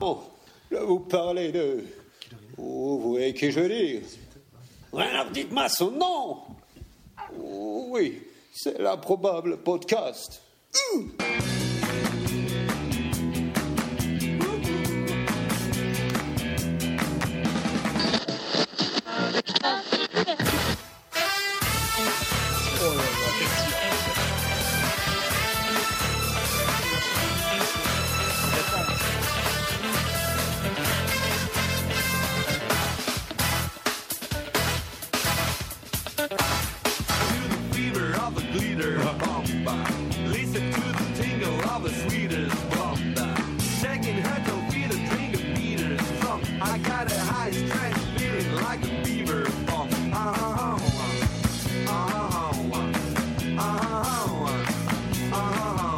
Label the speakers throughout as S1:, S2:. S1: Oh, là, vous parlez de. Oh, vous voyez qui je dis Ouais, La petite masse, non Oh, Oui, c'est l'improbable podcast.
S2: to the fever of the glitter bomba. Listen to the tingle of the sweetest bomba. Shaking her to feet a drink of beaters from. I got a high stress feeling like a beaver. Oh, ah, ah, ah, ah, ah, ah, ah, ah, ah, ah.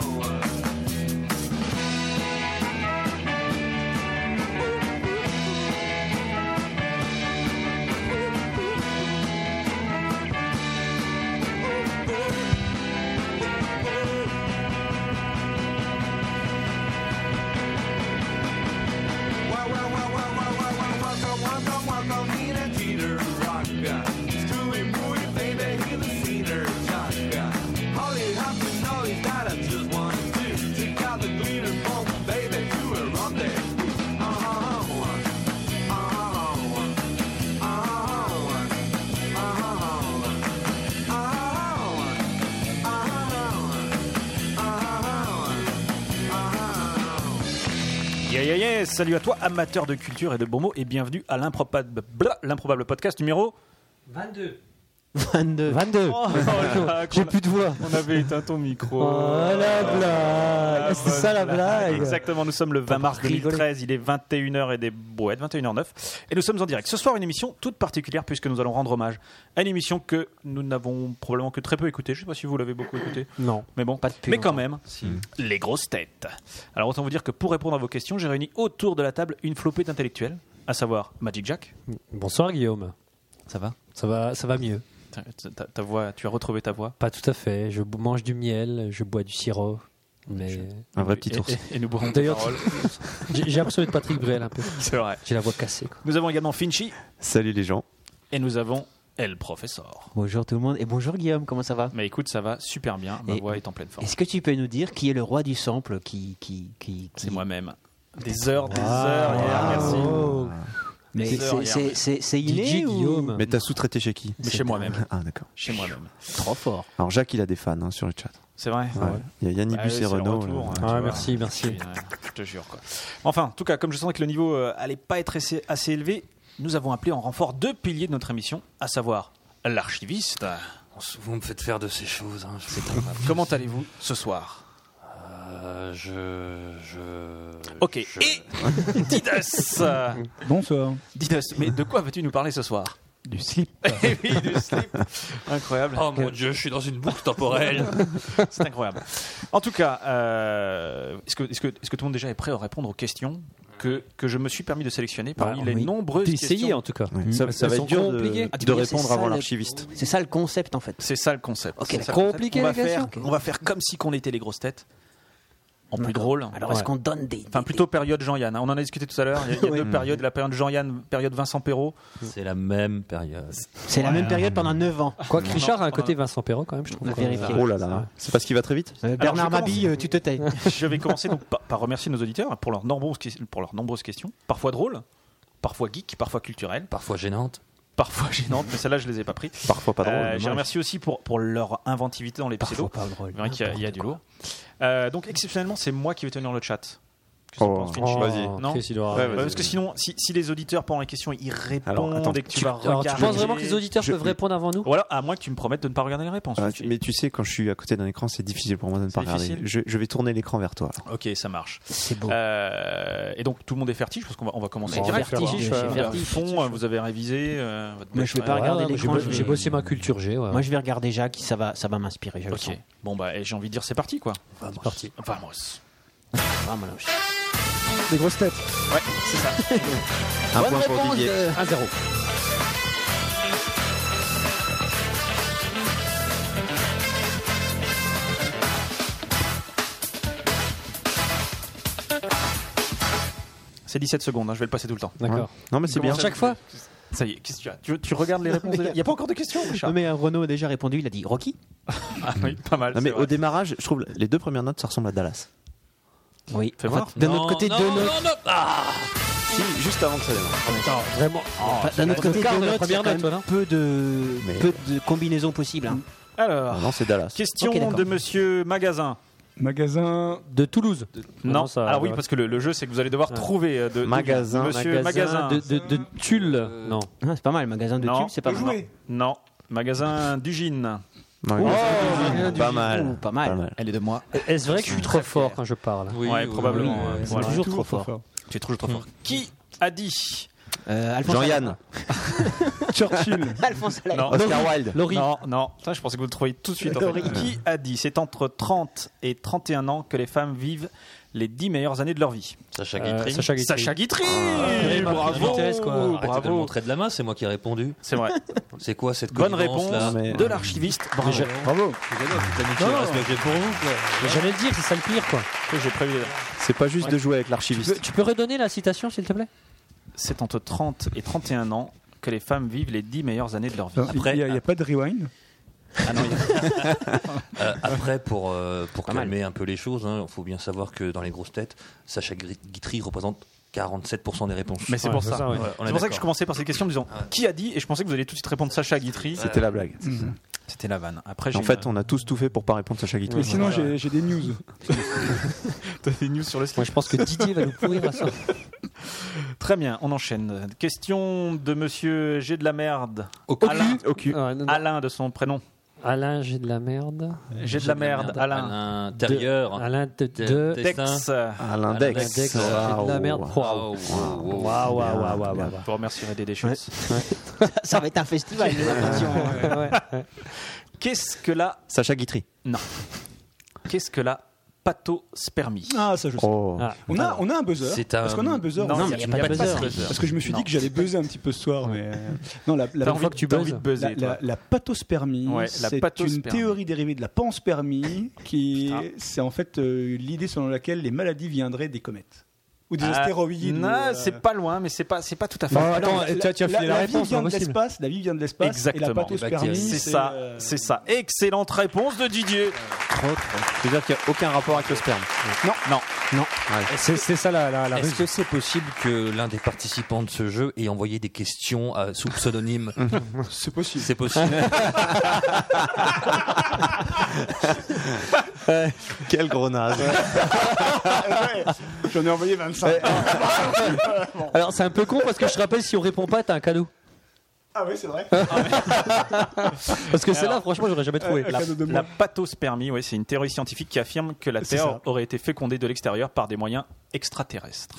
S2: Welcome, welcome, welcome, in a teeter rock. Screwy booty, baby, hear the cedar shock. All you have to know is that I just want to take out the glitter bomb, baby, to a rendezvous. Oh, oh, oh, oh, oh, oh, oh, oh, oh, oh.
S3: Yeah, yeah, yeah. Salut à toi, amateur de culture et de bons mots, et bienvenue à l'improbable, bla- l'improbable podcast numéro
S4: 22.
S5: 22. 22.
S3: Oh,
S5: J'ai plus de voix.
S3: On avait éteint ton micro.
S5: Oh
S3: Ah,
S5: la blague Ah, C'est ça la blague
S3: Exactement, nous sommes le 20 mars
S5: rigoler.
S3: 2013, il est 21h et des brouettes, 21h09, et nous sommes en direct. Ce soir, une émission toute particulière puisque nous allons rendre hommage à une émission que nous n'avons probablement que très peu écoutée. Je ne sais pas si vous l'avez beaucoup écoutée.
S5: Non.
S3: Mais bon,
S5: Pas depuis
S3: mais quand même, les grosses têtes. Alors autant vous dire que pour répondre à vos questions, j'ai réuni autour de la table une flopée d'intellectuels, à savoir Magic Jack.
S5: Bonsoir Guillaume.
S3: Ça va
S5: Ça va, ça va mieux.
S3: Ta, ta- ta voix, tu as retrouvé ta voix.
S5: Pas tout à fait. Je bo- mange du miel, je bois du sirop. Mais
S6: Un vrai petit
S3: Et-
S6: ours.
S3: Et, et nous boirons
S5: d'ailleurs, j'ai j'ai l'impression d'être Patrick Bruel un peu.
S3: C'est vrai.
S5: J'ai la voix cassée. quoi.
S3: Nous avons également Finchy
S6: Salut les gens.
S3: et nous avons El Professeur.
S7: Bonjour tout le monde et bonjour Guillaume, comment ça va
S3: Mais écoute, ça va super bien. Ma
S7: Et-
S3: voix est en pleine forme.
S7: Est-ce que tu peux nous dire qui est le roi du sample qui qui qui, qui-
S3: C'est moi-même. Des heures, des heures. hier, merci.
S7: Mais
S3: Des heures
S7: c'est-
S3: hier.
S7: c'est c'est c'est inné
S5: DJ
S7: ou-
S5: Guillaume.
S6: Mais t'as sous-traité chez qui
S3: Mais chez moi-même.
S6: Ah d'accord.
S3: Chez moi-même.
S7: trop fort.
S6: Alors Jacques, il a des fans hein, sur le chat.
S3: C'est vrai.
S6: Ouais. Il y a Yannick
S3: Bah,
S6: Bus
S3: c'est
S6: et
S3: le
S6: Renaud. euh,
S3: retour,
S6: là.
S3: hein, tu
S5: Ah,
S3: vois.
S5: merci, merci.
S3: Ouais, Je te jure quoi. Enfin, en tout cas, comme je sens que le niveau euh, allait pas être assez, assez élevé, nous avons appelé en renfort deux piliers de notre émission, à savoir l'archiviste.
S4: Vous me faites faire de ces choses. Hein. Je, vous comprends
S3: Comment allez-vous ce soir
S4: pas. Euh, je,
S7: Euh,
S4: je.
S3: Ok.
S4: je-
S3: Et Didas euh,
S8: Bonsoir.
S3: Didas, mais de quoi veux-tu nous parler ce soir
S8: Du slip.
S3: Eh oui, du slip. Incroyable.
S4: Oh mon dieu, je suis dans une boucle temporelle.
S3: C'est incroyable. En tout cas, euh, est-ce que, est-ce que, est-ce que tout le monde déjà est prêt à répondre aux questions que, que je me suis permis de sélectionner parmi
S5: Bah,
S3: les
S7: oui.
S3: nombreuses
S5: Essayez
S3: questions
S5: en tout cas.
S6: Ouais. Ça,
S5: Elles
S6: ça va
S5: sont
S6: être dur de,
S5: compliquées.
S7: Ah, tu
S6: de
S7: veux dire, c'est
S6: répondre
S7: ça,
S6: avant
S7: la-
S6: l'archiviste.
S7: C'est ça le concept en fait.
S3: C'est ça le concept.
S7: Ok,
S3: C'est ça le
S5: d'accord.
S3: concept.
S5: Compliqué,
S3: on va
S5: les
S3: faire,
S5: questions.
S3: On va faire comme si qu'on était les grosses têtes, en plus
S7: D'accord.
S3: drôle.
S7: Alors est-ce
S5: Ouais.
S7: qu'on donne des
S3: Enfin,
S7: des-
S3: plutôt période Jean-Yann. hein. On en a discuté tout à l'heure. Il y a, il y a deux périodes. La période Jean-Yann, période Vincent Perrault.
S9: C'est la même période.
S7: des- C'est la même période pendant 9 ans.
S5: Quoique Richard a un
S3: non.
S5: côté Vincent Perrault quand même, je trouve.
S7: On va
S5: quand
S7: vérifier.
S5: même.
S6: Oh là là. C'est parce qu'il va très vite
S7: Euh,
S3: Alors, je
S7: Bernard
S3: commence.
S7: Mabille, euh, tu te tais.
S3: Je vais commencer donc par, par remercier nos auditeurs pour leurs nombreuses, que- pour leurs nombreuses questions, parfois drôles, parfois geek, parfois culturelles,
S4: Parfois gênante.
S3: parfois gênantes. Mais celles-là, je les ai pas pris.
S6: Parfois pas drôle.
S3: Euh,
S6: dommage.
S3: je les remercie aussi pour, pour leur inventivité dans les pseudos.
S5: pas drôle.
S3: Il y en a qui- il y a du lourd. Euh, donc, exceptionnellement, c'est moi qui vais tenir le chat. Qu'est-ce que
S6: Oh.
S3: t'en penses, Finch
S5: Oh,
S6: Vas-y.
S3: Non.
S5: qu'est-ce qu'il aura
S6: Ouais,
S3: Ouais, parce que sinon, si, si les auditeurs pendant la question ils répondent
S6: Alors, attends,
S3: et que tu,
S5: Tu-
S3: vas
S5: alors,
S3: regarder.
S5: tu penses vraiment que les auditeurs
S6: Je-
S5: peuvent répondre avant nous
S3: Ou alors, à moins que tu me promettes de ne pas regarder les réponses.
S6: Ah, tu- mais tu sais, quand je suis à côté d'un écran, c'est difficile pour moi de ne
S3: C'est
S6: pas regarder.
S3: difficile.
S6: Je, je vais tourner l'écran vers toi. alors.
S3: Ok, ça marche.
S7: C'est beau.
S3: Euh, et donc tout le monde est fertige parce qu'on va, on va commencer
S5: Mais
S3: direct.
S5: fertige,
S3: Fertige,
S5: je suis
S3: euh,
S7: fertige.
S3: fond, euh, vous avez révisé. euh, votre
S7: Moi, je vais
S3: bête-
S7: pas
S3: ouais.
S7: regarder
S5: Ouais,
S7: l'écran,
S5: j'ai bo-
S7: je vais-
S5: J'ai bossé ma culture G. ouais.
S7: Moi je vais regarder Jacques, ça va ça va m'inspirer, je le sens.
S3: Ok. Bon bah, et j'ai envie de dire c'est parti quoi.
S5: C'est parti.
S3: Vamos.
S7: Vraiment, je-
S8: Des grosses têtes.
S3: Ouais, c'est ça. Oh,
S6: Un point pour Didier.
S5: 1-0.
S3: C'est 17 secondes, hein, je vais le passer tout le temps.
S5: D'accord.
S6: Ouais. Non, mais c'est bien.
S5: Chaque fois
S3: Ça y est, qu'est-ce que tu as tu, tu regardes les réponses Il n'y a pas encore de questions, Richard
S7: Non, mais euh, Renaud a déjà répondu, il a dit Rocky.
S3: Ah oui, pas mal.
S6: Non, mais
S3: c'est vrai.
S6: au démarrage, je trouve les deux premières notes, ça ressemble à Dallas.
S7: Oui.
S3: Fais
S7: En
S3: voir.
S7: fait, D'un autre côté, deux notes.
S3: Ah
S6: Si, juste avant que ça démarre.
S5: Vraiment.
S3: Ah,
S7: Enfin, D'un autre côté,
S5: quart
S7: deux
S5: de la
S7: notes, il y a
S5: première
S7: quand
S5: note, toi,
S7: même peu de
S6: Mais-
S7: peu de combinaisons possibles. hein.
S3: Alors,
S6: Ah non, c'est Dallas.
S3: question
S7: Ok, d'accord.
S3: de monsieur Magasin.
S8: Magasin.
S5: De Toulouse.
S3: Non,
S5: Comment ça,
S3: ah oui,
S5: ouais.
S3: parce que le, le jeu, c'est que vous allez devoir trouver euh, de, de-
S6: Magasin,
S3: monsieur Magasin.
S5: De, de, de Tulle. Non.
S7: Ah, c'est pas mal, le magasin de
S3: Non.
S7: tubes, c'est pas mal.
S3: Non, Magasin d'Ugine.
S6: Ouais. pas, mal.
S7: Oh, Ouh, pas mal.
S6: Pas mal.
S7: Elle est de moi.
S5: Est-ce vrai que je suis trop fort quand je parle
S10: Oui,
S3: ouais,
S10: oui,
S3: probablement.
S10: oui,
S6: hein,
S3: ouais.
S10: oui.
S3: Voilà.
S7: toujours trop fort.
S3: Tu es toujours trop fort. Qui a dit
S7: Euh, Alphonse
S6: Mm. Jean-Yann,
S8: Churchill.
S7: Allais. Alphonse Allais.
S3: Non.
S6: Oscar Wilde.
S5: Laurie.
S3: Non, non. Ça, je pensais que vous le trouviez tout de suite. en fait. Qui a dit c'est entre 30 et 31 ans que les femmes vivent les 10 meilleures années de leur vie
S10: Sacha
S5: Euh,
S10: Guitry.
S5: Sacha Guitry.
S3: Sacha Guitry
S5: purée, ma
S3: Bravo
S5: vitesse, quoi. Arrêtez
S10: Arrêtez de le
S3: Bravo
S10: montrer de la main, c'est moi qui ai répondu.
S3: C'est vrai.
S10: C'est quoi cette
S3: Bonne
S10: connivence,
S3: réponse
S10: là
S6: mais-
S3: de l'archiviste. Bravo.
S5: Déjà-
S3: Oh,
S8: Bravo.
S5: Mais J'allais le dire, c'est ça le pire, quoi.
S3: J'ai prévu.
S6: C'est pas juste de jouer avec l'archiviste.
S5: Tu peux redonner la citation, s'il te plaît
S3: C'est entre 30 et 31 ans que les femmes vivent les 10 meilleures années de leur vie. Ah
S8: Alors, il n'y a, il y a pas de rewind.
S10: Euh, après, pour, euh, pour
S7: mal.
S10: calmer un peu les choses, hein, il faut bien savoir que dans les grosses têtes, Sacha Gri- Guitry représente 47% des réponses.
S3: Mais c'est
S5: Ouais,
S3: pour
S5: c'est
S3: ça.
S5: ça, ouais.
S10: Ouais, on est
S3: C'est pour ça que
S10: d'accord.
S3: je commençais par cette question en me disant qui a dit et je pensais que vous alliez tout de suite répondre Sacha Guitry. Mhm.
S6: C'était Ah la blague.
S3: C'était la vanne. Après, j'ai
S6: En fait, on a tous tout fait pour pas répondre à chaque
S8: Mais
S6: Guitry.
S8: sinon, j'ai- j'ai des news.
S3: t'as des news sur le slip.
S5: Moi, je pense que Didier va nous pourrir à ça.
S3: Très bien, on enchaîne. Question de Monsieur G de la merde.
S6: Au
S3: Alain,
S6: Au cul.
S5: Ah, non, non.
S3: Alain de son prénom.
S5: Alain, j'ai de la merde.
S3: G de la merde, Alain.
S10: À l'intérieur.
S5: Alain de. de-
S10: Alain.
S3: Tex.
S6: À
S5: Alain
S6: l'index.
S5: Dex, j'ai de la merde.
S10: Waouh,
S5: Waouh.
S10: waouh, waouh.
S5: Waouh, waouh, waouh, waouh, waouh.
S3: Je vous remercierai des choses.
S7: Ça va être un festival. les attention.
S5: Ouais, ouais.
S3: Qu'est-ce que la
S6: Sacha Guitry.
S3: Qu'est-ce que la pathospermie
S8: Ah, ça, je sais.
S6: Oh.
S5: Ah.
S8: On a, on a un buzzer.
S10: C'est un-
S8: Est-ce qu'on a un buzzer
S3: Non,
S8: aussi
S3: il n'y a pas de buzzer.
S8: Parce que je me suis
S3: Non.
S8: dit que j'allais buzzer un petit peu ce soir, mais euh, non, la, la,
S3: T'as envie,
S5: fois que tu
S3: t'as
S5: buzzes.
S3: envie de
S8: la,
S3: buzzer.
S8: la-
S3: toi.
S8: la pathospermie,
S3: Ouais, la
S8: c'est une
S3: pathospermie.
S8: théorie dérivée de la panspermie, qui
S3: Putain.
S8: c'est en fait euh, l'idée selon laquelle les maladies viendraient des comètes ou des
S3: Ah,
S8: astéroïdes. ou,
S3: non,
S8: euh,
S3: c'est pas loin, mais c'est pas, c'est pas tout à fait.
S5: Bon, attends, tu as- tu as filé la
S8: vie
S5: réponse,
S8: vient
S5: pas
S8: de
S5: possible.
S8: l'espace, la vie vient de l'espace. Et la
S3: Exactement. bah,
S8: pathospermie,
S10: Les
S3: c'est ça,
S8: euh,
S3: c'est ça. Excellente réponse de Didier.
S6: C'est-à-dire qu'il n'y a aucun rapport avec le sperme.
S3: Non, non.
S5: C'est c'est ça la, la, la
S10: Est-ce
S5: ruse.
S10: que c'est possible que l'un des participants de ce jeu ait envoyé des questions euh, sous pseudonyme
S8: C'est possible.
S10: C'est possible.
S6: Quel gros naze.
S8: J'en ai envoyé 25.
S5: Alors, c'est un peu con parce que je te rappelle, si on répond pas, t'as un cadeau.
S8: Ah oui, c'est vrai.
S5: Parce que celle-là, franchement, j'aurais jamais
S3: euh,
S5: trouvé.
S8: cadeau de
S3: La
S8: moi.
S3: pathospermie, ouais, c'est une théorie scientifique qui affirme que la
S8: C'est
S3: Terre
S8: ça.
S3: aurait été fécondée de l'extérieur par des moyens extraterrestres.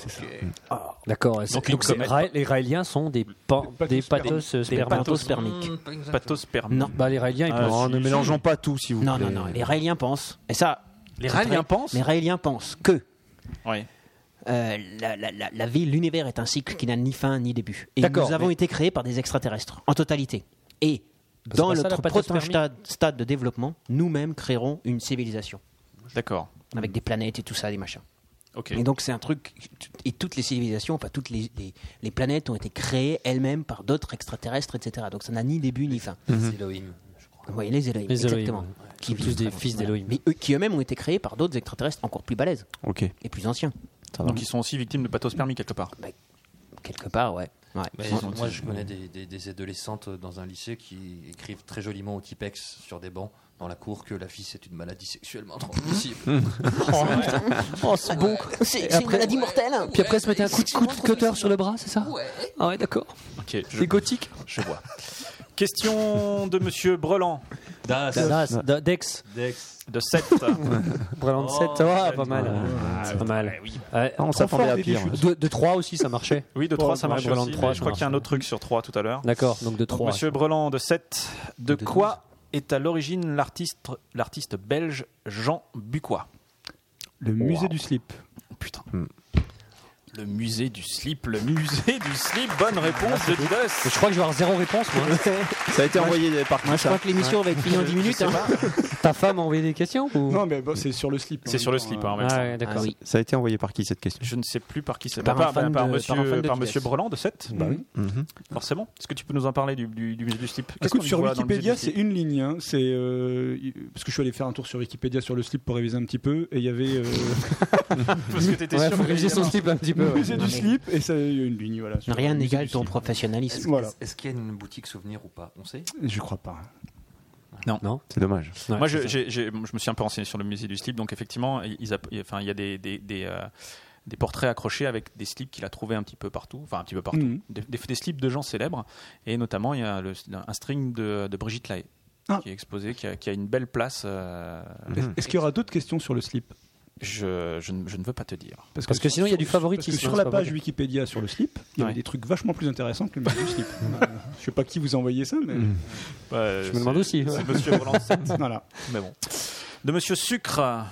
S3: Ah,
S5: D'accord. c'est-
S3: Donc,
S5: Donc,
S3: une
S5: c'est-
S3: comète.
S5: Ra- les Raéliens sont des, pan-
S8: Des
S5: des
S8: pathospermiques.
S5: pathos euh,
S3: Des pathos-
S5: spermatospères.
S3: Pathospermie.
S7: Non.
S5: Bah, les Raéliens, ils
S3: Ah,
S6: Non,
S5: pensent.
S6: ne mélangeons pas tout, s'il vous
S7: Non,
S6: plaît.
S7: non, non. Les Raéliens pensent. Et ça,
S3: Les Raéliens pensent
S7: les Raéliens pensent que
S3: Oui.
S7: euh, la, la- la- la vie, l'univers est un cycle qui n'a ni fin ni début. Et
S5: D'accord,
S7: nous avons
S5: mais-
S7: été créés par des extraterrestres en totalité. Et
S5: c'est
S7: dans
S5: pas ça, la
S7: notre
S5: pathospermie
S7: prochain stade, stade de développement, nous-mêmes créerons une civilisation
S3: D'accord.
S7: avec des planètes et tout ça, des machins.
S3: Ok.
S7: Et donc c'est un truc et toutes les civilisations, enfin toutes les, les- les planètes ont été créées elles-mêmes par d'autres extraterrestres, etc. Donc ça n'a ni début ni fin.
S10: C'est Elohim.
S7: Oui, les Elohim,
S5: Mhm. Les Elohim,
S7: exactement.
S5: ouais.
S7: Qui
S5: Qui sont
S7: vivent
S5: tous des
S7: vraiment,
S5: fils
S7: voilà.
S5: d'Elohim.
S7: Mais eux, qui eux-mêmes ont été créés par d'autres extraterrestres encore plus balèzes
S6: Ok.
S7: et plus anciens, Bah,
S3: Donc ils sont aussi victimes de pathospermie quelque part.
S7: quelque part, ouais. Ouais.
S5: Bah,
S10: Mais
S7: Ouais.
S10: moi, je connais des, des- des adolescentes dans un lycée qui écrivent très joliment au Tipex sur des bancs dans la cour que la fille c'est une maladie sexuellement transmissible. Ah,
S5: Oh, c'est bon.
S10: bah,
S7: C'est
S5: Et
S7: c'est une
S5: après-
S7: maladie mortelle. hein.
S5: Puis après, se mettre un coup de, coup de cutter sur le bras, c'est ça
S11: Ouais.
S5: Ah ouais, d'accord.
S3: Ok. Je,
S5: C'est gothique.
S3: je vois. Question de Monsieur Brelan
S10: Das.
S5: Das, Da- Ah, Dex,
S10: Dex.
S3: de 7.
S5: Brelan de
S10: Oh,
S5: 7. Ah,
S10: ouais,
S5: pas mal. C'est pas mal. Ouais.
S6: Ah, on
S8: Trop
S6: s'attendait
S8: fort,
S6: à
S8: les
S6: pire.
S5: De, de 3 aussi, ça marchait.
S3: Oui, de 3 ça marche
S5: Brelan
S3: aussi.
S5: de trois,
S3: mais je
S5: ça
S3: crois
S5: marche.
S3: qu'il y a un autre truc sur 3 tout à l'heure.
S5: D'accord, donc de 3.
S3: Monsieur Brelan de 7. De quoi est à l'origine l'artiste l'artiste belge Jean Bucois
S8: Le musée du slip.
S5: Hmm.
S3: Putain.
S12: Le musée du slip, le musée du slip. Bonne réponse de Didos.
S5: Je crois que je vais avoir zéro réponse, moi.
S6: Ça a été
S5: Moi,
S6: envoyé par
S7: Moi, je crois que l'émission va être finie en 10 minutes. hein.
S5: Ta femme a envoyé des questions ou...
S8: Non, mais bon, c'est sur le slip.
S12: C'est sur le slip, hein, en même
S5: Ah
S12: temps.
S5: ouais,
S7: Ah
S5: d'accord.
S7: oui.
S6: Ça a été envoyé par qui cette question
S3: Je ne sais plus par qui c'est.
S5: Par
S3: Bah,
S5: un fan
S3: par
S5: de-
S3: monsieur,
S5: par un fan de
S3: par
S5: Didos.
S3: monsieur Breland de 7,
S8: Bah oui.
S6: Mhm.
S3: forcément. Est-ce que tu peux nous en parler du, du, du musée du slip Qu'est-ce
S8: Écoute,
S3: qu'on y
S8: sur
S3: voit dans le musée
S8: Wikipédia,
S3: du
S8: c'est
S3: slip
S8: une ligne. hein. C'est euh, y- parce que je suis allé faire un tour sur Wikipédia sur le slip pour réviser un petit peu, et il y avait euh,
S3: Parce que t'étais
S5: Ouais,
S3: sûr
S5: faut
S3: que
S5: corriger son
S3: j'allais
S5: slip un petit peu.
S8: le
S5: ouais.
S8: musée
S7: Non,
S8: du
S7: mais-
S8: slip, et ça, il y a une ligne, voilà. sur
S7: Rien
S8: le musée
S7: n'égale
S8: du
S7: ton
S8: slip.
S7: professionnalisme.
S10: Est-ce
S8: Voilà.
S10: est-ce qu'il y a une boutique souvenir ou pas On sait
S8: Je crois pas.
S6: C'est dommage.
S5: Ouais,
S3: Moi,
S5: c'est
S3: je,
S5: ça.
S3: j'ai- j'ai- je me suis un peu renseigné sur le musée du slip. Donc, effectivement, ils app- il- enfin, il y a des, des, des, euh, des portraits accrochés avec des slips qu'il a trouvés un petit peu partout. Enfin, un petit peu partout.
S8: Mhm.
S3: Des, des- des slips de gens célèbres. Et notamment, il y a le- un string de, de Brigitte Lahaye
S8: Ah.
S3: qui est exposé, qui a, qui a une belle place. euh,
S6: Mhm.
S8: Est-ce qu'il y aura d'autres questions sur le slip
S3: je, je ne- je ne veux pas te dire.
S5: Parce que sinon, il y a du
S8: sur- parce que
S5: favoritisme, hein,
S8: Sur
S5: c'est
S8: la
S5: pas
S8: page
S5: vrai.
S8: Wikipédia sur le slip, il y avait
S3: Ouais.
S8: des trucs vachement plus intéressants que le musée du slip. Euh, Je sais pas qui vous a envoyé ça, mais
S3: je
S5: Hmm. me demande aussi.
S3: C'est monsieur Roland Sept,
S8: voilà.
S3: mais bon. De monsieur Sucre.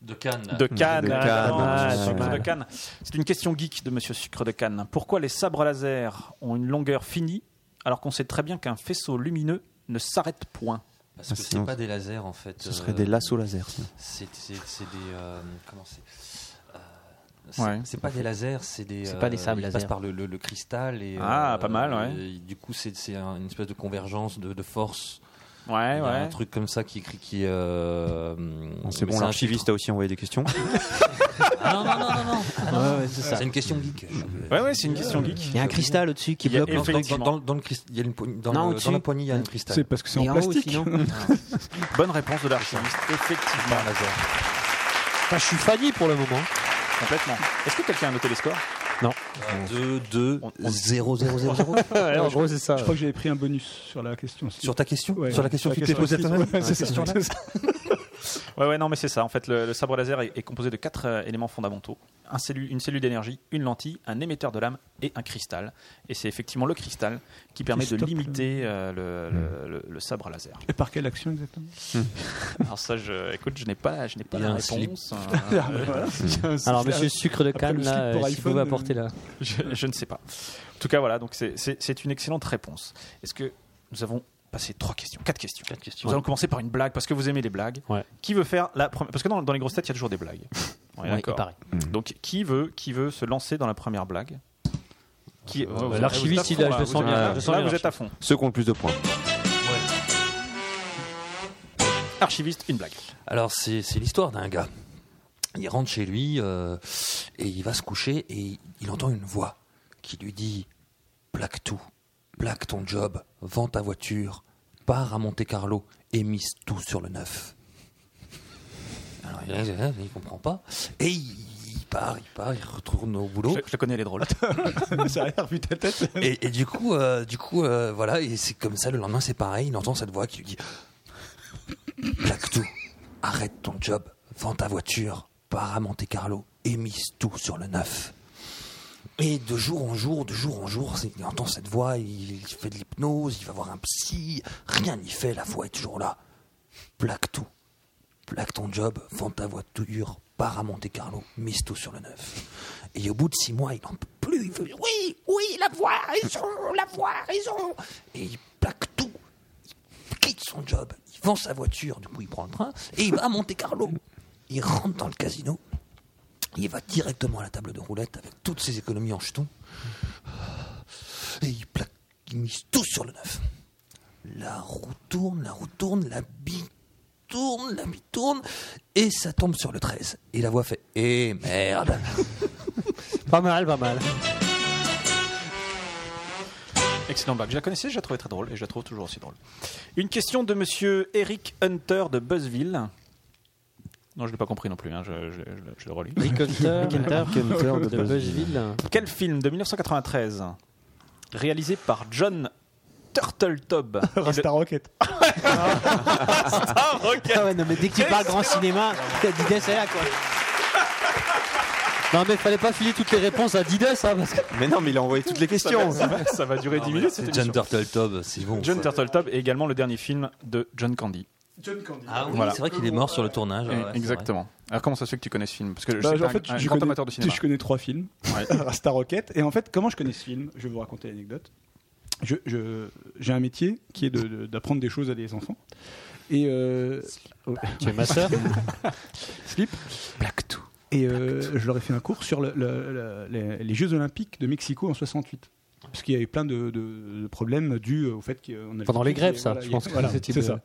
S10: De Cannes.
S3: De Cannes.
S6: De Cannes.
S3: Ah,
S6: Ouais,
S3: Sucre
S6: ouais,
S3: de
S6: ouais.
S3: Cannes. C'est une question geek de Monsieur Sucre de Cannes. Pourquoi les sabres laser ont une longueur finie alors qu'on sait très bien qu'un faisceau lumineux ne s'arrête point
S10: Parce que
S6: Ah,
S10: c'est
S6: sinon,
S10: pas des lasers en fait.
S6: Ce
S10: euh,
S6: serait des lassos laser. ça.
S10: C'est c'est- c'est des. euh, comment c'est euh, c'est-
S3: Ouais.
S10: C'est pas des lasers, c'est des. euh,
S7: C'est pas des sables
S10: ils
S7: laser.
S10: passent par le, le- le cristal et.
S4: euh,
S10: euh,
S3: Ah, pas mal, ouais.
S10: et du coup, c'est c'est un- une espèce de convergence de, de force.
S3: Ouais,
S10: Il y a
S3: ouais.
S10: un truc comme ça qui écrit qui. euh,
S6: C'est
S10: mais
S6: bon,
S10: un
S6: l'archiviste a aussi envoyé des questions.
S10: filtre. Ah, non, non, non, non, non. Ah, non, non.
S7: Ouais, ouais, c'est ça.
S10: C'est une question geek.
S3: Ouais, ouais, c'est une question geek.
S7: Il y a un cristal au-dessus qui
S3: Il y a
S7: bloque.
S10: Dans,
S7: l'entrée.
S10: dans- dans-
S3: Effectivement.
S10: dans- dans le crist- il y a une po- dans,
S7: Non,
S10: le-
S7: au-dessus.
S10: dans la poignée, il y a un cristal.
S8: C'est parce que c'est
S7: Et
S8: en
S7: en haut
S8: plastique.
S7: aussi, non
S3: Bonne réponse de l'archiviste. Effectivement,
S10: Un laser.
S5: Enfin, je suis fanny pour le moment.
S3: complètement. Est-ce que quelqu'un a noté les scores
S10: 2, 2,
S3: On- on-
S10: 0, 0, 0, 0.
S5: en gros, c'est ça.
S8: Je crois que j'avais pris un bonus sur la question.
S10: Sur ta question
S8: Ouais.
S10: Sur la question que tu t'es posée
S8: question.
S10: toi-même
S8: Ouais, c'est ça.
S10: Question-là
S3: Ouais, ouais, non, mais c'est ça. En fait, le, le sabre laser est, est composé de quatre euh, éléments fondamentaux Un cellu- une cellule d'énergie, une lentille, un émetteur de lame et un cristal. Et c'est effectivement le cristal qui permet de
S8: stoppe le-
S3: limiter euh, le, le- le- le sabre laser.
S8: Et par quelle action exactement
S3: Alors ça, je, écoute, je n'ai pas, je n'ai pas
S10: Il y a
S3: la
S10: un slip.
S3: réponse. Euh,
S8: Voilà.
S5: Alors, monsieur Sucre de Cannes,
S8: le slip pour
S5: là, euh, si vous
S8: iPhone,
S5: pouvez
S8: euh,
S5: apporter là.
S3: je, je ne sais pas. En tout cas, voilà. Donc c'est- c'est c'est une excellente réponse. Est-ce que nous avons passé trois questions, quatre questions. Nous allons commencer par une blague parce que vous aimez les blagues.
S5: Ouais.
S3: Qui veut faire la première Parce que dans, dans les grosses têtes, il y a toujours des blagues. On est
S5: Ouais,
S3: d'accord.
S5: il paraît.
S10: Mm.
S3: Donc qui veut qui veut se lancer dans la première blague Qui ouais,
S7: Euh,
S3: vous-
S5: Euh, l'archiviste,
S3: vous êtes à
S5: il a- je
S3: fond,
S5: le
S3: là, vous
S5: sens bien,
S3: êtes-
S5: je le sens
S3: là,
S5: bien,
S3: vous êtes à fond.
S6: Ceux qui ont le plus de points.
S3: Archiviste, une blague.
S10: Alors, c'est c'est l'histoire d'un gars. Il rentre chez lui euh, et il va se coucher et il entend une voix qui lui dit Plaque tout, plaque ton job, vends ta voiture, pars à Monte-Carlo et mise tout sur le neuf. Alors, il, hein, il comprend pas et il, il part, il part, il retourne au boulot.
S3: Je, je connais les drôles.
S8: Ça a l'air vu ta tête.
S10: Et, et du coup, euh, du coup euh, voilà, et c'est comme ça, le lendemain c'est pareil, il entend cette voix qui lui dit Plaque tout, arrête ton job, vends ta voiture, pars à Monte Carlo et mise tout sur le neuf. Et de jour en jour, de jour en jour, c'est- il entend cette voix, il, il fait de l'hypnose, il va voir un psy, rien n'y fait, la voix est toujours là. Plaque tout, plaque ton job, vends ta voiture, pars à Monte Carlo, mise tout sur le neuf. Et au bout de six mois, il n'en peut plus. Il veut, oui, oui, la voix, raison, la voix, raison. Et il plaque tout. Il quitte son job, il vend sa voiture, du coup il prend le train, et il va à Monte Carlo. Il rentre dans le casino, il va directement à la table de roulette avec toutes ses économies en jetons. Et il plaque, il mise tout sur le neuf. La roue tourne, la roue tourne, la bille tourne, la bille tourne, et ça tombe sur le 13. Et la voix fait Eh merde
S5: Pas mal, pas mal.
S3: Excellent blague. Je la connaissais, je la trouvais très drôle et je la trouve toujours aussi drôle. Une question de monsieur Eric Hunter de Buzzville. Non, je ne l'ai pas compris non plus, hein, je, je- je- je le relis.
S5: Rick Hunter,
S6: Hunter
S5: de Buzzville.
S3: Quel film de 1993 réalisé par John Turtletaub et le-
S8: Rasta Rocket.
S7: Ah ouais, non, mais dès que tu parles grand cinéma, l'idée c'est là quoi.
S5: Non, mais fallait pas filer toutes les réponses à Didas, hein, parce que.
S6: Mais non, mais il a envoyé toutes les questions.
S3: Ça va, ça va durer 10 minutes. cette
S10: John
S3: émission.
S10: Turtletaub, c'est bon.
S3: John Turtletaub est également le dernier film de John Candy.
S8: John Candy.
S10: Ah oui,
S3: Voilà.
S10: c'est vrai qu'il est mort sur le tournage. ouais,
S3: Eh,
S10: ouais, c'est
S3: exactement. Alors comment ça se fait que tu connais ce film Parce que je
S8: Bah,
S3: sais
S8: en
S3: que t'es
S8: fait,
S3: un, un
S8: je
S3: grand
S8: connais-
S3: amateur de cinéma.
S8: Je connais trois films. Star Rocket. Et en fait, comment je connais ce film Je vais vous raconter l'anecdote. Je- je- J'ai un métier qui est de- de- d'apprendre des choses à des enfants. Et euh,
S5: Oh, Tu es ma sœur
S8: slip. Et euh, je leur ai fait un cours sur le- le- le- les, les Jeux Olympiques de Mexico en 68. Parce qu'il y avait plein de, de- de problèmes dus au fait qu'on avait.
S5: Pendant les grèves, ça,
S8: Voilà,
S5: je
S8: il-
S5: pense que
S8: voilà,
S5: c'était
S8: c'est
S5: de-
S8: ça.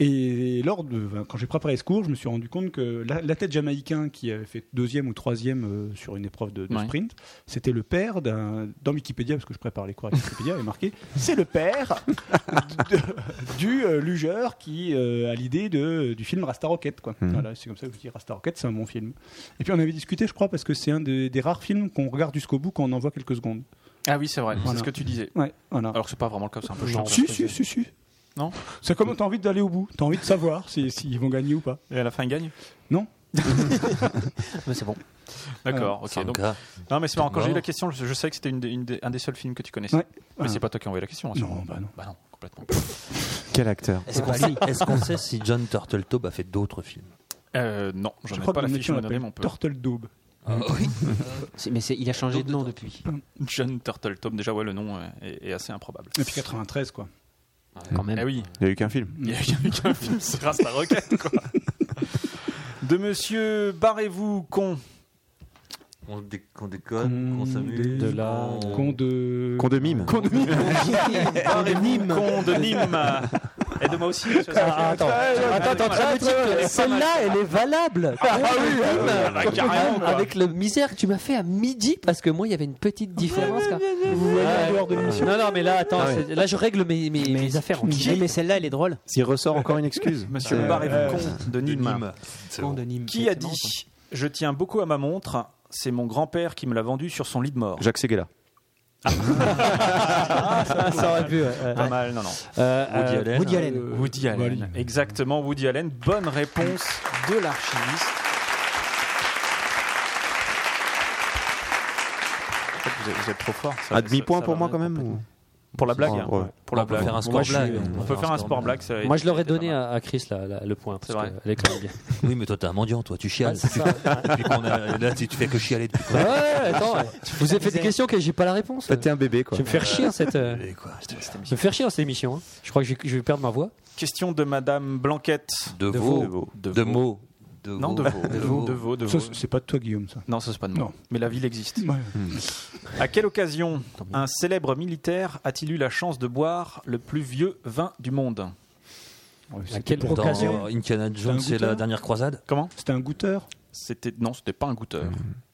S8: Et, lors de, enfin, quand j'ai préparé ce cours, je me suis rendu compte que la, la tête jamaïcain qui avait fait deuxième ou troisième euh, sur une épreuve de, de
S3: Ouais.
S8: sprint, c'était le père d'un. Dans Wikipédia, parce que je prépare les cours avec Wikipédia, il est marqué c'est le père de- du euh, lugeur qui euh, a l'idée de, du film Rasta Rocket. Quoi.
S6: Mhm.
S8: Voilà, c'est comme ça que je dis Rasta Rocket, c'est un bon film. Et puis on avait discuté, je crois, parce que c'est un des, des rares films qu'on regarde jusqu'au bout quand on en voit quelques secondes.
S3: Ah oui, c'est vrai. C'est
S8: Voilà.
S3: ce que tu disais.
S8: Ouais, voilà.
S3: Alors que c'est pas vraiment le cas, c'est un peu chiant.
S8: si, si, si, si.
S3: Non
S8: C'est comme t'as envie d'aller au bout, t'as envie de savoir s'ils si, s'ils vont gagner ou pas.
S3: Et à la fin, il gagne
S8: Non.
S3: mais c'est bon. D'accord, ok.
S10: un
S3: donc-
S10: gars.
S3: non, mais c'est marrant. Quand j'ai eu
S10: mort.
S3: la question, je, je sais que c'était une des- une des- un des seuls films que tu connaissais.
S8: Ouais.
S3: Mais
S8: Ah.
S3: c'est pas toi qui as envoyé la question. hein,
S8: Non,
S3: sûrement.
S8: bah non.
S3: Bah non, complètement.
S6: Quel acteur
S10: Est-ce qu'on sait, est-ce qu'on sait si John Turteltaub a fait d'autres films
S3: Euh, non, j'en
S8: Je
S3: ai
S8: crois
S3: pas
S8: que
S3: la
S8: le
S3: fiche,
S8: métier,
S3: on
S8: on
S3: m'a donné,
S8: l'appelle
S3: mais on peut.
S8: Turtle Daube.
S10: Oui.
S7: C'est- Mais c'est- il a changé de nom depuis.
S3: John Turteltaub, déjà, ouais, le nom euh, est, est assez improbable.
S8: Et puis 93, quoi.
S7: Quand même.
S3: Eh oui,
S6: Il n'y a eu qu'un film.
S3: il y a eu qu'un film, c'est Rasta Rocket, quoi. De monsieur, barrez-vous, con.
S4: On, dé- qu'on déconne, qu'on
S8: Qu'on
S4: s'amuse.
S5: de là,
S4: qu'on-
S8: Con de.
S6: Con de mime.
S8: Con de mime.
S3: de Nîmes. Con de Nîmes. Aide-moi aussi. monsieur Sarah.
S5: Ah, attends, attends, Celle-là, bah elle est valable.
S3: Ah, bah, carrément, quoi.
S5: Avec le misère que tu m'as fait à midi, parce que moi, il y avait une petite différence. quoi.
S8: Vous voyez en
S5: Ouais.
S8: dehors de l'émission.
S5: Non, non, mais là,
S6: Ah
S7: Ah
S5: attends, c'est- là, je règle mes, mes, mes affaires. en direct.
S7: Oui, mais celle-là, elle est drôle.
S6: S'il ressort encore une excuse.
S3: Monsieur,
S6: Euh,
S3: barrez-vous,
S6: euh,
S3: con de
S10: De
S3: Nîmes.
S10: Nîmes. C'est
S7: Con
S10: bon.
S7: de Nîmes,
S3: Qui a
S7: exactement.
S3: dit Je tiens beaucoup à ma montre, c'est mon grand-père qui me l'a vendue sur son lit de mort. Ah.
S6: Jacques Seguela.
S5: Ça aurait pu. ouais, ouais.
S3: Pas mal, non, non.
S5: Euh,
S10: Woody
S5: euh,
S10: Allen.
S5: Woody Allen.
S3: Woody Allen. Exactement, Woody Allen. Bonne réponse de l'archiviste. En fait, Vous êtes, vous êtes trop fort. ça-
S6: À
S3: ça-
S6: demi-point
S3: ça
S6: pour
S3: va
S6: moi quand
S3: vraiment
S6: même
S3: complètement.
S6: ou-
S3: Pour la blague.
S6: Ouais,
S3: hein.
S6: ouais.
S3: Pour la
S10: On peut
S3: blague.
S10: faire un
S3: Moi,
S10: score
S3: je-
S10: blague.
S3: On peut faire un sport blague. ça va
S5: Moi,
S3: être-
S5: je l'aurais
S3: ça va être
S5: donné
S3: pas mal.
S5: à, à Chris là, là, le point.
S3: C'est
S5: Parce
S3: vrai.
S5: que elle est quand même bien.
S10: Oui, mais toi, t'es un mendiant, toi, tu chiales.
S5: Ouais, c'est ça.
S10: Depuis qu'on a- là, tu tu fais que chialer depuis
S5: Ouais, ouais, attends, ouais. je vous ai fait des questions que j'ai pas la réponse.
S6: Bah, T'es un bébé quoi.
S5: Je vais me faire chier dans cette, euh,
S10: Allez, quoi, c'était- c'était-
S5: je vais me faire chier dans cette émission. hein. Je crois que je vais- je vais perdre ma voix.
S3: Question de Madame Blanquette.
S10: De vos,
S3: De
S10: de mots. De
S3: Non, de
S10: vos.
S3: vos. De vos. De vos. de
S8: Ça,
S3: vos.
S8: c'est pas de toi, Guillaume, ça.
S3: Non, ça c'est pas de moi.
S8: Non.
S3: Mais la ville existe.
S10: Hmm.
S3: À quelle occasion un célèbre militaire a-t-il eu la chance de boire le plus vieux vin du monde
S8: Ouais,
S5: À
S8: c'était
S5: quelle
S8: pour-
S5: occasion
S10: Dans Indiana
S8: un
S10: Jones, c'est la
S8: goûteur
S10: dernière croisade.
S3: Comment
S8: C'était un goûteur
S3: C'était non, c'était pas un goûteur.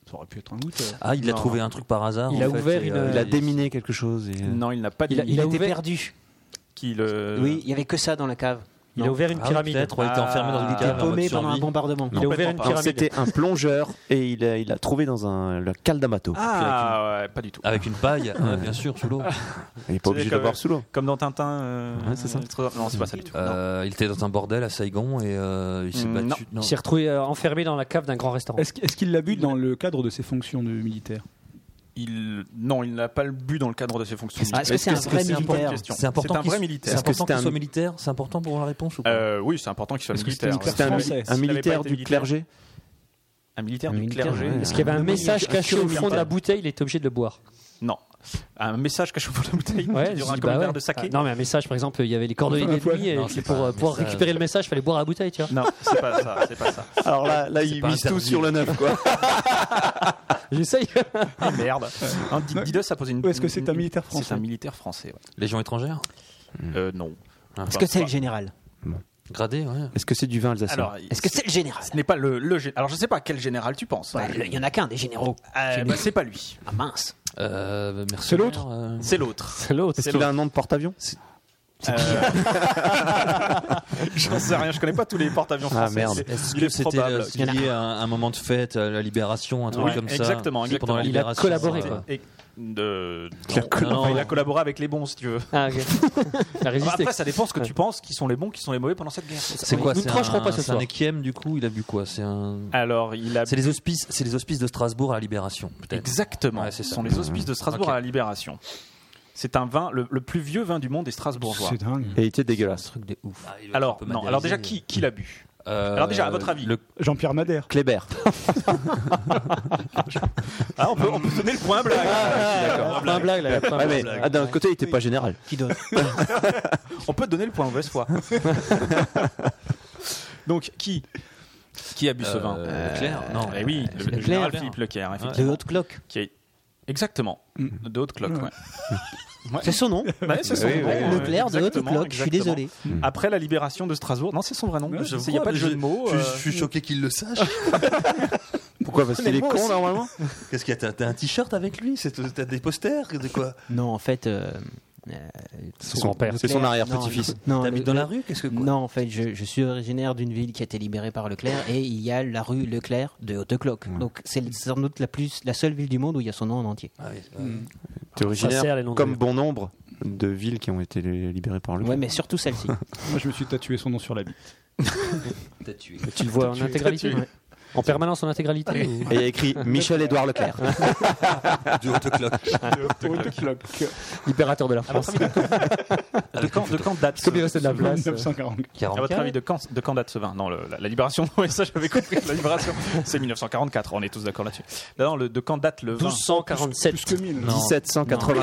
S8: Ça aurait pu être un goûteur.
S10: Hmm. Ah, il a
S3: Non. Ah,
S10: trouvé un truc par hasard.
S5: Il
S10: en
S5: a
S10: fait,
S5: ouvert
S10: et,
S5: une-
S10: euh,
S6: Il a déminé quelque chose. et, euh,
S3: Non, il n'a pas.
S5: Il a-
S3: dit-
S5: il a
S7: était
S5: ouvert-
S7: perdu.
S3: qu'il, euh,
S7: Oui, il y avait que ça dans la cave.
S5: Il a ouvert une
S10: ah oui,
S5: pyramide.
S10: Peut-être, ouais, il était
S3: Ah,
S10: enfermé dans une
S3: il était
S10: cave. en mode
S7: Paumé pendant un
S10: survie.
S7: bombardement.
S5: Il a ouvert une
S3: complètement
S6: Alors,
S5: pyramide.
S6: C'était un plongeur et il a, il a trouvé dans un le cal d'amato.
S3: Ah ouais, pas du tout.
S10: Avec une paille, euh, ouais, bien sûr, sous l'eau.
S6: il n'est pas
S3: c'est
S6: obligé
S3: comme-
S6: d'avoir sous l'eau.
S3: Comme dans Tintin. euh,
S6: Ouais, c'est ça.
S3: le trésor- Non, c'est pas ça du tout. non.
S10: Euh, il était dans un bordel à Saigon et euh, il s'est
S3: Mm,
S10: battu.
S5: Il
S10: Non.
S5: s'est retrouvé euh, enfermé dans la cave d'un grand restaurant.
S8: Est-ce qu- est-ce qu'il l'a bu dans le cadre de ses fonctions de militaire
S3: Il non, il n'a pas le but dans le cadre de ses fonctions.
S7: Ah, Est-ce que c'est un vrai
S3: une bonne
S7: militaire
S3: question
S10: C'est important
S3: un
S10: qu'il
S3: vrai
S10: s-
S3: militaire.
S10: C'est
S6: Est-ce que
S10: important
S6: c'était
S10: qu'il
S6: un-
S10: soit militaire C'est important pour la réponse ou pas
S3: Euh, oui, c'est important qu'il soit
S8: Est-ce que
S3: militaire.
S8: c'était une
S3: ouais.
S6: C'était
S8: Français.
S6: un, un
S3: S'il avait pas
S6: militaire
S3: été
S6: du
S3: militaire.
S6: clergé.
S3: Un militaire
S6: Un
S3: du
S6: militaire,
S3: clergé.
S6: ouais.
S5: Est-ce qu'il y avait un
S3: Oui,
S5: message
S3: un
S5: caché au fond de
S3: militaire.
S5: la bouteille Il était obligé de le boire.
S3: Non, un message caché au fond de la bouteille.
S5: Ouais,
S3: il y
S5: je
S3: aura
S5: dis,
S3: comme
S5: bah
S3: un verre
S5: ouais.
S3: de saké.
S5: Ah, non, mais un message, par exemple, il y avait les coordonnées d'ennemis et
S10: Non,
S5: puis
S10: c'est
S5: pour,
S10: pas un
S5: pour
S10: message.
S5: récupérer le message, il fallait boire à la bouteille, tu vois.
S3: Non, c'est pas ça, c'est pas ça.
S6: Alors là, là il
S10: pas
S6: mise tout
S10: interdit.
S6: sur le neuf quoi.
S5: J'essaye.
S3: Ah merde. Hein, Di- Didos a posé une.
S8: Ou est-ce que c'est un militaire
S3: une- C'est
S8: français
S3: un militaire français. ouais.
S10: Les gens étrangers
S6: Mm.
S3: Euh, non.
S7: Est-ce que c'est le général
S10: Gradés, ouais.
S6: Est-ce que c'est du vin alsacien
S3: Alors,
S7: Est-ce que c'est le général
S3: ce n'est pas le, le gé- Alors, je sais pas à quel général tu penses.
S7: Bah, le- Il y en a qu'un des généraux.
S3: Euh, bah, c'est pas lui,
S7: Ah mince.
S10: Euh, merci.
S8: C'est l'autre
S10: euh,
S3: c'est l'autre.
S5: C'est l'autre.
S6: Est-ce qu'il a un nom de porte-avions
S3: J'en sais rien, je connais pas tous les porte-avions
S6: Ah,
S3: français.
S6: merde.
S3: c'est-
S10: Est-ce
S3: Il
S10: que
S3: est
S10: c'était
S3: probable.
S10: euh,
S3: qu'il y en a-
S10: lié à un, un moment de fête, à la libération, un truc
S3: Ouais,
S10: comme ça
S3: exactement, exactement.
S10: Pendant la
S3: Il a
S10: libération,
S5: collaboré,
S10: euh,
S5: quoi.
S3: Et- de-
S6: Il a
S3: Non,
S6: collaboré.
S3: enfin, il a collaboré avec les bons, si tu veux.
S5: Ah, ok. Il a
S3: Alors
S5: résisté.
S3: Après, ça dépend ce que tu penses qui sont les bons, qui sont les mauvais pendant cette guerre.
S10: C'est quoi
S5: Nous
S10: C'est
S5: ne
S10: un,
S5: trancherons pas ce
S10: c'est un
S5: soir.
S10: équième, du coup, il a bu quoi C'est un.
S3: Alors, il a.
S10: C'est les hospices, c'est les hospices de Strasbourg à la libération, peut-être.
S3: Exactement.
S10: Ouais, c'est
S3: ce
S10: ça.
S3: sont les hospices de Strasbourg
S10: Ok.
S3: à la Libération. C'est un vin, le, le plus vieux vin du monde est strasbourgeois.
S6: C'est dingue. Et il était dégueulasse.
S3: truc de ouf.
S10: Ah,
S3: alors, non, alors déjà, qui, qui l'a bu
S10: Euh,
S3: Alors déjà, à votre avis
S8: Jean-Pierre Madère.
S6: Kléber.
S3: Ah, on, peut, on peut donner le point blague.
S6: Ah, plein blague, là, plein Ouais, mais, blague. ah, d'un autre côté, il était pas général.
S3: Qui donne On peut donner le point mauvaise foi. Donc, qui Qui a bu ce vin
S5: Euh, Leclerc, non.
S3: Eh oui, le,
S5: C'est
S3: le
S5: Leclerc.
S3: général Philippe Leclerc. effectivement.
S5: De haute cloque.
S3: Qui est- Exactement.
S4: Mm.
S3: De haute cloque, ouais. Ouais.
S7: C'est son nom.
S3: Ouais, c'est son
S7: Oui,
S3: nom. euh,
S7: oui, oui. Leclerc de haute
S3: Exactement,
S7: cloque, je suis
S3: exactement.
S7: désolé.
S3: Après la libération de Strasbourg, non, c'est son vrai nom.
S4: Mm. Ouais, je
S3: Il n'y a
S4: vois,
S3: pas de
S4: mais
S3: jeu de
S4: je-
S3: mots.
S4: je-
S3: euh,
S4: je suis choqué qu'il le sache.
S6: Pourquoi Parce
S4: Mais
S6: qu'il est
S4: moi
S6: con
S4: aussi.
S6: normalement
S4: Qu'est-ce qu'il y a T'as t'as un t-shirt avec lui C'est- T'as des posters de quoi
S7: Non, en fait. euh, euh,
S6: C'est son père. C'est son
S7: Leclerc-
S6: arrière-petit-fils.
S7: Non, non,
S4: T'habites
S7: le-
S4: dans la
S7: le-
S4: rue Qu'est-ce que- quoi
S7: Non, en fait, je, je suis originaire d'une ville qui a été libérée par Leclerc et il y a la rue Leclerc de Haute-Cloque.
S6: Hmm.
S7: Donc c'est sans doute la, plus, la seule ville du monde où il y a son nom en entier.
S4: Ah
S6: T'es originaire,
S7: Ça sert, les noms de
S6: comme
S7: villes.
S6: bon nombre de villes qui ont été li- libérées par le.
S7: Ouais, mais surtout celle-ci.
S8: Moi, je me suis tatoué son nom sur la bite.
S4: T'as tué.
S5: Tu le vois en
S8: T'as tué,
S5: intégralité
S8: t'as tué.
S5: En permanence en intégralité ou-
S6: Et il y a écrit Michel-Édouard Leclerc.
S4: De haute cloque.
S5: Libérateur de la
S3: À votre
S5: France.
S3: avis, de, de quand, de quand date ce-
S5: Comme il restait de la place. euh,
S8: 1940.
S3: À votre avis, de quand, de quand date ce vin Non, le- la, la libération, ouais, ça j'avais compris, la libération, c'est 1944, on est tous d'accord là-dessus. Non, non, le- de quand date le vin
S5: 1247.
S8: Plus que 1000.
S5: Non.
S6: 1783.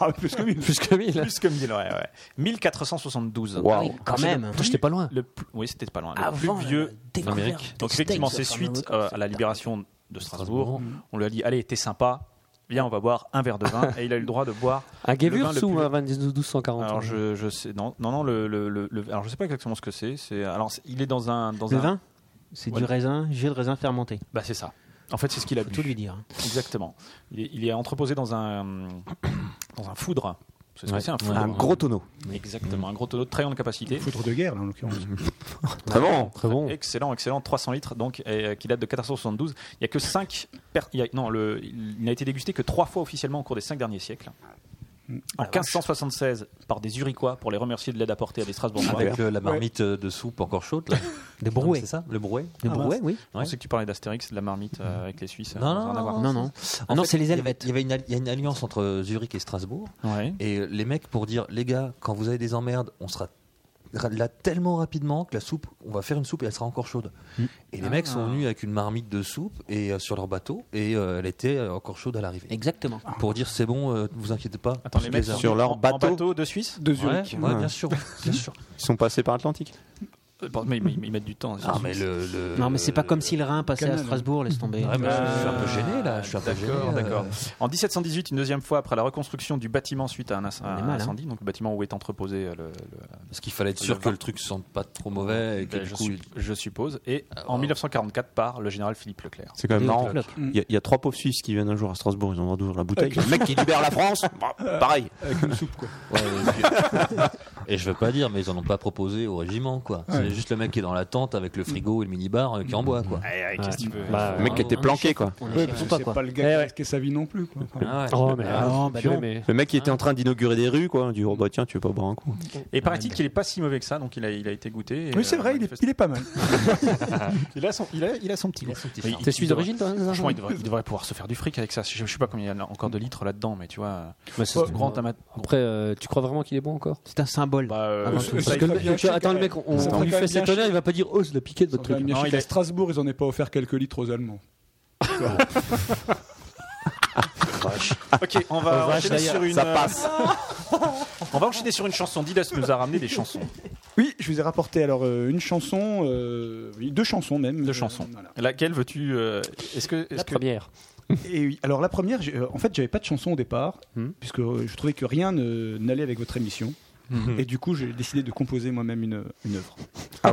S8: Ah, plus que 1000.
S5: Plus que 1000.
S3: Plus que 1000, ouais, ouais. 1472.
S7: Ah oui,
S6: Waouh.
S7: quand même.
S5: J'étais pas loin.
S3: Le plus- oui, c'était pas loin. Le
S7: Avant
S3: plus
S7: la
S3: vieux.
S7: découverte
S5: l'Amérique.
S7: des
S3: Donc effectivement,
S7: steaks
S3: c'est
S7: sur
S3: suite
S7: Saint-Malo,
S3: euh,
S7: c'est
S3: à la
S7: dingue.
S3: libération de Strasbourg. On lui a dit, allez, t'es sympa, viens, on va boire un verre de vin. Et il a eu le droit de boire
S5: Un euh,
S3: vin le
S5: Gewürz
S3: plus-
S5: ou
S7: euh,
S5: un 1240
S3: Alors je, je sais non non non le, le, le- le- alors je sais pas exactement ce que c'est c'est alors c'est- il est dans un dans
S7: Le
S3: un
S7: vin, c'est
S3: Ouais.
S7: du raisin, jus de raisin fermenté.
S3: bah c'est ça en fait c'est ce qu'il a
S7: Faut tout
S3: bu
S7: lui dire. hein.
S3: exactement il est, il est entreposé dans un dans un foudre c'est ce que
S5: Ouais.
S3: c'est un foudre
S6: Un gros tonneau.
S3: exactement un gros tonneau de très grande capacité
S8: Foutre de guerre, là, en l'occurrence.
S6: Vraiment
S5: Très bon.
S3: excellent excellent 300 litres donc et, euh, qui date de 1472 il y a que 5 non le il n'a été dégusté que 3 fois officiellement au cours des 5 derniers siècles
S7: Mm.
S3: en 1576 par des Uriquois pour les remercier de l'aide apportée à des Strasbourgeois
S4: Avec euh, la marmite euh, de soupe encore chaude là.
S7: Ah, Des
S4: Non, mais
S7: brouets.
S4: C'est ça Le brouet
S7: Des brouets, oui.
S3: Ah, Je pensais que tu parlais d'Astérix, de la marmite euh, avec les Suisses.
S4: Non, non, non,
S7: Non, non. Ah non,
S4: fait,
S7: c'est les
S4: il y avait-
S7: Helvètes.
S4: Il y avait une al- il y a une alliance entre Zurich et Strasbourg.
S3: Ouais.
S4: Et euh, les mecs, pour dire, les gars, quand vous avez des emmerdes, on sera ra- là tellement rapidement que la soupe, on va faire une soupe et elle sera encore chaude. Et les mecs
S3: Ah.
S4: sont venus avec une marmite de soupe et euh, sur leur bateau et euh, elle était euh, encore chaude à l'arrivée.
S7: Exactement.
S4: Pour dire, c'est bon, euh, vous inquiétez pas.
S3: Attends, les mecs
S4: sont
S3: sont
S6: sur
S3: en-
S6: leur
S3: en
S6: bateau.
S3: de Suisse
S8: De
S4: Ouais,
S8: Zurich.
S4: ouais,
S6: Ouais.
S4: bien sûr, bien sûr.
S6: Ils sont passés par Atlantique.
S3: Euh, pardon, mais, mais- mais ils mettent du temps.
S4: Ah, mais le, le- hein.
S7: Non, mais c'est pas comme si le Rhin passait à
S8: Canal.
S7: Strasbourg, laisse tomber.
S4: Ouais, mais
S6: Ah,
S4: je, je suis un peu
S3: Euh,
S4: gêné là. Je suis un peu gêné.
S3: D'accord,
S4: euh,
S3: d'accord. En 1718, une deuxième fois après la reconstruction du bâtiment suite à un, inc-
S7: On est
S3: un
S7: mal, hein.
S3: incendie, donc le bâtiment où est entreposé euh, le. le-
S4: Parce qu'il fallait être sûr que le truc sente pas trop mauvais et que
S3: ben,
S4: du
S3: je,
S4: coup,
S3: sup- je suppose, et Euh, en
S4: wow.
S3: 1944 par le général Philippe Leclerc. Mm.
S6: C'est quand même
S7: Des
S6: marrant.
S7: cloques.
S6: Il y, a- il y a trois pauvres Suisses qui viennent un jour à Strasbourg, ils ont le droit d'ouvrir la bouteille. Le mec qui libère la France, bah,
S4: Ah,
S6: pareil.
S8: Euh, Avec une soupe, quoi.
S4: Ouais, et puis- et je veux pas dire, mais ils en ont pas proposé au régiment, quoi. C'est juste le mec qui est dans la tente avec le frigo et le minibar euh, qui en boit, quoi.
S3: Eh, eh,
S5: Ouais.
S3: qu'est-ce que tu veux
S5: Bah,
S6: Le mec qui était planqué, quoi.
S7: Ah, On
S8: Ouais,
S7: est
S8: parce
S7: chez
S8: que
S7: pas,
S8: c'est
S7: quoi.
S8: pas le
S5: Eh
S8: gars qui
S5: ouais.
S8: risquait sa vie non plus, quoi. Enfin,
S4: Ah ouais.
S5: Oh, mais,
S7: Ah, non, bah
S5: purée,
S7: non.
S5: mais-
S6: Le mec qui était en train d'inaugurer des rues, quoi. Du oh, bah tiens, tu veux pas boire un coup.
S3: Et paraît-il qu'il est pas si mauvais que ça, donc il a, il a été goûté. et,
S8: Oui, c'est
S3: euh,
S8: vrai, il est,
S3: manifeste-
S8: il est pas mal.
S3: il a son, il a, il a son Ah, petit. goût. Oui, il-
S5: T'es
S3: il
S5: suisse
S3: devrait-
S5: d'origine, toi hein,
S3: Franchement, il devrait, il devrait pouvoir se faire du fric avec ça. Je, je sais pas combien il y en a encore de litres là-dedans, mais tu vois, euh, Oh,
S5: Mais ça, Bah, c'est-
S3: grand amateur.
S5: Après, euh, tu crois vraiment qu'il est bon encore
S7: C'est un symbole.
S3: Bah, euh,
S7: Avant
S3: ça,
S7: tout.
S3: il-
S5: Parce que le mec-
S8: bien
S5: donc,
S8: chier,
S5: attends,
S8: quand
S5: le mec, on,
S8: Ça
S5: on
S8: serait
S5: lui
S8: quand
S5: fait
S8: même
S5: cet
S8: bien
S5: honneur, il va pas dire oh, c'est la piquée de votre
S8: Quand
S5: truc.
S8: même bien
S3: Non,
S8: chier
S3: il
S8: qu'à
S3: est-
S8: Strasbourg, ils en aient pas offert quelques litres aux Allemands.
S3: Ok, on va
S5: vache,
S3: enchaîner
S5: d'ailleurs,
S3: sur une.
S6: ça
S3: euh,
S6: passe.
S3: On va enchaîner sur une chanson. Didas nous a ramené des chansons.
S8: Oui, je vous ai rapporté alors euh, une chanson, euh, oui, deux chansons même.
S3: Deux
S8: Euh,
S3: chansons.
S8: voilà.
S3: Laquelle veux-tu euh, Est-ce que est-ce
S5: La
S3: que-
S5: première.
S8: Et oui, alors la première, j'ai- euh, en fait, j'avais pas de chanson au départ,
S5: Hmm.
S8: puisque euh, je trouvais que rien ne- n'allait avec votre émission. Et du coup, j'ai décidé de composer moi-même une, une œuvre.
S6: Ah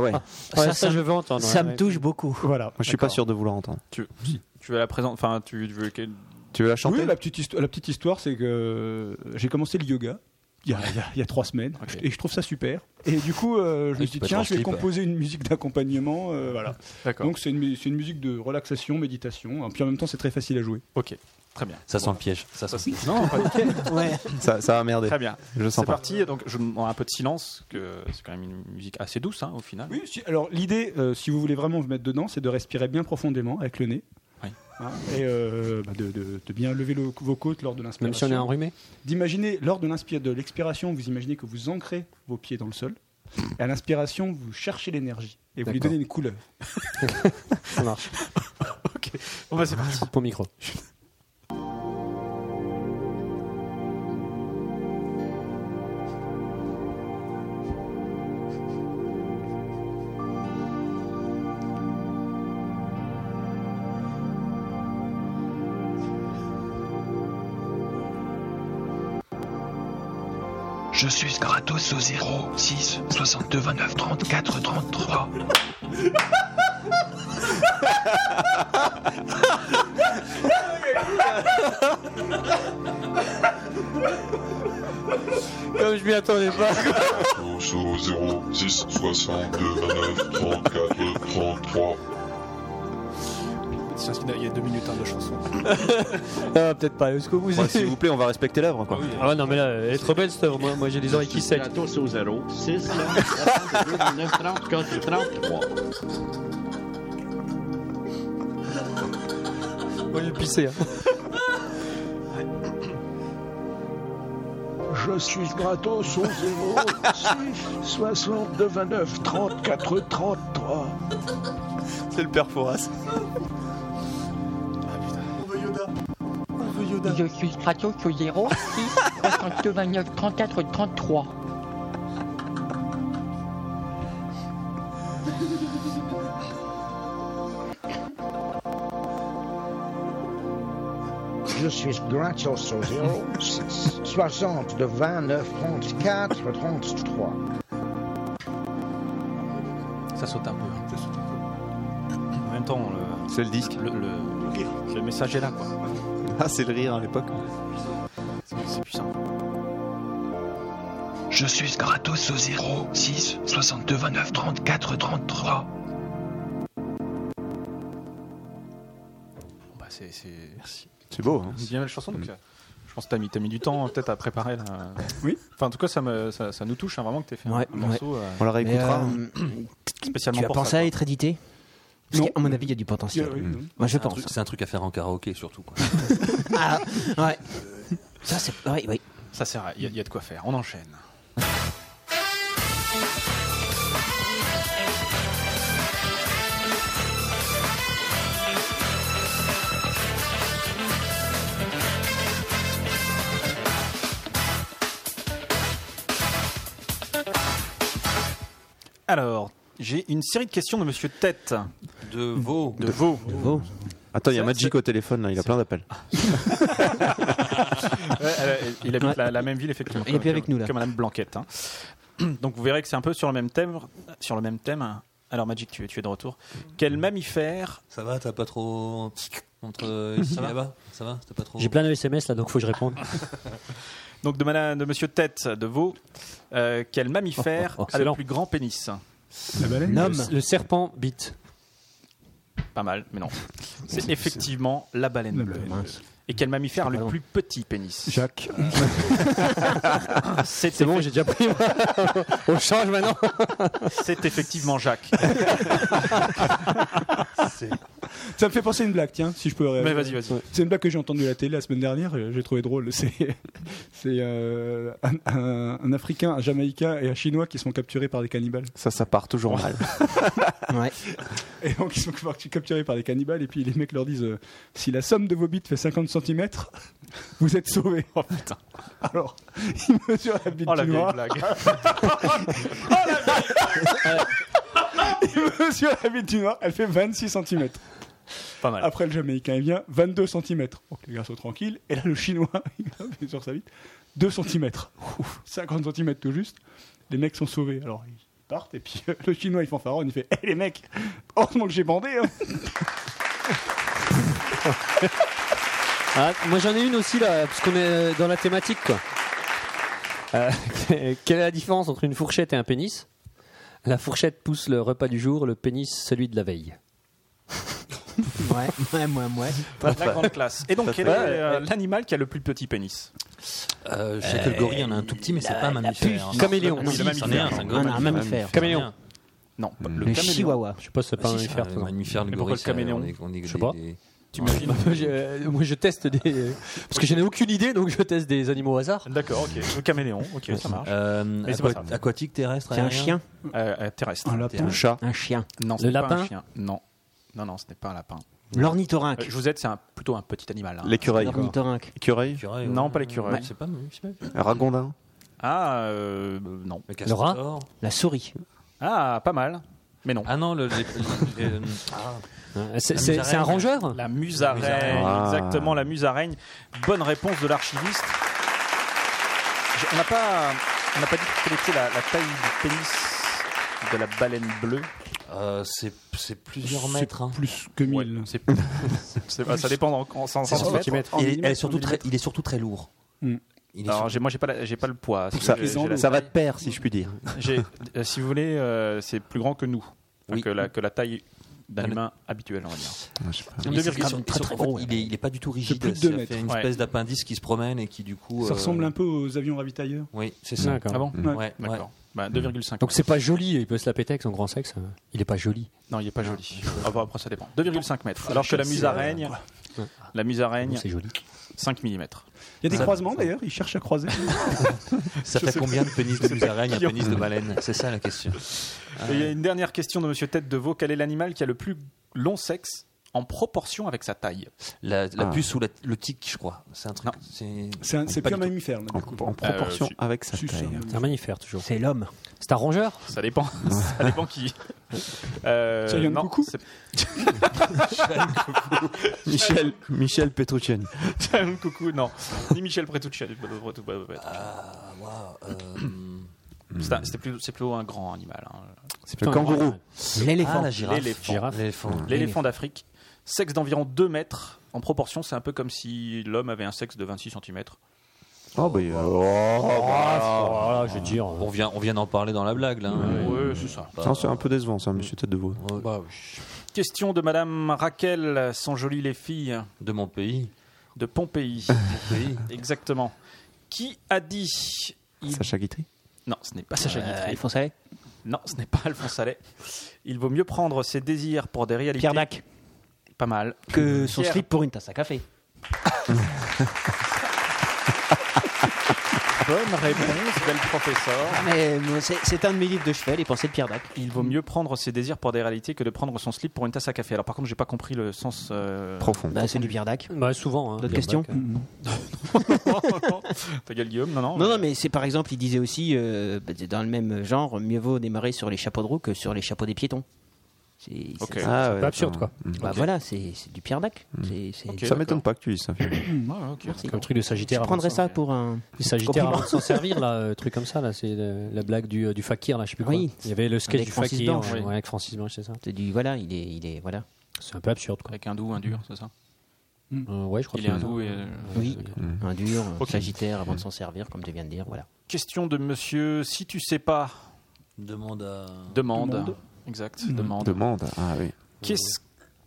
S6: ouais. Moi,
S5: Ouais,
S7: ça, ça,
S5: je veux entendre.
S7: ça
S5: ouais,
S7: me
S5: ouais.
S7: touche beaucoup.
S8: Voilà.
S6: je suis pas sûr de vouloir entendre.
S3: tu, si, tu veux la présenter Enfin, tu, tu veux quelle-
S6: Tu veux la chanter
S8: Oui, la petite, histo- la petite histoire, c'est que euh, j'ai commencé le yoga il y a, il y a- il y a trois semaines
S3: Ok. Ah,
S8: et je trouve ça super. Et du coup, euh, je
S4: Oui,
S8: me
S4: tu
S8: suis dit,
S4: peux être
S8: tiens,
S4: en
S8: je vais
S4: slip.
S8: composer une musique d'accompagnement. euh, voilà.
S3: D'accord.
S8: Donc, c'est une, mu- c'est une musique de relaxation, méditation. Et Puis en même temps, c'est très facile à jouer.
S3: Ok. Très bien.
S4: Ça sent le piège. Ça sent
S3: Non, pas du tout.
S6: ça, ça va merder.
S3: très bien.
S6: Je
S3: C'est
S6: sens pas.
S3: parti. Donc, je on a un peu de silence. Que c'est quand même une musique assez douce, hein, au final.
S8: Oui, si- alors l'idée, euh, si vous voulez vraiment vous mettre dedans, c'est de respirer bien profondément avec le nez.
S3: Oui.
S8: hein, et euh, bah, de, de- de bien lever le- vos côtes lors de l'inspiration.
S5: Même si on est enrhumé
S8: D'imaginer, lors de l'inspira- de l'expiration, vous imaginez que vous ancrez vos pieds dans le sol. Et à l'inspiration, vous cherchez l'énergie et vous lui
S5: D'accord.
S8: donnez une couleur.
S5: Ça marche. bah,
S8: ok,
S3: on va c'est parti.
S5: Pour micro.
S13: Je suis Gratos au 0 6 62 29 34 33.
S14: Comme je m'y attendais pas.
S15: Tous au 0, 6, 62, 29, 34, 33.
S12: Tiens, il y a deux minutes hein, de chanson.
S5: Ah, peut-être pas aller jusqu'au bout.
S6: Bah, S'il vous plaît, on va respecter l'œuvre. quoi.
S5: Ah ouais, non, mais là, elle est trop belle cette œuvre. Moi, moi, j'ai les oreilles qui saignent.
S2: au 0, 6, 34, 33.
S5: Moi, j'ai pissé. hein.
S13: Je suis Gratos au 0 6 62 29 34 33.
S6: C'est le père Foras.
S16: Je suis Kratos au 0, 6, 62, 29, 34, 33.
S13: Je suis Gratos au 0 6 62 29 34 33.
S3: Ça saute un peu. hein. En même temps, le...
S6: c'est le disque.
S3: Le, le- le message est là. Quoi.
S6: Ah, c'est le rire à l'époque.
S3: C'est puissant.
S13: Je suis Gratos au 0 6 62 29 34 33.
S3: Bah, c'est, c'est... Merci.
S6: C'est beau. hein.
S3: bien belle chanson. Donc, euh, Je pense que t'as mis, t'as mis du temps euh, peut-être à préparer. Là.
S8: Oui.
S3: Enfin, en tout cas, ça, me, ça, ça nous touche hein, vraiment que t'aies fait un-
S7: Ouais,
S3: un morceau.
S7: ouais.
S3: euh,
S7: On la réécoutera.
S6: hein.
S7: Mais, euh,
S3: spécialement
S7: tu as
S3: pour
S7: pensé
S3: ça,
S7: à
S3: quoi.
S7: être édité Parce qu'à mon avis, il y a du potentiel. Moi, je
S10: C'est un
S7: pense.
S10: truc- C'est un truc à faire en karaoké surtout. Quoi.
S7: Ah, ouais. Ça, c'est. Ouais, ouais.
S3: Ça sert. à- Il y, a- il y a de quoi faire. On enchaîne. Alors, j'ai une série de questions de Monsieur Tête.
S10: De Vaux.
S3: De Vaux.
S6: Attends, il y a
S3: Ça,
S6: Magic au téléphone, là, il a plein d'appels.
S3: Ouais, elle a- il habite la, la même ville effectivement.
S7: Il est
S3: comme-
S7: plus avec
S3: comme-
S7: nous, là.
S3: Comme Madame Blanquette. hein. Donc vous verrez que c'est un peu sur le même thème. Sur le même thème. Alors Magic, tu es, tu es de retour. Quel mammifère
S10: Ça va, t'as pas trop entre
S3: ici
S10: ici
S3: et
S10: là-bas Ça va T'as pas trop
S5: J'ai plein de SMS là, donc faut que je réponde.
S3: Donc de, madame, de Monsieur Tête de Vaux. euh, quel mammifère
S5: Oh, oh, oh,
S3: a le
S5: excellent.
S3: plus grand pénis
S5: Nomme le serpent bite.
S3: Pas mal, mais non. C'est effectivement la baleine
S5: La
S3: bleue.
S5: baleine, mince.
S3: Et quel mammifère a le
S5: Pardon.
S3: plus petit pénis
S8: Jacques.
S3: C'est bon, j'ai
S5: déjà pris. On change maintenant.
S3: C'est effectivement Jacques.
S8: Ça me fait penser à une blague, tiens, si je peux. réagir.
S3: Mais vas-y, vas-y.
S8: Ouais. C'est une blague que j'ai entendue à la télé la semaine dernière, et j'ai trouvé drôle. C'est c'est, euh, un, un- un Africain, un Jamaïcain et un Chinois qui sont capturés par des cannibales.
S6: Ça, ça part toujours mal.
S7: ouais.
S8: Et donc ils sont capturés par des cannibales et puis les mecs leur disent euh, si la somme de vos bites fait 50 cm, vous êtes sauvés.
S3: Oh putain.
S8: Alors, ils mesurent la bite
S3: Oh, la
S8: du
S3: vieille
S8: noir.
S3: blague.
S8: Il mesure la bite du noir, elle fait 26 cm.
S3: Pas mal.
S8: Après le Jamaïcain, il vient 22 cm. Donc les gars sont tranquilles. Et là, le Chinois, il mesure sa bite 2 cm. 50 cm tout juste. Les mecs sont sauvés. Alors ils partent et puis euh, le Chinois il fanfaronne, il fait Hé les mecs, heureusement que j'ai bandé. hein.
S5: Ah, moi j'en ai une aussi là, parce qu'on est dans la thématique quoi. Euh, quelle est la différence entre une fourchette et un pénis La fourchette pousse le repas du jour, le pénis celui de la veille.
S7: Ouais, ouais, ouais, ouais.
S3: La grande classe. Et donc,
S5: Pas
S3: quel est
S5: très-
S3: euh, l'animal qui a le plus petit pénis
S10: Euh,
S3: Euh,
S10: Je sais que le gorille en a un tout petit, mais c'est pas un mammifère.
S3: Caméléon.
S10: Non,
S3: Si,
S10: c'est
S3: c'en est un, c'est un gros
S10: un
S3: mammifère. Caméléon. Non, le Le caméléon. chihuawa.
S5: Je sais pas si c'est pas
S10: Ah,
S5: un
S10: si, Ah, c'est
S5: mammifère.
S10: un
S5: toi.
S10: mammifère, le Mais pourquoi gorille, le ça, caméléon on est- on est
S5: Je sais
S10: des-
S5: pas.
S10: des-
S3: T'imagines
S5: je, euh, Moi, je teste des. Parce que je n'ai aucune idée, donc je teste des animaux au hasard.
S3: D'accord, ok. Le caméléon, ok, ça marche. Mais c'est pas ça.
S4: aquatique, terrestre,
S3: C'est un
S4: aérien
S3: chien Euh, euh, Terrestre.
S4: Un lapin. Un chat.
S7: Un chien.
S3: Non,
S7: Le
S3: ce n'est pas
S7: lapin
S3: un chien. Non. Non, non, ce n'est pas un lapin.
S7: L'ornithorynque.
S3: Euh, Je vous aide, c'est un- plutôt un petit animal. hein.
S6: L'écureuil.
S7: L'ornithorynque.
S6: Écureuil
S3: Non, pas l'écureuil.
S6: Ouais. Un Euh, Ragondin.
S3: Ah, euh, non.
S4: Le rat
S7: La souris.
S3: Ah, pas mal. Mais non.
S4: Ah non, le.
S5: C'est- c'est- c'est un rongeur
S3: La musaraigne.
S5: musaraigne.
S3: Exactement, la musaraigne. Bonne réponse de l'archiviste. Je- On n'a pas, on n'a pas dit quelle était la, la taille du pénis de la baleine bleue.
S4: Euh, c'est c'est plusieurs
S8: C'est
S4: mètres. hein.
S8: plus que 1000.
S3: C'est C'est- ah, ça dépend en, en, en
S4: C'est surtout-
S3: centimètres.
S4: il est- elle est surtout très- Il est surtout très lourd. Il est
S3: Alors,
S4: sur-
S3: j'ai- moi, j'ai pas, la- j'ai pas le poids. Si
S6: Ça,
S3: vous voulez, j'ai la-
S6: ça va de pair, si je puis dire.
S3: j'ai- euh, si vous voulez, euh, c'est plus grand que nous, Enfin, que, la, que la taille d'un humain habituel, on va dire.
S4: Il est- il est sur-
S3: 2,4
S4: il est sur- en fait, il est- il est pas du tout rigide.
S8: plus de
S4: ça
S8: deux
S4: fait
S8: mètres.
S4: une
S8: Ouais.
S4: espèce d'appendice qui se promène et qui du coup.
S8: Ça
S4: euh,
S8: ressemble un peu aux avions ravitailleurs.
S4: Oui, c'est ça.
S5: D'accord.
S3: Ah bon
S4: Ouais, ouais.
S3: D'accord. Bah, 2,5.
S5: Donc, c'est pas joli, il peut se la péter avec son grand sexe. euh, Il est pas joli.
S3: Non, il n'est pas joli. Ah bah, après, ça dépend. 2,5 mètres. Alors que la
S8: C'est,
S3: musaraigne,
S5: euh,
S3: la musaraigne,
S5: C'est joli.
S3: 5 mm.
S8: Il y a des
S3: Ça-
S8: croisements d'ailleurs, ils cherchent à croiser.
S4: Ça
S8: Je
S4: fait
S8: sais
S4: combien
S8: pas.
S4: de pénis
S8: Je
S4: de
S8: sais pas
S4: musaraigne, un
S8: qui en-
S4: pénis de baleine C'est ça la question. Ah,
S3: Et il y a une dernière question de Monsieur Tête de Veau. Quel est l'animal qui a le plus long sexe en proportion avec sa taille
S4: La, la
S3: Ah.
S4: puce ou la- le tic, je crois. C'est un truc. C'est
S8: C'est un- c'est
S4: pas
S8: plus un
S4: du tout.
S8: mammifère. là, du coup.
S6: proportion
S3: Euh, si.
S6: avec sa
S8: Si, si,
S6: taille.
S5: C'est un mammifère, toujours.
S7: C'est l'homme.
S5: C'est un rongeur
S3: Ça dépend. ça dépend qui. Euh,
S8: Ça vient de
S3: non,
S8: Coucou
S3: c'est-
S6: Michel, Michel Petrucciani.
S3: ça vient de Coucou, non. Ni Michel Pretucciani.
S4: Ah, waouh, hmm. euh,
S3: C'est un- C'était plutôt, c'est plutôt un grand animal. hein.
S6: Le kangourou.
S4: Ah,
S7: L'éléphant.
S4: la girafe.
S3: L'éléphant.
S4: L'éléphant.
S3: L'éléphant d'Afrique. Sexe d'environ 2 mètres. En proportion, c'est un peu comme si l'homme avait un sexe de 26 cm.
S6: Oh, bah, oh,
S5: Voilà, je veux dire.
S4: Ah,
S3: hein.
S4: On vient, on vient d'en parler dans la blague là. hein.
S3: Ouais, c'est ça.
S6: bah. Ça, c'est un peu décevant, ça, monsieur Tête de Veau.
S3: Question de Madame Raquel. Sont jolies les filles
S4: De mon pays.
S3: de Pompéi. Exactement. Qui a dit il-
S6: Sacha Guitry.
S3: Non, ce n'est pas Sacha
S7: Euh,
S3: Guitry.
S7: Alphonse Allais.
S3: Non, ce n'est pas Alphonse Allais. Il vaut mieux prendre ses désirs pour des réalités.
S7: Pierre Dac.
S3: Pas mal.
S7: Que son
S3: Pierre.
S7: slip pour une tasse à café.
S3: Bonne réponse, bel professeur.
S7: Mais moi, c'est c'est un de mes livres de chevet, les pensées de Pierre Dac.
S3: Il vaut mieux prendre ses désirs pour des réalités que de prendre son slip pour une tasse à café. Alors par contre, j'ai pas compris le sens. euh,
S6: Profond.
S7: Bah, c'est du Pierre Dac.
S5: Bah, souvent. hein,
S7: D'autres
S5: les
S7: questions Mm.
S5: bacs, hein.
S3: Ta gueule, Guillaume Non, non.
S7: Non, non, mais c'est par exemple, il disait aussi, euh, bah, dans le même genre, mieux vaut démarrer sur les chapeaux de roue que sur les chapeaux des piétons. C'est
S3: Ok.
S7: c'est-
S6: Ah, ouais,
S5: Pas absurde,
S6: d'accord.
S5: quoi.
S7: bah, voilà, c'est c'est du Pierre Dac. C'est- c'est-
S3: Ok.
S6: Ça m'étonne pas que tu dises ça. Philippe.
S3: Ah, ok.
S5: Mm. Comme le truc de Sagittaire. hein,
S7: Je prendrais
S5: avant
S7: ça
S5: de
S7: pour un.
S5: Il s'agitait avant de s'en servir, là, euh, truc comme ça, là, c'est le- la blague du, euh, du fakir, là, je sais plus quoi.
S7: Oui.
S5: Il y avait le sketch
S7: Avec
S5: du
S7: Francis
S5: fakir
S7: Blanche,
S5: ouais,
S3: oui.
S5: avec Francis Blanche, c'est ça.
S7: C'est du voilà, il est, il est voilà.
S5: C'est un peu absurde, quoi.
S3: Avec un doux, un dur, c'est ça
S5: Euh, ouais, je crois
S3: Il
S5: que
S3: est un
S5: c'est-
S3: doux et. euh,
S7: Oui, un dur, un
S3: Ok.
S7: sagittaire avant de s'en servir, comme tu viens de dire. Voilà.
S3: Question de monsieur. Si tu sais pas,
S4: Demande à.
S3: demande.
S8: Demande.
S3: Exact,
S7: Mm.
S3: demande.
S6: Demande. Ah oui.
S3: Qu'est-ce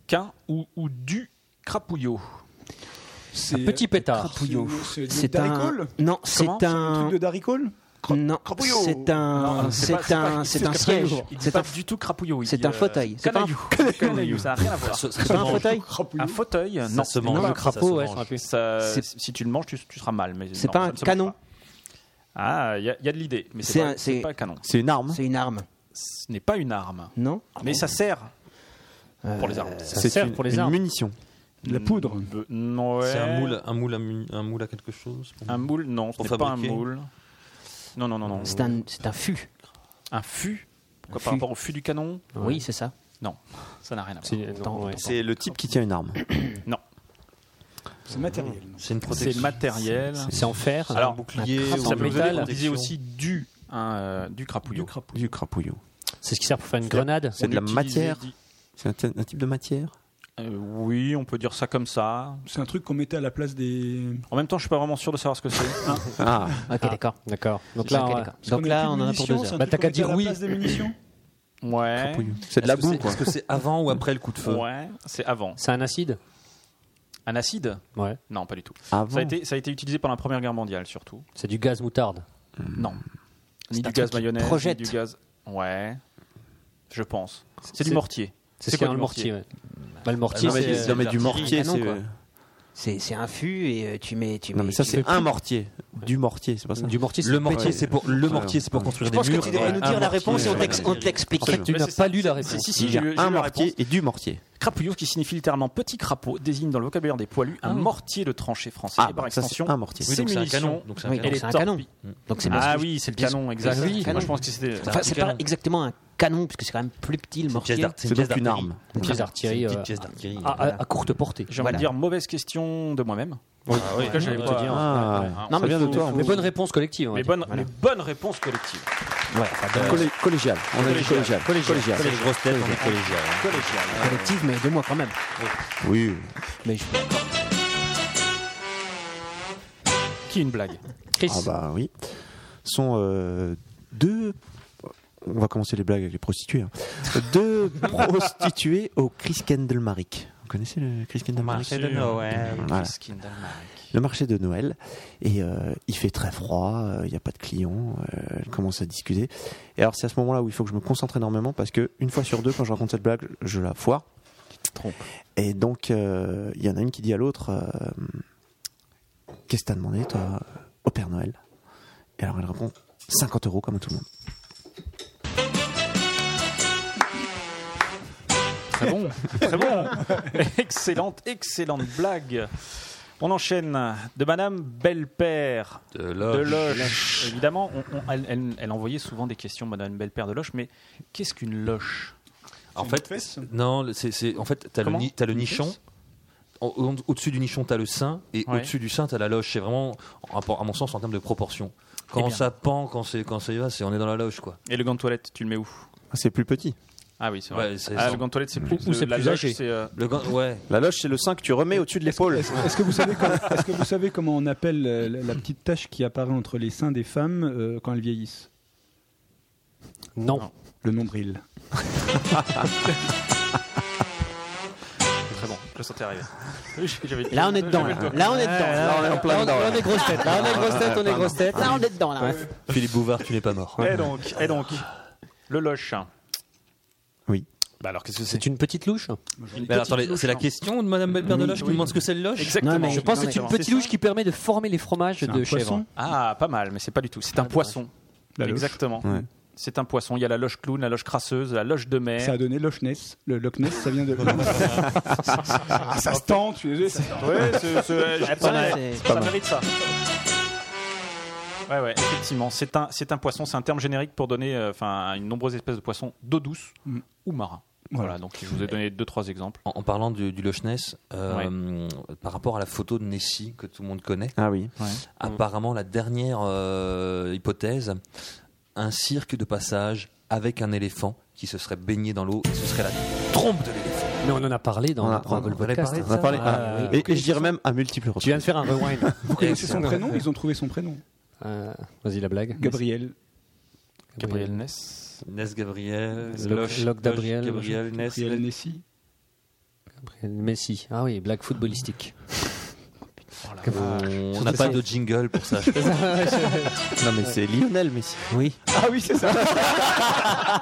S3: qu'un ou, ou du crapouillot
S8: C'est
S5: Un petit pétard.
S8: Crapouillot. C'est du
S7: C'est
S8: daricole
S7: un. Non,
S3: Comment
S7: c'est
S8: Un
S7: un.
S8: truc de daricole
S7: Non,
S8: crapouillot.
S7: c'est un.
S3: Non, pas-
S7: C'est un.
S3: pas-
S7: C'est un siège.
S3: Il dit
S7: C'est
S3: pas
S7: un.
S3: du tout crapouillot. il
S7: c'est
S3: dit,
S7: un
S3: euh,
S7: fauteuil. C'est pas un-
S3: Canaillou. Canaillou, ça n'a rien à voir.
S4: Ce- ce-
S7: C'est pas un fauteuil.
S8: Crapouillot.
S3: Un fauteuil Non,
S4: Ça se
S3: c'est
S4: mange.
S3: pas un
S5: Le crapaud, ouais,
S4: Ça se
S5: je crois plus.
S3: Ça-
S7: C'est-
S3: si tu le manges, tu, tu seras mal. mais
S7: C'est
S3: non,
S7: pas
S3: ça
S7: un
S3: ne se mange
S7: canon.
S3: pas. Ah, il y, a- il y a de l'idée, mais c'est
S7: C'est
S3: pas,
S7: un-
S3: c'est
S7: c'est-
S3: pas un canon.
S6: C'est une arme.
S7: C'est une arme.
S3: Ce n'est pas une arme,
S7: Non.
S3: mais ça sert pour les armes.
S5: Ça sert
S6: une-
S5: pour les
S6: une
S5: armes.
S6: munition.
S8: De la poudre.
S3: Euh, non, ouais.
S4: C'est un moule, un moule, à mu- un moule à quelque chose.
S3: Un moule, non, ce
S4: Pour
S3: n'est pas un
S4: fabriquer.
S3: moule. Non, non, non, non.
S7: C'est un. C'est un fût.
S3: Un fût Pourquoi
S7: Un
S3: par
S7: fût.
S3: rapport au fût du canon
S7: Oui, c'est ça.
S3: Non, ça n'a rien à voir.
S5: C'est- non, ouais.
S6: C'est le type qui tient une arme.
S8: C'est matériel.
S4: C'est une
S3: C'est
S4: protection.
S3: matériel.
S5: C'est en fer.
S3: Alors,
S4: bouclier
S5: crapaud.
S4: ou
S3: ça
S5: en
S3: peut vous
S5: métal.
S3: aider, on disait aussi du, hein, euh, du crapouillot.
S6: Du crapouillot.
S5: C'est ce qui sert pour faire une grenade.
S6: C'est de la
S3: On
S6: matière.
S3: utilisait-
S6: C'est un, t- un type de matière.
S3: Euh, oui, on peut dire ça comme ça.
S8: C'est un truc qu'on mettait à la place des.
S3: En même temps, je suis pas vraiment sûr de savoir ce que c'est. Hein
S6: Ah,
S7: Ok, d'accord.
S5: D'accord. Donc
S7: Ok,
S5: là, on-
S7: d'accord.
S8: Parce qu'on
S7: Donc
S8: avait
S7: là,
S8: plus de
S7: on en a pour
S8: munitions,
S7: deux
S8: c'est un
S7: heures.
S5: Bah,
S8: truc
S5: t'as
S8: qu'on mettait
S5: qu'à
S8: à
S5: dire
S8: la
S5: oui.
S8: place des munitions
S3: ouais.
S6: crapouillot. C'est de la
S4: Est-ce que
S6: boue,
S4: c'est-
S6: quoi.
S4: Est-ce que c'est avant ou après le coup de feu
S3: Ouais, c'est avant.
S5: c'est un acide
S3: Un acide
S5: Ouais.
S3: Non, pas du tout. Ça a,
S6: Avant.
S3: été, ça a été utilisé pendant la Première Guerre mondiale, surtout.
S5: C'est du gaz moutarde. Hmm.
S3: Non. Ni
S7: C'est
S3: du
S7: un truc
S3: gaz
S7: qui
S3: mayonnaise,
S7: projette.
S3: ni du gaz... Ouais, je pense. C'est du
S5: C'est-
S3: mortier. C'est
S5: C'est ce qu'il y
S3: quoi
S5: a dans
S3: du
S5: le mortier. ouais. Bah, le mortier,
S6: Non, mais-
S5: c'est-
S6: non, mais du mortier,
S7: Ah non,
S6: c'est- euh,
S7: quoi. c'est. C'est un fût et euh, tu mets. Tu
S6: Non,
S7: mets-
S6: mais ça,
S7: tu
S6: c'est
S7: mets-
S6: un mortier. Du mortier, c'est pas ça.
S7: Du mortier, c'est
S6: le
S7: pour
S6: mortier,
S7: péter.
S6: c'est pour, le
S7: Ouais.
S6: mortier, c'est pour construire
S7: Je
S6: des murs.
S7: pense que tu devrais nous dire
S6: Un
S7: la réponse et on
S6: euh,
S7: t'ex- on te l'explique. En fait, tu
S6: Ouais,
S7: n'as
S6: c'est ça.
S7: pas lu la
S3: Si,
S7: réponse.
S3: si, si,
S6: Il y a
S3: j'ai eu- j'ai eu
S6: un
S3: la
S6: mortier
S3: réponse.
S6: et du mortier.
S3: Crapouillou, qui signifie littéralement petit crapaud, désigne dans le vocabulaire des poilus un
S6: Ah oui.
S3: mortier de tranchée français.
S6: Ah,
S3: et par
S6: bah, ça, c'est
S3: extension,
S6: un mortier. Oui,
S3: ses
S6: donc c'est un
S3: munitions
S6: canon. Donc c'est un
S3: et
S6: canon.
S3: les
S6: C'est un
S3: torpilles.
S6: canon.
S7: Mm. Donc c'est bien
S3: ah
S7: sûr.
S3: oui, c'est le canon, exact.
S7: Oui,
S3: Moi, je pense que c'était.
S7: Enfin, c'est pas exactement un canon, puisque c'est quand même plus petit le mortier.
S3: pièce d'art- c'est une pièce d'artillerie.
S7: Une pièce d'artillerie.
S3: euh,
S7: à- à- à
S5: courte portée.
S3: J'ai
S7: Voilà.
S3: envie de dire mauvaise question de moi-même.
S5: Oui. Ah oui.
S3: En tout cas, j'allais
S5: Ah,
S3: pas-
S5: ouais.
S3: Ah,
S5: Ouais.
S3: ouais.
S5: Non,
S3: Ça
S5: mais
S3: vient
S5: faut- faut- Mais bonne réponse collective, hein, on va
S3: Les
S5: dire.
S3: bonnes,
S5: Voilà.
S3: les bonnes réponses collectives.
S7: Ouais,
S6: Collé- collégial. On a dit collégial. Collégial. C'est les
S7: Collégial.
S5: hein,
S6: grosses têtes, on dit collégial.
S7: Collégial. hein. Collective, mais de moi quand même.
S6: Oui.
S7: Mais je-
S3: Qui a une blague
S5: Chris.
S6: Ah bah oui. Sont euh, deux. On va commencer les blagues avec les prostituées. hein. Deux prostituées au Chris Kendallmaric. Vous connaissez le Chris Kendallmaric
S3: marché de Noël.
S6: Mm. Voilà.
S3: Chris Kendallmaric.
S6: Le marché de Noël. Et euh, il fait très froid, euh, il n'y a pas de clients, euh, elle commence à discuter. Et alors c'est à ce moment-là où il faut que je me concentre énormément parce que une fois sur deux, quand je raconte cette blague, je la foire. Et donc euh, il y en a une qui dit à l'autre euh, Qu'est-ce que t'as demandé toi au Père Noël Et alors elle répond 50 euros comme à tout le monde.
S3: Très bon, très bon. excellente, excellente blague. On enchaîne de Madame Bellepère de
S4: Loche.
S3: Évidemment, on- on- elle, elle- elle envoyait souvent des questions, Madame Bellepère de Loche, mais qu'est-ce qu'une loche
S4: En fait, non, le- c'est- c'est en fait, t'as le,
S3: Comment
S4: ni- t'as le
S3: Une
S4: nichon.
S3: fesse
S4: En- au- Au-dessus du nichon, t'as le sein, et
S3: Ouais.
S4: au-dessus du sein, t'as la loche. C'est vraiment, en rapport- à mon sens, en termes de proportion. Quand
S3: Eh bien.
S4: ça pend, quand c'est, quand ça y va, c'est on est dans la loche, quoi.
S3: Et le gant de toilette, tu le mets où
S6: C'est plus petit.
S3: Ah oui, c'est vrai.
S4: Ouais, c'est-
S3: Ah, le gant de toilette, c'est plus.
S4: Ou c'est
S3: la
S4: plus
S3: loche,
S4: âgé.
S3: c'est, euh,
S4: Le gant- ouais.
S6: La loche, c'est le sein que tu remets au-dessus de l'épaule.
S8: Est-ce que, vous savez comment- est-ce que vous savez comment on appelle euh, la, la petite tache qui apparaît entre les seins des femmes euh, quand elles vieillissent
S5: non.
S8: Le nombril.
S3: Très bon, je le sentais arriver. J'avais-
S7: Là, on est dedans.
S3: j'avais
S7: Là,
S3: le doigt.
S7: Là, on est dedans. Là, on est grosse tête. Là, on est grosse tête. On est grosse tête. Là, on est dedans. Là.
S4: Philippe Bouvard, tu n'es pas mort.
S3: Et donc, et donc, le loche.
S6: Oui.
S3: Bah alors, qu'est-ce que c'est
S5: C'est une petite louche
S3: Une
S4: Mais alors,
S3: petite
S4: attendez,
S3: louche,
S4: c'est la
S3: hein.
S4: question de Madame Belpère de Loche qui
S3: Oui.
S4: me demande ce que c'est le loche
S3: Exactement.
S5: Je pense que c'est une petite louche qui permet de former les fromages
S8: un
S5: de chèvre.
S8: poisson
S3: Ah, pas mal, mais c'est pas du tout. C'est un poisson.
S8: La loche.
S3: Exactement.
S6: Ouais.
S3: C'est un poisson. Il y a la loche clown, la loche crasseuse, la loche de mer.
S8: Ça a donné Loch Ness. Le Loch Ness, ça vient de. Ah, ça se tente, je suis désolé, ça se tente.
S3: Ouais, c'est- c'est- ouais, je-
S7: pas
S3: ça
S7: mal,
S3: mérite-
S7: c'est
S3: ça mérite ça. Ouais, ouais, effectivement. C'est un, c'est un poisson. C'est un terme générique pour donner, euh, enfin, à une nombreuse espèce de poissons d'eau douce
S8: Mm.
S3: ou marin.
S8: Voilà.
S3: Voilà. Donc, je vous ai donné deux, trois exemples.
S4: En, en parlant du, du Loch Ness, euh, par rapport à la photo de Nessie que tout le monde connaît,
S6: Ah oui.
S4: apparemment la dernière euh, hypothèse, un cirque de passage avec un éléphant qui se serait baigné dans l'eau et ce serait la trompe de l'éléphant.
S5: Mais on en a parlé dans
S6: On a-
S5: le Probable
S4: on en a
S5: Podcast.
S4: parlé de
S5: hein.
S6: On a parlé.
S5: Ah,
S6: ah,
S5: oui.
S6: et, et je dirais même à multiples
S5: Tu
S6: reprises.
S5: viens de faire un rewind.
S8: Vous connaissez son
S4: Excellent.
S8: prénom Ils ont trouvé son prénom.
S5: Euh, Vas-y, la blague.
S8: Gabriel.
S3: Gabriel Ness.
S4: Ness Gabriel,
S5: Loch- Loch Gabriel,
S4: Gabriel, Ness,
S8: Gabriel Nessie.
S5: Gabriel Messi. Ah oui, blague footballistique. Oh,
S4: On n'a pas de jingle pour ça. je pense.
S6: Non mais c'est Lionel Messi.
S4: oui.
S8: Ah oui, c'est ça.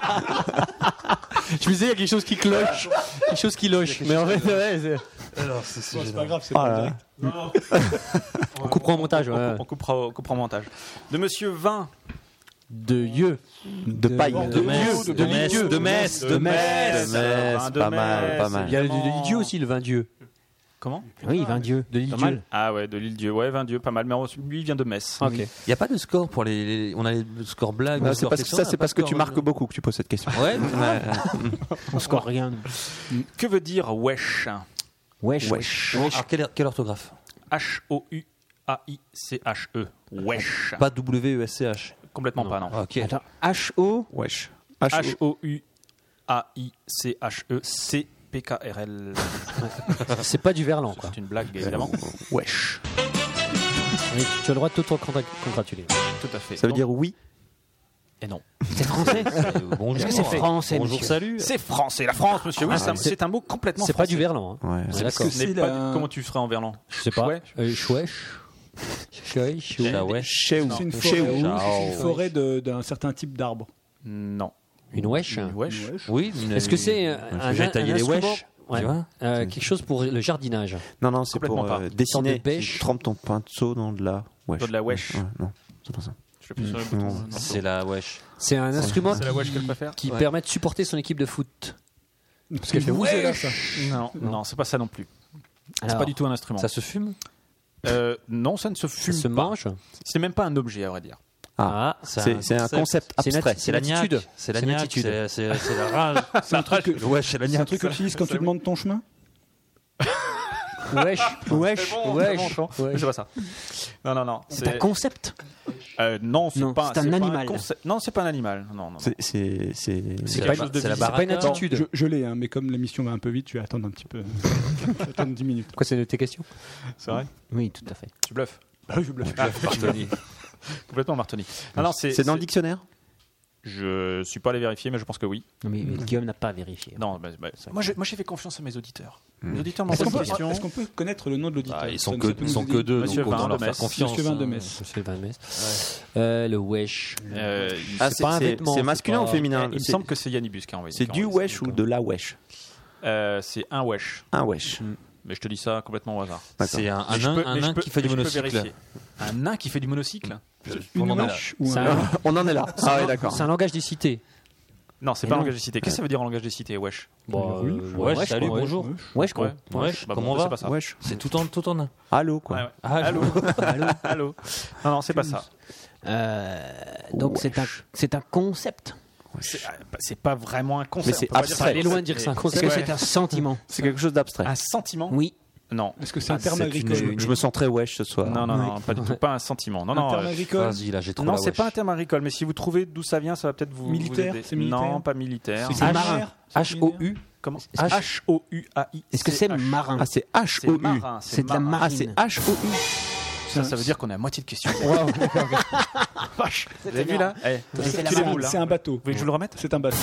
S5: Je me disais, il y a quelque chose qui cloche. quelque chose qui loche. Mais en fait, ouais, c'est-
S4: Alors, c'est c'est
S8: C'est pas grave, c'est
S6: Ah
S8: pas
S6: là
S8: grave.
S6: là.
S5: on coupera au montage. ouais.
S3: On coupera, au- on coupera au montage. De Monsieur Vin.
S5: De yeux.
S6: De paille.
S4: de Metz, de Metz, de Metz, de Metz.
S3: Vin de
S6: pas mal, pas mal.
S5: Il y a de Dieu aussi, le vin Dieu.
S3: Comment
S7: Oui, vain Dieu.
S5: De l'île
S3: Pas
S5: Dieu.
S3: mal. Ah ouais, de l'île Dieu. Ouais, Vin Dieu, pas mal. Mais on- lui, il vient de Metz.
S5: Ok.
S4: Il n'y a pas de score pour les. les- on a les scores blagues.
S6: Non,
S4: le
S6: c'est
S4: score
S6: parce que
S4: question,
S6: ça,
S4: on a
S6: c'est
S4: pas
S6: parce
S4: de
S6: que
S4: score,
S6: tu
S4: euh,
S6: marques beaucoup que tu poses cette question.
S4: Ouais, ouais.
S7: On score rien.
S3: Que veut dire wesh
S7: Wesh.
S3: Wesh.
S4: Alors, quelle, quelle orthographe
S3: H-O-U-A-I-C-H-E. E. Wesh.
S4: Pas E W-E-S-C-H.
S3: Complètement pas, non.
S4: Ok.
S7: Attends. H-O.
S6: Wesh. H
S3: E H-O-U-A-I-C-H-E-C-P-K-R-L.
S5: C'est pas du verlan, quoi.
S3: C'est une blague, évidemment.
S6: Wesh.
S5: Oui, tu- tu as le droit de t'auto-congratuler.
S3: Tout à fait.
S6: Ça veut
S3: Donc-
S6: dire oui.
S3: Et non.
S7: C'est français.
S5: Euh,
S4: Bonjour.
S7: Est-ce que c'est français
S4: Bonjour,
S7: monsieur
S4: salut.
S3: C'est français, la France, monsieur. Oui, c'est un- c'est un mot complètement
S5: Ah, C'est pas
S3: français.
S5: du verlan. hein.
S6: Ouais.
S5: On est
S6: C'est
S5: D'accord.
S8: que
S3: Ce n'est
S8: C'est
S3: pas
S8: la-
S3: du- Comment tu ferais en verlan
S5: Je sais pas.
S3: Ouais.
S5: Euh, Chouèche. Chouèche.
S4: Ah ouais.
S6: Chez ou
S8: C'est une
S6: Chez
S8: forêt,
S6: ou
S8: c'est une forêt de- d'un certain type d'arbre.
S3: Non.
S5: Une wesh.
S3: Une Wesh
S4: Oui.
S5: Est-ce que c'est euh,
S4: Je
S5: un,
S4: vais
S5: un
S4: tailler les
S5: instrument
S4: wesh.
S5: Ouais.
S10: Tu vois
S5: Euh, quelque chose pour le jardinage.
S6: Non, non, c'est
S5: Complètement
S6: pour euh,
S5: pas. Sorte
S6: dessiner.
S5: de pêche.
S6: Tu trempes ton pinceau dans de la wesh.
S5: Dans de la wesh.
S6: Ouais, non, c'est pas ça. Mm.
S5: Je l'appuie sur le bouton, non.
S4: C'est la wesh.
S5: C'est un instrument
S4: C'est
S5: qui,
S4: la wesh qu'elle préfère
S5: qui
S4: Ouais.
S5: permet de supporter son équipe de foot.
S3: Parce qu'elle fait
S5: Wesh
S3: ouh, c'est là, ça. Non, non, c'est pas ça non plus. C'est
S5: Alors,
S3: pas du tout un instrument.
S5: ça se fume
S3: Euh, Non, ça ne se fume
S5: se
S3: pas.
S5: mange
S3: C'est même pas un objet, à vrai dire.
S6: Ah, c'est c'est un concept abstrait.
S4: C'est la niaque, c'est c'est- c'est la rage.
S8: C'est un truc que-
S4: Ouais, c'est la
S8: c'est un
S4: niaque.
S8: truc que tu utilises quand tu demandes ton chemin
S5: Wesh,
S3: Ah, wesh,
S5: wesh,
S3: Mais C'est pas ça. Non, non, non.
S5: C'est un concept
S3: Euh, Non, c'est
S5: Non,
S3: pas.
S5: c'est un
S3: pas
S5: animal.
S3: concept. Non, c'est pas un animal. Non, non.
S6: C'est c'est c'est
S3: C'est quelque chose de visible. C'est pas une attitude.
S8: Je, je l'ai, hein, mais comme l'émission va un peu vite, tu vas attendre un petit peu. Je vais attendre 10 minutes.
S5: Quoi, c'est une de tes questions
S3: C'est vrai
S7: Oui, tout à fait.
S3: Tu bluffes.
S8: Bah oui, je bluffe.
S3: Ah, Martoni. Complètement Martoni. Non, non,
S6: C'est dans le dictionnaire
S3: Je suis pas allé vérifier, mais je pense que oui.
S7: Mais Guillaume n'a pas vérifié.
S3: Non, bah, bah, moi, j'ai, moi, j'ai fait confiance à mes auditeurs. Les auditeurs m'ont
S8: Est-ce qu'on
S3: posé
S8: peut,
S3: des questions.
S8: est-ce qu'on peut connaître le nom de l'auditeur
S3: Bah, ils sont
S8: Ça-
S3: que-
S8: ça peut
S3: ils
S8: nous
S3: sont
S8: aider.
S3: que deux,
S8: Monsieur
S3: donc autant
S8: Van
S3: leur
S8: de
S3: faire
S8: Metz.
S3: confiance,
S8: Monsieur Van de
S3: hein.
S8: Metz.
S5: Monsieur Van Metz. Euh, le wesh.
S3: Euh,
S6: Ah, c'est- c'est- c'est masculin ou féminin
S3: Eh, Il me
S6: C'est-
S3: semble que c'est hein, Yannibus qui a envoyé.
S6: C'est
S3: qui a
S6: du
S3: envoyé
S6: wesh ou de la wesh
S3: ça. Euh, c'est un wesh.
S6: Un wesh.
S3: Mais je te dis ça complètement au hasard.
S6: D'accord. C'est un-
S3: Mais
S6: un
S3: je
S6: nain-
S3: peux-
S6: un
S3: mais je
S6: nain
S3: peux-
S6: qui fait du
S3: mais je peux
S6: monocycle.
S3: vérifier. Un nain qui fait du monocycle
S6: Une wesh ou un- On en est là.
S5: C'est un-
S6: Ah ouais, d'accord.
S5: C'est un langage des cités.
S3: Non, c'est
S5: Mais
S3: pas un
S5: non.
S3: langage des cités. Qu'est-ce que ça veut dire en langage des cités, wesh
S6: Bah,
S5: Bon, euh,
S3: Oui.
S5: wesh, salut,
S3: quoi,
S5: bonjour.
S3: Wesh,
S5: Wesh,
S3: quoi.
S5: quoi.
S3: Wesh, bah,
S4: comment
S3: bon,
S4: on
S3: c'est
S4: va
S3: pas ça.
S4: C'est tout en tout en un.
S6: Allô,
S3: Ouais, ouais.
S6: quoi.
S3: Allô. Allô. Allô. Non, non, c'est pas ça.
S7: Euh, donc c'est un, c'est un concept.
S3: C'est ah, bah, c'est pas vraiment un concept.
S7: c'est
S3: on peut pas dire
S7: abstrait. On
S3: ça.
S7: est loin de dire ça, un concept. Est-ce que c'est un sentiment
S6: C'est quelque chose d'abstrait.
S3: Un sentiment
S7: Oui.
S3: Non.
S8: Est-ce que c'est un
S6: Ah,
S8: terme
S6: c'est
S8: agricole
S6: une- Je me sens très wesh ce soir.
S3: Non, non, non, pas du tout. Pas un sentiment. Non,
S8: Un
S3: non.
S8: terme
S3: euh,
S8: agricole
S4: Vas-y, là, j'ai trop
S3: Non,
S4: la
S3: c'est
S4: wesh.
S3: pas un terme agricole, mais si vous trouvez d'où ça vient, ça va peut-être vous. vous
S4: Militaire,
S3: aider.
S4: c'est militaire
S3: Non, pas militaire.
S4: C'est H- marin.
S3: H-O-U. Comment H-O-U-A-I.
S7: Est-ce que c'est marin
S6: Ah, c'est
S3: C'est marin,
S6: H-O-U.
S3: c'est marin.
S6: Ah, c'est H-O-U.
S3: Ça, ça veut dire qu'on est à moitié de question. Vache, vous avez vu là Eh,
S7: J'ai
S3: c'est-
S7: fait la
S3: tu les
S7: main.
S3: boules, hein.
S8: C'est un bateau. Vous
S3: voulez que je vous le remette
S8: C'est un bateau.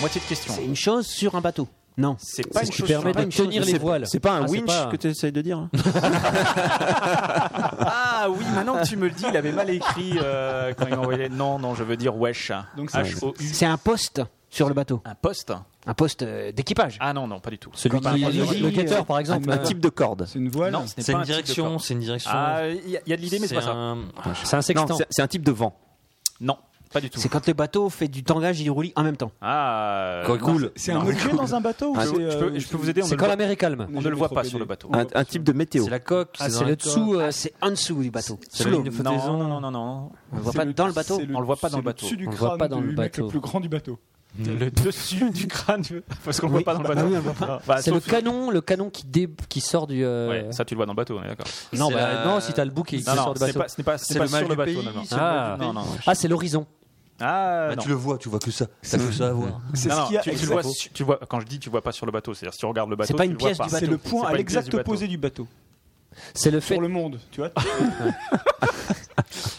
S3: Moitié de question.
S7: C'est une chose sur un bateau. Non.
S3: C'est pas
S7: ce
S3: une
S7: qui
S3: chose
S7: permet
S3: sur un
S7: de
S3: bateau.
S7: tenir les
S3: C'est-
S7: voiles.
S6: C'est pas un
S7: Ah, c'est
S6: winch
S7: pas-
S6: que tu essayes de dire hein
S3: Ah oui, maintenant que tu me le dis, il avait mal écrit euh, quand il m'a envoyé. Non, non, je veux dire wesh.
S8: Donc c'est-
S3: H-O-U.
S7: C'est un poste sur le bateau.
S3: Un poste
S7: Un poste euh, d'équipage.
S3: Ah non, non, pas du tout.
S5: Celui
S3: Comme un
S5: qui-
S3: poste de
S5: le-
S3: radio.
S5: le guetteur, par exemple.
S6: euh, Un type de corde.
S8: C'est une voile
S3: Non, ce n'est
S4: C'est
S3: pas
S4: une
S3: un type de
S4: direction,
S3: corps.
S4: c'est une direction.
S3: Ah, il y, a- il y a de l'idée, mais c'est pas ça.
S4: un-
S5: C'est un
S6: Non,
S5: sextant.
S6: c'est- c'est un type de vent.
S3: Non, pas du tout.
S7: C'est quand le bateau fait du tangage hydraulique en même temps.
S3: Ah,
S7: euh,
S4: Quand il
S3: non,
S4: coule.
S8: C'est un objet dans un bateau ou
S3: Je,
S7: Ah,
S8: c'est,
S3: peux- je
S8: euh,
S3: peux, je peux vous aider. On ne
S5: C'est
S3: le
S5: quand la
S3: voit,
S5: mer est calme.
S3: on ne le voit pas sur le bateau.
S6: Un, un type de météo.
S4: C'est la coque.
S5: Ah, c'est
S4: dans
S5: le
S4: la coque.
S5: dessous. euh,
S7: Ah, c'est en dessous du bateau.
S4: C'est
S7: Sous
S4: la
S7: l'eau.
S4: ligne de
S3: Non,
S4: flottaison.
S3: non, non, non, non.
S7: On le voit
S8: c'est
S7: pas dans le bateau.
S8: c'est
S3: On le voit pas dans
S8: c'est
S3: le bateau.
S8: dessus du
S5: On le voit
S8: crâne
S5: pas dans
S8: du
S5: le
S8: mec
S5: bateau.
S8: le plus grand du bateau.
S3: Le dessus du crâne, parce qu'on le voit pas dans le bateau. Ah, bah,
S5: C'est le
S3: sauf-
S5: canon, le canon qui, dé- qui sort du. euh,
S3: Ouais, ça tu le vois dans le bateau, on est d'accord.
S5: non,
S4: C'est
S5: bah,
S4: la-
S5: non, si t'as le bouc qui qui
S3: Non,
S5: sort
S3: non,
S5: du
S3: ce n'est
S5: bateau.
S3: pas, ce n'est pas, ce
S4: C'est
S3: n'est pas
S4: le mal
S3: sur le
S4: du
S3: bateau.
S4: pays,
S3: non, non.
S4: c'est le mal
S3: non, non.
S5: Ah, c'est l'horizon.
S3: Ah,
S4: Bah,
S3: non.
S4: Tu le vois, tu vois que ça. T'as que ça à voir.
S8: C'est
S3: Non,
S8: ce
S3: non,
S8: qu'il y a
S3: tu, tu le
S8: exact-
S3: vois, su- tu vois, quand je dis tu vois pas sur le bateau, c'est-à-dire si tu regardes le bateau,
S7: pas
S3: tu
S7: une
S3: le vois
S7: pièce
S3: pas.
S7: du
S8: C'est
S7: bateau.
S8: le point
S3: C'est
S8: à
S3: pas une pièce
S8: l'exact
S3: du bateau.
S8: opposé du bateau.
S5: C'est le fait.
S8: Sur le monde, tu vois.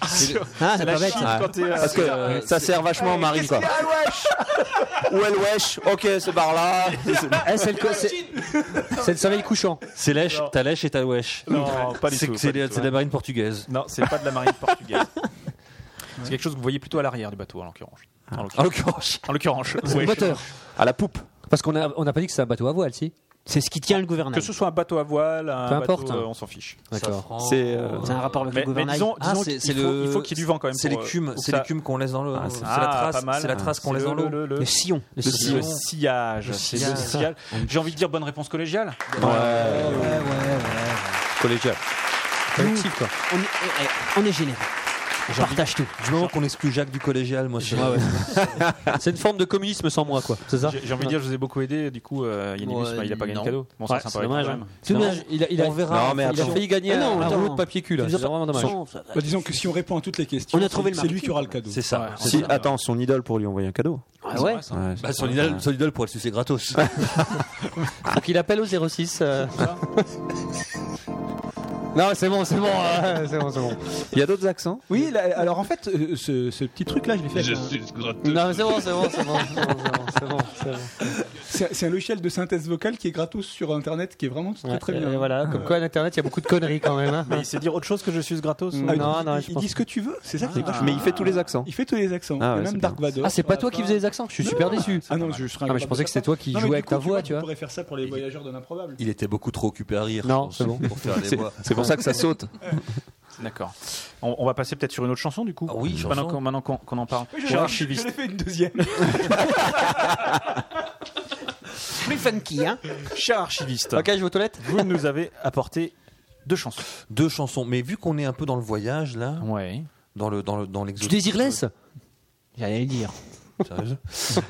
S7: Ah, c'est pas bête.
S3: Ah, quand t'es, euh,
S6: Parce que euh, ça sert vachement en marine quoi. Où est le wesh Ok, ce bar là.
S5: Eh, c'est le
S8: Ah,
S5: co- c'est- c'est le soleil couchant.
S4: C'est lèche, ta lèche et ta wesh.
S3: Non, pas du
S4: C'est
S3: tout,
S4: que c'est
S3: pas du
S4: des-
S3: tout,
S4: c'est de
S3: ouais.
S4: la marine portugaise.
S3: Non, c'est pas de la marine portugaise. C'est quelque chose que vous voyez plutôt à l'arrière du bateau, en l'occurrence. En
S4: En
S3: l'occurrence.
S4: l'occurrence.
S3: En l'occurrence.
S5: Ah. C'est
S3: Oui.
S5: le moteur.
S6: À la poupe.
S5: Parce qu'on a, on a pas dit que c'est un bateau à voile, si.
S7: C'est ce qui tient le
S3: Que
S7: gouvernail.
S3: ce soit un bateau à voile, un
S5: Peu importe,
S3: bateau,
S5: hein.
S3: euh, on s'en fiche.
S5: D'accord.
S6: C'est, euh,
S7: C'est un rapport avec
S3: Mais,
S7: le
S3: mais
S7: gouvernail.
S3: disons,
S4: Ah,
S3: disons
S4: c'est
S3: qu'il
S4: c'est
S3: faut-
S4: le.
S3: il faut qu'il y ait du vent quand même.
S4: C'est
S3: pour, euh,
S4: l'écume,
S3: pour
S4: c'est
S3: ça-
S4: l'écume qu'on laisse dans l'eau.
S6: Ah,
S4: C'est
S6: c'est-
S4: la
S3: Ah,
S4: trace,
S3: pas mal.
S4: c'est la trace qu'on
S3: C'est
S4: laisse dans
S3: le-
S4: l'eau.
S3: le- le-
S7: Le sillon. Le
S3: Le
S7: sillon.
S3: sillage. c'est le sillage. J'ai envie de dire bonne réponse collégiale.
S6: Collégial.
S5: Collectif, quoi.
S7: On est, eh, eh, on est généreux. On partage tout.
S4: Du moment qu'on exclut Jacques du collégial, moi, c'est.
S5: C'est une forme de communisme sans moi, quoi. C'est ça
S3: J'ai j'ai envie de dire, je vous ai beaucoup aidé. Du coup, euh, Yannimus,
S4: Ouais,
S3: bah, il a pas gagné
S4: non.
S3: le cadeau. Bon,
S5: Ouais,
S3: ça,
S5: c'est
S3: sympa.
S5: dommage.
S3: quand
S5: hein.
S3: même.
S5: C'est dommage. Il a, il a-
S4: On verra.
S6: Non, mais
S5: il a
S6: attends.
S5: failli gagner
S8: Ah
S7: Mais non,
S5: un
S7: attends.
S5: rouleau de papier cul, là. Ah C'est vraiment dommage.
S8: Bah, disons que si on répond à toutes les questions,
S7: On a trouvé le
S8: c'est
S7: marquis,
S8: lui qui aura le cadeau.
S4: C'est ça.
S3: Ouais.
S4: C'est
S6: Si,
S4: ça.
S6: attends, son idole pour lui envoyer un cadeau.
S7: Ah ouais
S6: Ouais,
S4: Bah,
S6: c'est-
S4: son idole, son idole pourrait le sucer gratos.
S5: Faut qu'il appelle au 06. euh. Non, c'est bon, c'est bon. euh, c'est bon, c'est bon.
S6: Il y a d'autres accents
S8: Oui, là, alors en fait, euh, ce, ce petit truc-là, je l'ai fait. avec un-
S5: Non, mais c'est bon, c'est bon, c'est bon. c'est bon, c'est bon, c'est bon, c'est bon.
S8: C'est c'est un logiciel de synthèse vocale qui est gratos sur Internet, qui est vraiment très
S5: Ouais,
S8: très
S5: euh,
S8: bien.
S5: voilà, comme quoi, Internet, il y a beaucoup de conneries quand même. hein.
S3: Mais il sait dire autre chose que je suis gratos
S8: Ah, il-
S5: non, non,
S8: il,
S5: je
S8: il
S5: pense
S8: dit ce que tu veux, c'est ça qui est
S5: Ah.
S8: vachement
S5: Mais il fait tous les
S6: accents.
S8: Il fait tous les accents. Et
S5: Ah ouais,
S8: même
S5: c'est
S8: Dark
S5: bien.
S8: Vador.
S5: Ah, c'est pas toi qui faisais les accents, je suis super déçu.
S8: Ah non, je serais
S5: Ah, mais je pensais que c'était toi qui jouais avec ta voix, tu vois.
S8: On pourrait faire ça pour les voyageurs de l'improbable.
S4: Il était beaucoup trop occupé à rire.
S5: Non,
S4: je pense,
S5: c'est bon.
S4: Pour faire les
S3: C'est-
S4: voix.
S3: c'est pour ça que ça
S4: saute.
S3: D'accord. On, on va passer peut-être sur une autre chanson du coup. oui,
S4: Ah chanson.
S3: maintenant qu'on maintenant qu'on- qu'on en parle. Cher archiviste.
S8: fait une deuxième.
S7: Plus funky, hein
S3: Cher archiviste.
S4: Ok,
S5: je vais aux toilettes.
S3: Vous nous avez apporté deux chansons.
S4: Deux chansons, mais vu qu'on est un peu dans le voyage là.
S3: Ouais.
S4: Dans le dans euh, le dans l'exotisme.
S7: J'allais le dire.
S4: Sérieux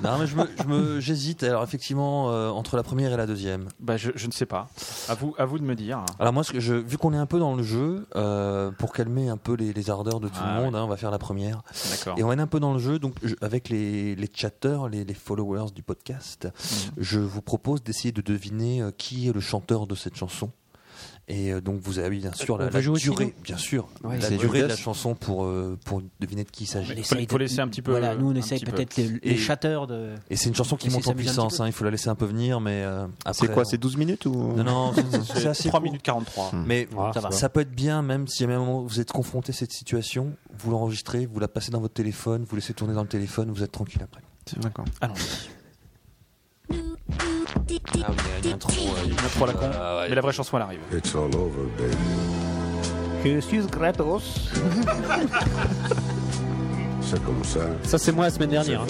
S4: Non, mais je me- je me j'hésite. Alors effectivement, euh, entre la première et la deuxième.
S3: Bah, je, je ne sais pas. À vous, à vous de me dire.
S4: Ah. Alors moi, ce que je, vu qu'on est un peu dans le jeu, euh, pour calmer un peu les, les ardeurs de tout
S3: Ah
S4: le monde, hein, on va faire la première.
S3: D'accord.
S4: Et on est un peu dans le jeu, donc je- avec les, les chatters, les, les followers du podcast,
S7: Mhm.
S4: je vous propose d'essayer de deviner euh, qui est le chanteur de cette chanson. Et euh, donc vous avez bien sûr
S5: On
S4: la,
S5: peut
S4: la
S5: jouer aussi,
S4: durée,
S5: nous
S4: bien sûr,
S5: Ouais,
S4: la
S5: c'est
S4: durée de la
S5: Judas.
S4: chanson pour euh, pour deviner de qui il s'agit.
S7: On essaye Faut- faut de- laisser un petit peu- voilà, nous, on un essaye petit peu. peut-être les- les
S4: Et-
S7: chatteurs de-
S4: Et c'est une chanson qui
S7: Essayer
S4: monte en
S7: de s'amuser un petit
S4: puissance.
S7: peu.
S4: hein, il faut la laisser un peu venir, mais euh,
S6: C'est
S4: après,
S6: quoi
S4: on-
S6: C'est 12 minutes ou
S4: non, non, c'est- c'est
S3: C'est
S4: assez
S3: 3
S4: court.
S3: minutes 43.
S6: Hmm.
S4: Mais
S3: Ouais, Ah, ça
S4: ça,
S3: va.
S4: peut être bien, même si à un moment vous êtes confronté à cette situation, vous l'enregistrez, vous la passez dans votre téléphone, vous laissez tourner dans le téléphone, vous êtes tranquille après.
S6: D'accord.
S4: Ah oui, il y a une intro, euh, il y a une
S3: intro à la con. Mais la vraie chanson, elle arrive.
S2: It's all over, baby.
S5: Je suis gratos.
S2: C'est comme ça.
S5: Ça, c'est moi la semaine dernière. hein.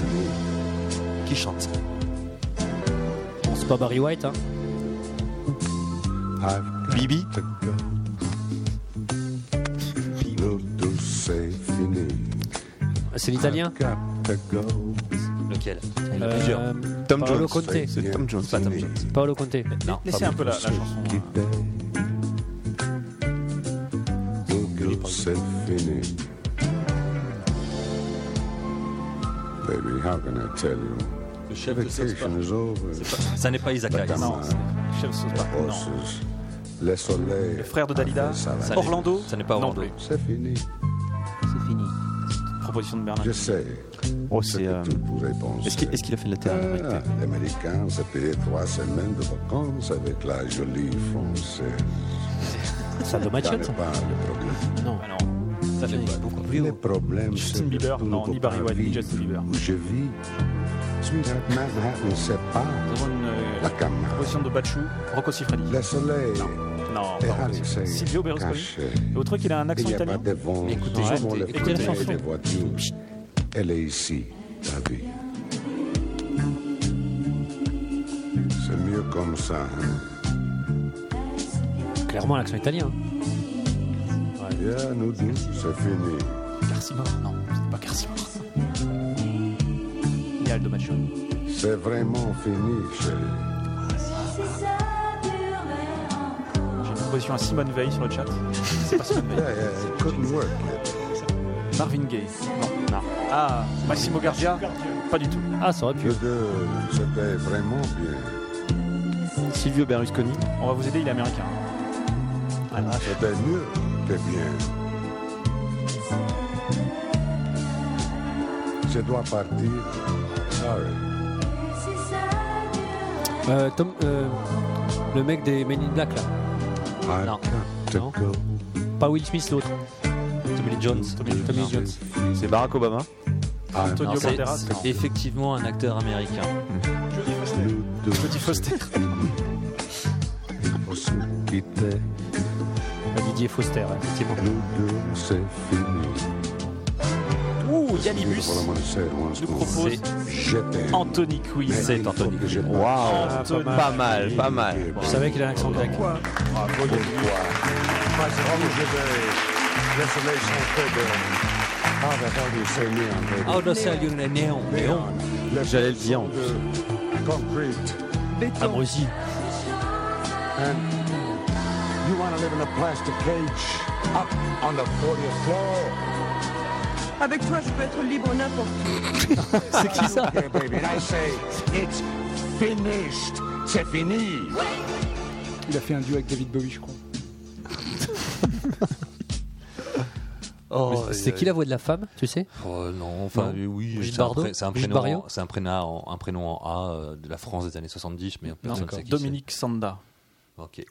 S4: Qui chante
S5: Bon, c'est pas Barry White, hein.
S2: Ah, Bibi. C'est fini.
S5: C'est l'italien
S2: Ah,
S4: Lequel
S3: Euh,
S5: Il y en a plusieurs.
S6: Tom
S5: Paolo
S6: Jones.
S5: Conte.
S6: C'est Tom Jones.
S4: Pas Tom Jones.
S5: Paolo Conte.
S4: Non,
S3: Laissez
S4: pas
S3: un peu la, la
S4: Paolo.
S3: chanson.
S2: C'est fini. Baby, how can I tell you?
S4: Le chef de South Park.
S2: Vacation is over.
S4: Ça n'est pas Isaac
S2: But
S4: Hayes.
S2: come
S4: Non,
S2: on,
S3: c'est- Chef South Park. Non.
S2: horses, Le soleil.
S3: Le frère de Dalida.
S2: Ça
S3: Ça
S2: va.
S3: n'est- Orlando.
S4: ça n'est pas Orlando.
S3: Non plus.
S2: C'est fini.
S7: C'est fini.
S3: Proposition de Bernard.
S2: Je sais.
S6: Oh, c'est. euh, Est-ce qu'il est-ce qu'il a fait de la télé en réalité
S2: Ah, L'Américain s'est payé trois semaines de vacances avec la jolie Française.
S5: Ça de
S2: Car
S5: Machette,
S2: n'est
S5: ça.
S2: pas le problème.
S7: Non.
S3: Ah non. Ça fait pas beaucoup.
S2: Les problèmes, c'est
S3: Justin
S2: que
S3: Bieber.
S2: tout
S3: Non,
S2: ne
S3: ni
S2: peut
S3: Barry
S2: pas
S3: White, ni
S2: vivre
S3: Justin Bieber.
S2: Où je vis, Sweetheart Manhattan, c'est pas
S3: Nous avons une
S2: la
S3: euh,
S2: caméra.
S3: proposition de Bachou. Rocco Siffredi.
S2: Le soleil.
S3: Non,
S2: Et
S3: pas
S2: Harry
S3: Rocco
S2: Sey,
S3: Siffredi. Silvio Berlusconi.
S2: caché.
S3: L'autre truc, il a un
S2: Il
S3: accent
S2: n'y a pas
S3: italien.
S2: de vent.
S4: Écoutez,
S2: Nous
S4: juste
S2: avons le
S4: écoutez
S2: côté
S4: la
S3: hein.
S4: chanson.
S2: des voitures. Elle est ici, la vie. C'est mieux comme ça. hein.
S5: Clairement, l'accent italien.
S3: hein.
S2: Viens, nous deux, c'est fini.
S3: Carcimore. Non, c'est pas Carcimore. Il y a Aldo Macho.
S2: C'est vraiment fini, chérie.
S3: J'ai une proposition à Simone Veil sur le chat. C'est pas Simone Veil.
S2: Yeah, yeah, it couldn't work.
S3: Marvin Gaye. Non. Ah, Massimo Gardia. Pas du tout.
S5: Ah, ça aurait pu.
S2: Nous deux, c'était vraiment bien.
S6: Silvio Berlusconi.
S3: On va vous aider, il est américain.
S2: C'était mieux que bien. Je dois partir. Sorry.
S5: Euh, Tom, euh, le mec des Men in Black, là.
S2: I
S5: Non.
S2: got to
S5: Non.
S2: go.
S5: Pas Will Smith, l'autre.
S4: Tommy Lee Jones.
S5: Tommy
S4: Non.
S5: Jones.
S6: C'est Barack Obama.
S2: Ah,
S3: Antonio
S4: Non, c'est
S3: Banderas.
S4: c'est effectivement un acteur américain.
S2: nous deux,
S3: Petit Foster.
S2: il faut se quitter.
S5: Ah, Didier Foster, ouais, effectivement.
S2: Nous deux, c'est fini.
S3: Ouh, Yannibus
S2: Beautiful, I wanna say it once
S3: nous
S2: more.
S3: propose
S2: Je t'aime.
S3: Anthony Quinn.
S2: Mais
S4: c'est
S2: il faut
S4: Anthony
S2: que je
S4: Quinn.
S2: parte. Ah,
S3: Ah,
S6: Waouh. Pas mal, pas mal.
S5: Je savais qu'il a un accent grec.
S2: Parce que je vais laisser les chanter de Ah, d'accord, du Seigneur.
S4: Oh, non, c'est Lionel Néon.
S2: Néon.
S6: J'allais le dire, en
S2: De Concrete.
S5: Ambrosi.
S2: And you want to live in a plastic cage up on the 40th floor?
S17: Avec toi, je peux être libre n'importe où.
S5: C'est qui ça
S2: Yeah, baby. And I say, it's finished. C'est fini.
S8: Il a fait un duo avec David Bowie, je crois.
S5: Mais c'est qui la voix de la femme, tu sais
S4: Oh, non, enfin
S5: Oh, euh, Non.
S4: oui,
S5: Brigitte
S4: c'est un,
S5: Bardot
S4: pré- c'est un
S5: Brigitte
S4: prénom,
S5: Bardot
S4: en- c'est un prénom, en- un prénom en A euh, de la France des années 70, mais personne ne
S3: d'accord.
S4: sait qui
S3: hein. Dominique Sanda.
S4: c'est. Ok.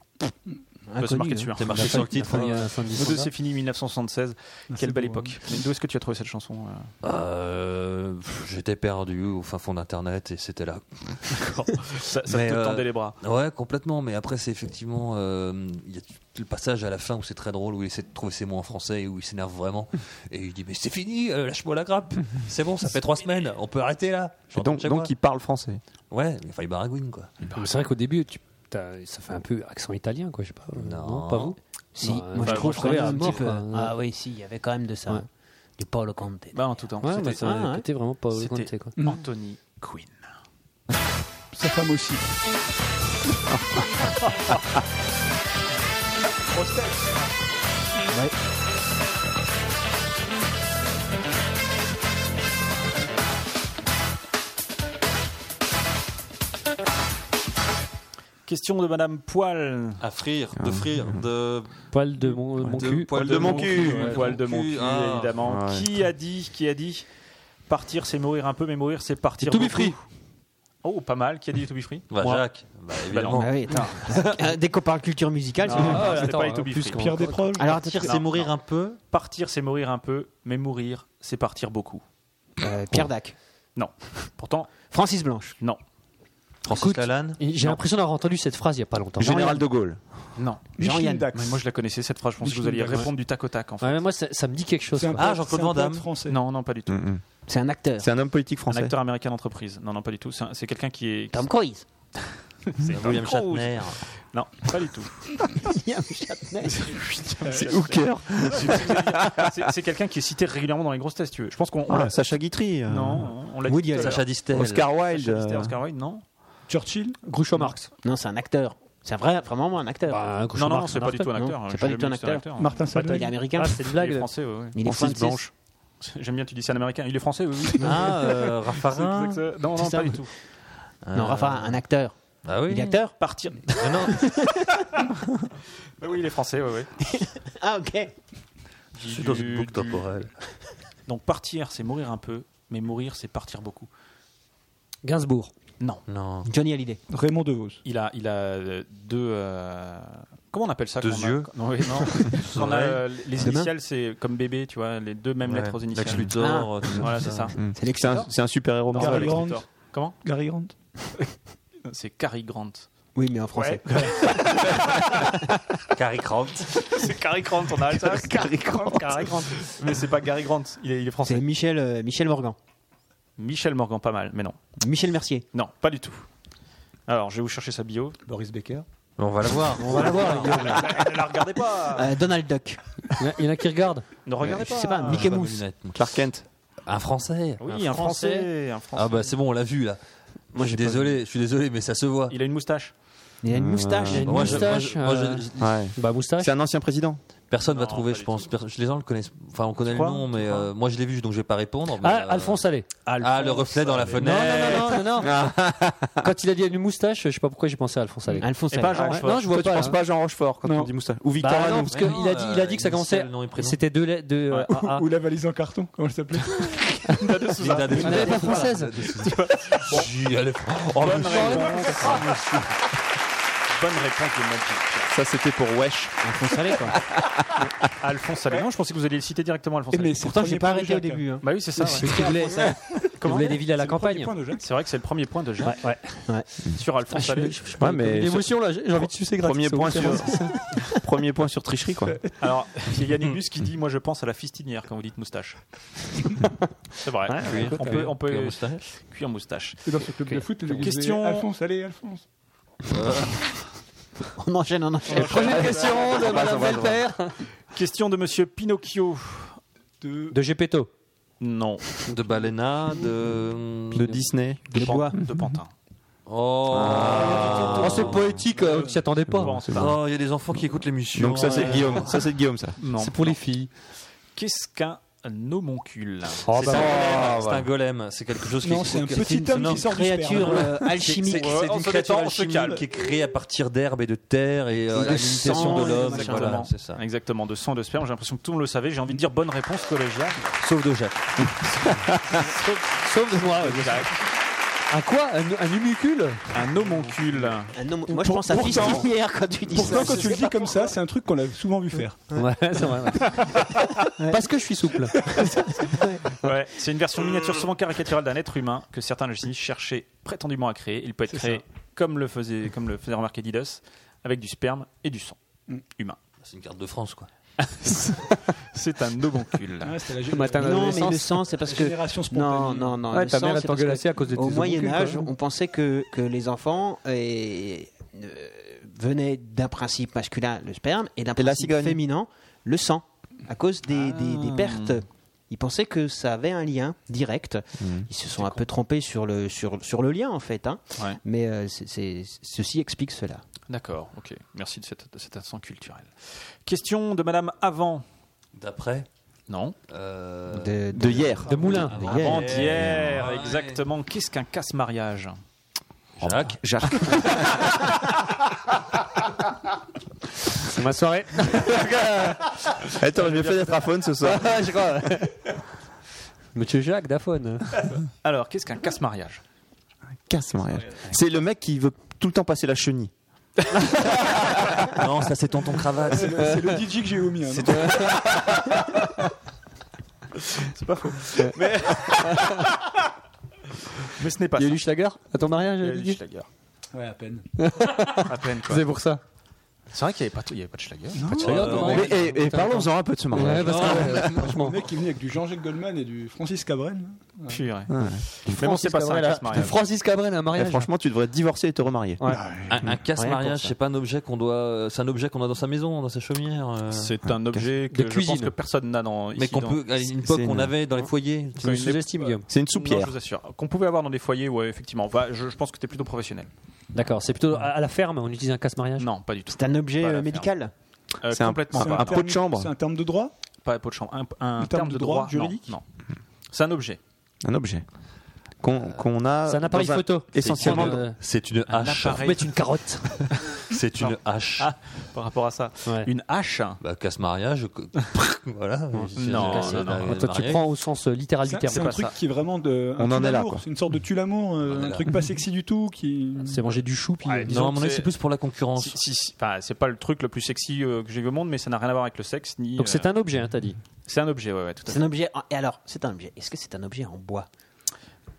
S3: Bah, C'est marqué dessus. hein.
S4: C'est marqué sur le titre.
S3: Nos deux, c'est fini
S6: Ah,
S3: 1976. Quelle belle époque.
S6: hein.
S3: Mais D'où est-ce que tu as trouvé cette chanson euh
S4: Euh, pff, J'étais perdu au fin fond d'internet et c'était là. euh,
S3: Ça- ça te tendait les bras.
S4: Ouais, complètement. Mais après, c'est effectivement. euh, Il y a tout le passage à la fin où c'est très drôle, où il essaie de trouver ses mots en français et où il s'énerve vraiment. et il dit Mais c'est fini, euh, lâche-moi la grappe. C'est bon, ça fait trois semaines, on peut arrêter là.
S6: Et
S4: Je rentre
S6: donc,
S4: chez moi.
S6: donc il parle français.
S4: Ouais, mais enfin, il baragouine quoi.
S5: Mais C'est vrai qu'au début, tu- t'as- ça fait un peu accent italien, quoi. Je sais pas. euh, Non, pas vous
S7: Si,
S5: Non,
S7: moi
S5: euh,
S7: je
S5: bah,
S7: trouve quand
S5: trouvais
S7: même
S5: à
S7: un petit
S5: mort,
S7: peu.
S5: quoi.
S7: Ah oui, si, il y avait quand même de ça. hein.
S5: Ouais.
S7: Du Paolo Conte.
S3: Bah en tout temps.
S5: Ouais, mais ça
S7: Ah, ouais.
S5: c'était vraiment pas
S3: C'était
S5: quoi.
S3: Anthony Quinn.
S8: Sa femme aussi.
S3: Ah. Question de Madame Poil.
S4: À frire,
S6: Ah.
S4: de frire, de.
S5: Poil de mon, mon cul.
S4: poil de mon cul.
S3: ouais, Poil de mon cul,
S4: ah.
S3: évidemment.
S4: Ouais.
S3: Qui a dit Qui a dit Partir, c'est mourir un peu, mais mourir, c'est partir.
S4: To be
S3: beaucoup.
S4: free.
S3: Oh, pas mal. Qui a dit To be free
S4: Bah,
S3: Moi.
S4: Jacques. Bah,
S3: non.
S4: évidemment.
S7: Ah oui, attends. Dès qu'on parle culture musicale,
S3: Non,
S7: c'est-
S3: non, c'était
S7: attends,
S3: pas les To Be
S7: plus
S3: Free.
S7: que Pierre Desproges. Alors, partir,
S3: Non,
S7: c'est mourir
S3: non.
S7: un peu.
S3: Partir, c'est mourir un peu, mais mourir, c'est partir beaucoup.
S7: Euh, Pierre Dac.
S3: Non. Pourtant.
S7: Francis Blanche.
S3: Non.
S4: Francis
S5: Écoute,
S4: Lalanne.
S5: J'ai l'impression d'avoir entendu cette phrase il y a pas longtemps.
S6: de Gaulle.
S3: Non.
S5: Micheline
S3: Jean-Yann.
S5: Dax.
S3: Mais moi, je la connaissais cette phrase. Je pense que vous
S5: Micheline
S3: alliez
S5: Dax.
S3: répondre du tac au tac, en fait.
S5: Ouais, mais moi, ça, ça me dit quelque chose.
S3: C'est un
S5: quoi.
S3: Ah, poète- Jean-Claude c'est un Van Damme. poète
S8: français.
S3: Non, non, pas du tout.
S7: C'est un acteur.
S6: C'est un homme politique
S3: Un
S6: français.
S3: acteur américain d'entreprise. Non, non, pas du tout. C'est un- C'est quelqu'un qui est.
S7: Tom Cruise.
S3: C'est Tom
S4: William
S3: Cruise.
S4: Shatner.
S3: Non, pas du tout.
S6: C'est Hooker.
S3: C'est- C'est quelqu'un qui est cité régulièrement dans les grosses tests, tu veux. Je pense qu'on on
S6: Ah,
S3: l'a-
S6: Sacha Guitry. euh,
S3: Non, on l'a
S6: Woody
S3: dit tout à
S6: Allen.
S3: l'heure.
S6: Oscar Wilde.
S3: Sacha Guitry,
S6: euh,
S3: Oscar Wilde, non
S8: Churchill
S5: Groucho Marx.
S7: Non, c'est un acteur. C'est un vrai, vraiment un acteur.
S3: Non, non, non, c'est pas du tout un acteur. hein,
S7: C'est pas du tout un acteur.
S8: Martin
S7: Il est
S8: Salvagni.
S7: américain.
S3: Ah, c'est une blague. Il est français, oui.
S7: Il est
S3: Francis
S7: français.
S3: Blanche. J'aime bien, tu dis c'est un américain. Il est français, oui. oui.
S4: Ah, euh,
S3: C'est
S4: Raffarin.
S3: exact- Non, non,
S7: C'est ça.
S3: pas du tout. Euh, bah
S7: Non, Rafa, un acteur.
S4: Ah oui.
S7: Il est acteur
S3: Partir.
S4: Mais non,
S3: Bah oui, il est français, oui, oui.
S7: Ah, ok.
S4: je suis dans une boucle temporelle.
S3: Donc partir, c'est mourir un peu, mais mourir, c'est partir beaucoup.
S5: Gainsbourg.
S3: Non.
S4: Non.
S7: Johnny Hallyday.
S8: Raymond DeVos.
S3: Il a, il a euh, deux. euh, Comment on appelle ça
S4: Deux
S3: quand on a-
S4: yeux.
S3: Non, oui, non. Quand on a, euh, les
S5: Des mains.
S3: initiales, c'est comme bébé, tu vois, les deux mêmes
S4: Ouais.
S3: lettres aux
S4: Lex
S3: initiales. Ah.
S4: Luthor. tout ça,
S3: Voilà,
S4: tout
S3: c'est ça.
S6: Mm.
S7: C'est
S6: C'est un,
S7: l'excellent.
S6: c'est un super héros.
S3: Non,
S8: Cary
S3: c'est Lex
S8: Grant.
S3: Luthor. Comment
S8: Gary Grant.
S3: C'est Cary Grant.
S7: Oui, mais en français.
S4: Cary Grant.
S3: c'est Cary Grant, on a ça. Cary Grant. Cary Grant. Mais c'est pas Cary Grant, il est, il est
S7: C'est
S3: français.
S7: Michel, euh, Michel Morgan.
S3: Michel Morgan, pas mal, mais non.
S7: Michel Mercier.
S3: Non, pas du tout. Alors, je vais vous chercher sa bio.
S8: Boris Becker.
S4: On va la voir.
S7: On va la voir. Guillaume.
S3: Ne la regardez pas
S7: Euh, Donald Duck.
S5: Il y en a- il y en a qui regardent.
S3: Ne regardez pas
S7: Euh,
S3: hein.
S7: Je sais pas, Mickey Mouse.
S6: Clark Kent.
S4: Un français.
S3: Oui, un français. un français.
S4: Ah bah c'est bon, on l'a vu là. Moi, je suis désolé, je suis désolé, mais ça se voit. Euh,
S3: Il a une moustache.
S7: Il a une moustache.
S5: Il a une
S4: Moi, je- moi,
S5: moustache.
S4: je- moi, je-
S5: euh,
S6: Ouais.
S5: Bah, moustache.
S6: C'est un ancien président.
S4: Personne va
S3: Non,
S4: trouver,
S3: pas
S4: je
S3: du
S4: pense. Per- Les gens le connaissent. Enfin, on connaît le
S3: crois
S4: nom, mais
S3: Tu crois
S4: euh, moi je l'ai vu, donc je vais pas répondre. mais,
S5: Ah,
S4: euh,
S5: Alphonse Allais.
S4: Ah, le reflet dans la
S5: Non,
S4: fenêtre.
S5: non, non, non, non, non. Quand il a dit une moustache, je sais pas pourquoi j'ai pensé à Alphonse Allais.
S7: Alphonse
S3: Et pas
S7: Allais.
S3: Jean
S5: Ouais,
S3: Rochefort.
S5: non, je vois
S6: Toi, tu
S5: pas.
S6: penses
S5: hein.
S6: pas à Jean Rochefort quand
S8: Non.
S6: on dit moustache. Ou
S5: Bah
S6: Victor
S5: non,
S6: Hanoun.
S5: parce qu'il a dit, il a dit que ça
S6: Ah,
S4: Initial,
S5: commençait.
S4: nom et prénom.
S5: C'était deux lettres. Deux, euh, A, A.
S8: Ou la valise en carton, comment elle s'appelait
S6: ah,
S4: Linda de
S5: Une
S4: Souza.
S5: lettre à française.
S4: J'y allais. Oh, le
S3: Bonne réponse de
S5: Ah,
S3: Magic.
S6: Ça, c'était pour Wesh.
S7: Alphonse Allais, quoi.
S3: Alphonse Salé. Non, je pensais que vous alliez le citer directement, Alphonse Allais.
S7: Pourtant, j'ai pas arrêté au début. hein.
S3: Bah oui, c'est ça. ouais.
S5: Il voulait- Il voulait des villes à la campagne.
S3: C'est vrai que c'est le premier point de Jacques Ah,
S5: Ouais,
S7: ouais.
S3: sur Alphonse Allais.
S6: Ouais, mais
S5: L'émotion là, j'ai j'ai envie de sucer gratuit.
S6: premier
S5: ça,
S6: point
S5: vous
S6: sur premier point sur tricherie quoi.
S3: Alors, il y a Yannick Bus qui dit Moi, je pense à la fistinière quand vous dites moustache. c'est vrai. on peut, on peut cuire moustache.
S8: C'est dans ce club de foot, les
S3: Question- Euh.
S8: Question... Alphonse, allez, Alphonse.
S7: On enchaîne, on enchaîne.
S5: Première question de Madame Velper.
S3: Question de Monsieur Pinocchio.
S8: De...
S5: De Gepetto.
S3: Non.
S4: De Balena, de.
S6: De Disney.
S3: De bois. De Pantin.
S4: Oh.
S6: Ah.
S5: Oh, c'est poétique, euh, on s'y attendait pas.
S3: Bon, c'est pas-
S5: euh,
S4: Oh, il y a des enfants qui écoutent l'émission.
S6: Donc ça c'est
S4: Ouais.
S6: Guillaume, ça c'est de Guillaume ça.
S3: Non.
S5: pour les filles.
S3: Qu'est-ce qu'un un homoncule.
S4: Oh,
S3: C'est
S4: bah,
S3: un golem.
S4: oh, C'est un golem, c'est quelque chose qui
S3: Non, c'est un
S4: qui-
S3: petit
S4: c'est
S3: homme
S4: non,
S3: qui sort
S4: c'est
S3: du sperme.
S4: créature, euh,
S3: C'est-
S4: alchimique.
S3: c'est-
S4: C'est
S3: on
S4: une
S3: se
S4: créature
S3: détend, on se calme.
S4: alchimique qui est créée à partir d'herbe et de terre et euh, à l'imitation de l'homme.
S3: Exactement.
S4: Voilà, c'est ça.
S3: Exactement, de sang de sperme. J'ai l'impression que tout le monde le savait. J'ai envie de dire bonne réponse collégiale.
S4: Sauf de Jacques.
S3: sauf,
S5: de moi. Un quoi un, homuncule
S3: Un homoncule.
S7: Moi, je pense à fistinière quand tu dis
S8: pourtant,
S7: ça.
S8: quand tu le dis comme ça, c'est un truc qu'on a souvent vu faire.
S5: Ouais, c'est vrai. Parce que je suis souple.
S3: Ouais, c'est une version miniature souvent caricaturale d'un être humain que certains alchimistes cherchaient prétendument à créer. Il peut être
S8: C'est
S3: créé
S8: ça.
S3: comme le faisait, comme le faisait remarquer Didus, avec du sperme et du sang humain.
S4: C'est une carte de France, quoi.
S3: c'est un homoncule.
S8: Ah, c'était la gé-
S7: non, mais le sang, c'est parce que. Non, non, non.
S5: Ouais,
S7: le
S5: ta
S7: sang,
S5: mère, elle
S7: c'est parce
S5: t'engueulassait
S7: que
S5: à cause de
S7: Au
S5: tes
S7: Moyen
S5: homoncules,
S7: Âge,
S5: quand même.
S7: on pensait que, que les enfants euh, euh, venaient d'un principe masculin, le sperme, et d'un principe féminin, le sang, à cause des,
S5: Ah.
S7: des- des pertes. Ils pensaient que ça avait un lien direct.
S3: Mmh.
S7: Ils se sont un peu trompés sur le, sur, sur le lien, en fait. hein.
S3: Ouais.
S7: Mais euh, c'est- c'est- ceci explique cela.
S3: D'accord, ok. Merci de cet, cet accent culturel. Question de Madame Avant.
S4: D'après Euh,
S3: Non.
S7: De- de hier. De Moulin. De hier.
S3: Avant d'hier,
S4: Ouais.
S3: exactement. Qu'est-ce qu'un casse-mariage
S4: Jacques.
S6: Jacques.
S5: C'est ma soirée.
S6: Attends, j'ai fait d'être à faune ce soir.
S5: Ouais, je crois. Monsieur Jacques Dafone.
S3: Alors, qu'est-ce qu'un casse-mariage
S6: Casse mariage. C'est le mec qui veut tout le temps passer la chenille.
S4: non, ça c'est tonton cravate.
S8: C'est le,
S6: Eh,
S8: c'est le DJ que j'ai omis. hein, non
S3: C'est pas faux. Mais... Mais ce n'est pas
S5: Il y a
S3: ça.
S5: eu du Schlager à ton mariage,
S3: Il y a eu du
S5: Didier
S3: Schlager.
S8: Ouais, à peine.
S3: À peine, quoi.
S5: C'est pour ça.
S3: C'est vrai qu'il n'y avait, pas tout- il y avait pas de Schlager.
S5: Pas de Schlager,
S3: Euh,
S5: ton
S3: mais-
S5: mariage.
S6: et- et parlons-en un peu de ce mariage.
S5: Ouais, parce que,
S8: Ah,
S5: euh,
S8: Le mec qui est venu avec du Jean-Jacques Goldman et du Francis Cabrel. hein.
S3: Purée.
S6: Ouais.
S3: Mais bon, c'est pas ça un
S5: Cabrel,
S3: casse-mariage.
S5: Francis Cabrel, un
S6: Eh,
S5: mariage.
S6: franchement, tu devrais te divorcer et te remarier.
S5: Ouais.
S3: Ah,
S4: Un, un casse-mariage, c'est pas un objet qu'on doit. euh, C'est un objet qu'on a dans sa maison, dans sa chaumière. euh.
S3: C'est un objet que
S4: De
S3: je pense
S4: cuisine.
S3: que personne n'a dans.
S4: Mais
S3: ici
S4: qu'on
S3: dans-
S4: peut. À une
S6: c'est
S4: époque, qu'on
S6: une-
S4: avait dans les foyers.
S3: Quand il est-
S6: C'est une
S3: Non,
S6: soupière.
S3: je vous assure. Qu'on pouvait avoir dans des foyers, ouais, effectivement. Enfin, je, je pense que tu es plutôt professionnel.
S5: D'accord, c'est plutôt Ah, à- à la ferme, on utilise un casse-mariage
S3: Non, pas du tout.
S7: C'est un objet
S3: Pas à la
S7: euh,
S3: ferme.
S7: médical
S3: Euh,
S6: C'est un-
S3: complètement
S6: c'est
S3: pas.
S6: un pot de chambre.
S8: C'est un terme de droit
S3: Pas un pot de chambre. Un, un
S8: Un
S3: terme, de droit, non,
S8: juridique
S3: Non. C'est un objet.
S6: Un objet. Qu'on qu'on
S7: Ah,
S6: a.
S5: C'est un appareil
S6: dans
S5: photo.
S6: Essentiellement.
S5: C'est une- euh,
S4: C'est une
S3: euh, Un
S4: hache.
S3: appareil.
S5: Mettre une carotte.
S4: C'est une hache.
S3: Ah, par rapport à ça.
S5: Ouais.
S3: Une hache
S4: Bah, casse-mariage. que- voilà.
S3: non,
S4: C'est-
S3: non, non.
S4: c'est-
S5: Toi, tu
S4: marié.
S5: prends au sens euh, littéral du
S8: C'est c'est
S5: terme.
S8: un truc qui est vraiment de. un
S6: On en est là,
S8: tue-l'amour,
S6: quoi.
S8: C'est une sorte de tue l'amour, euh,
S4: On en est
S8: un
S4: là.
S8: truc pas sexy du tout qui.
S5: C'est manger du chou, puis.
S3: Ouais,
S5: euh,
S3: disons
S4: Non, à
S3: que
S4: mon avis,
S3: c'est-
S4: c'est plus pour la concurrence.
S3: Si- si- si- enfin, c'est pas le truc le plus sexy euh, que j'ai vu au monde, mais ça n'a rien à voir avec le sexe. Ni,
S5: Donc
S3: euh,
S5: c'est un objet, hein, t'as dit.
S3: c'est un objet, ouais, ouais, tout à
S7: C'est
S3: fait.
S7: un objet. en- Et alors, c'est un objet. Est-ce que c'est un objet en bois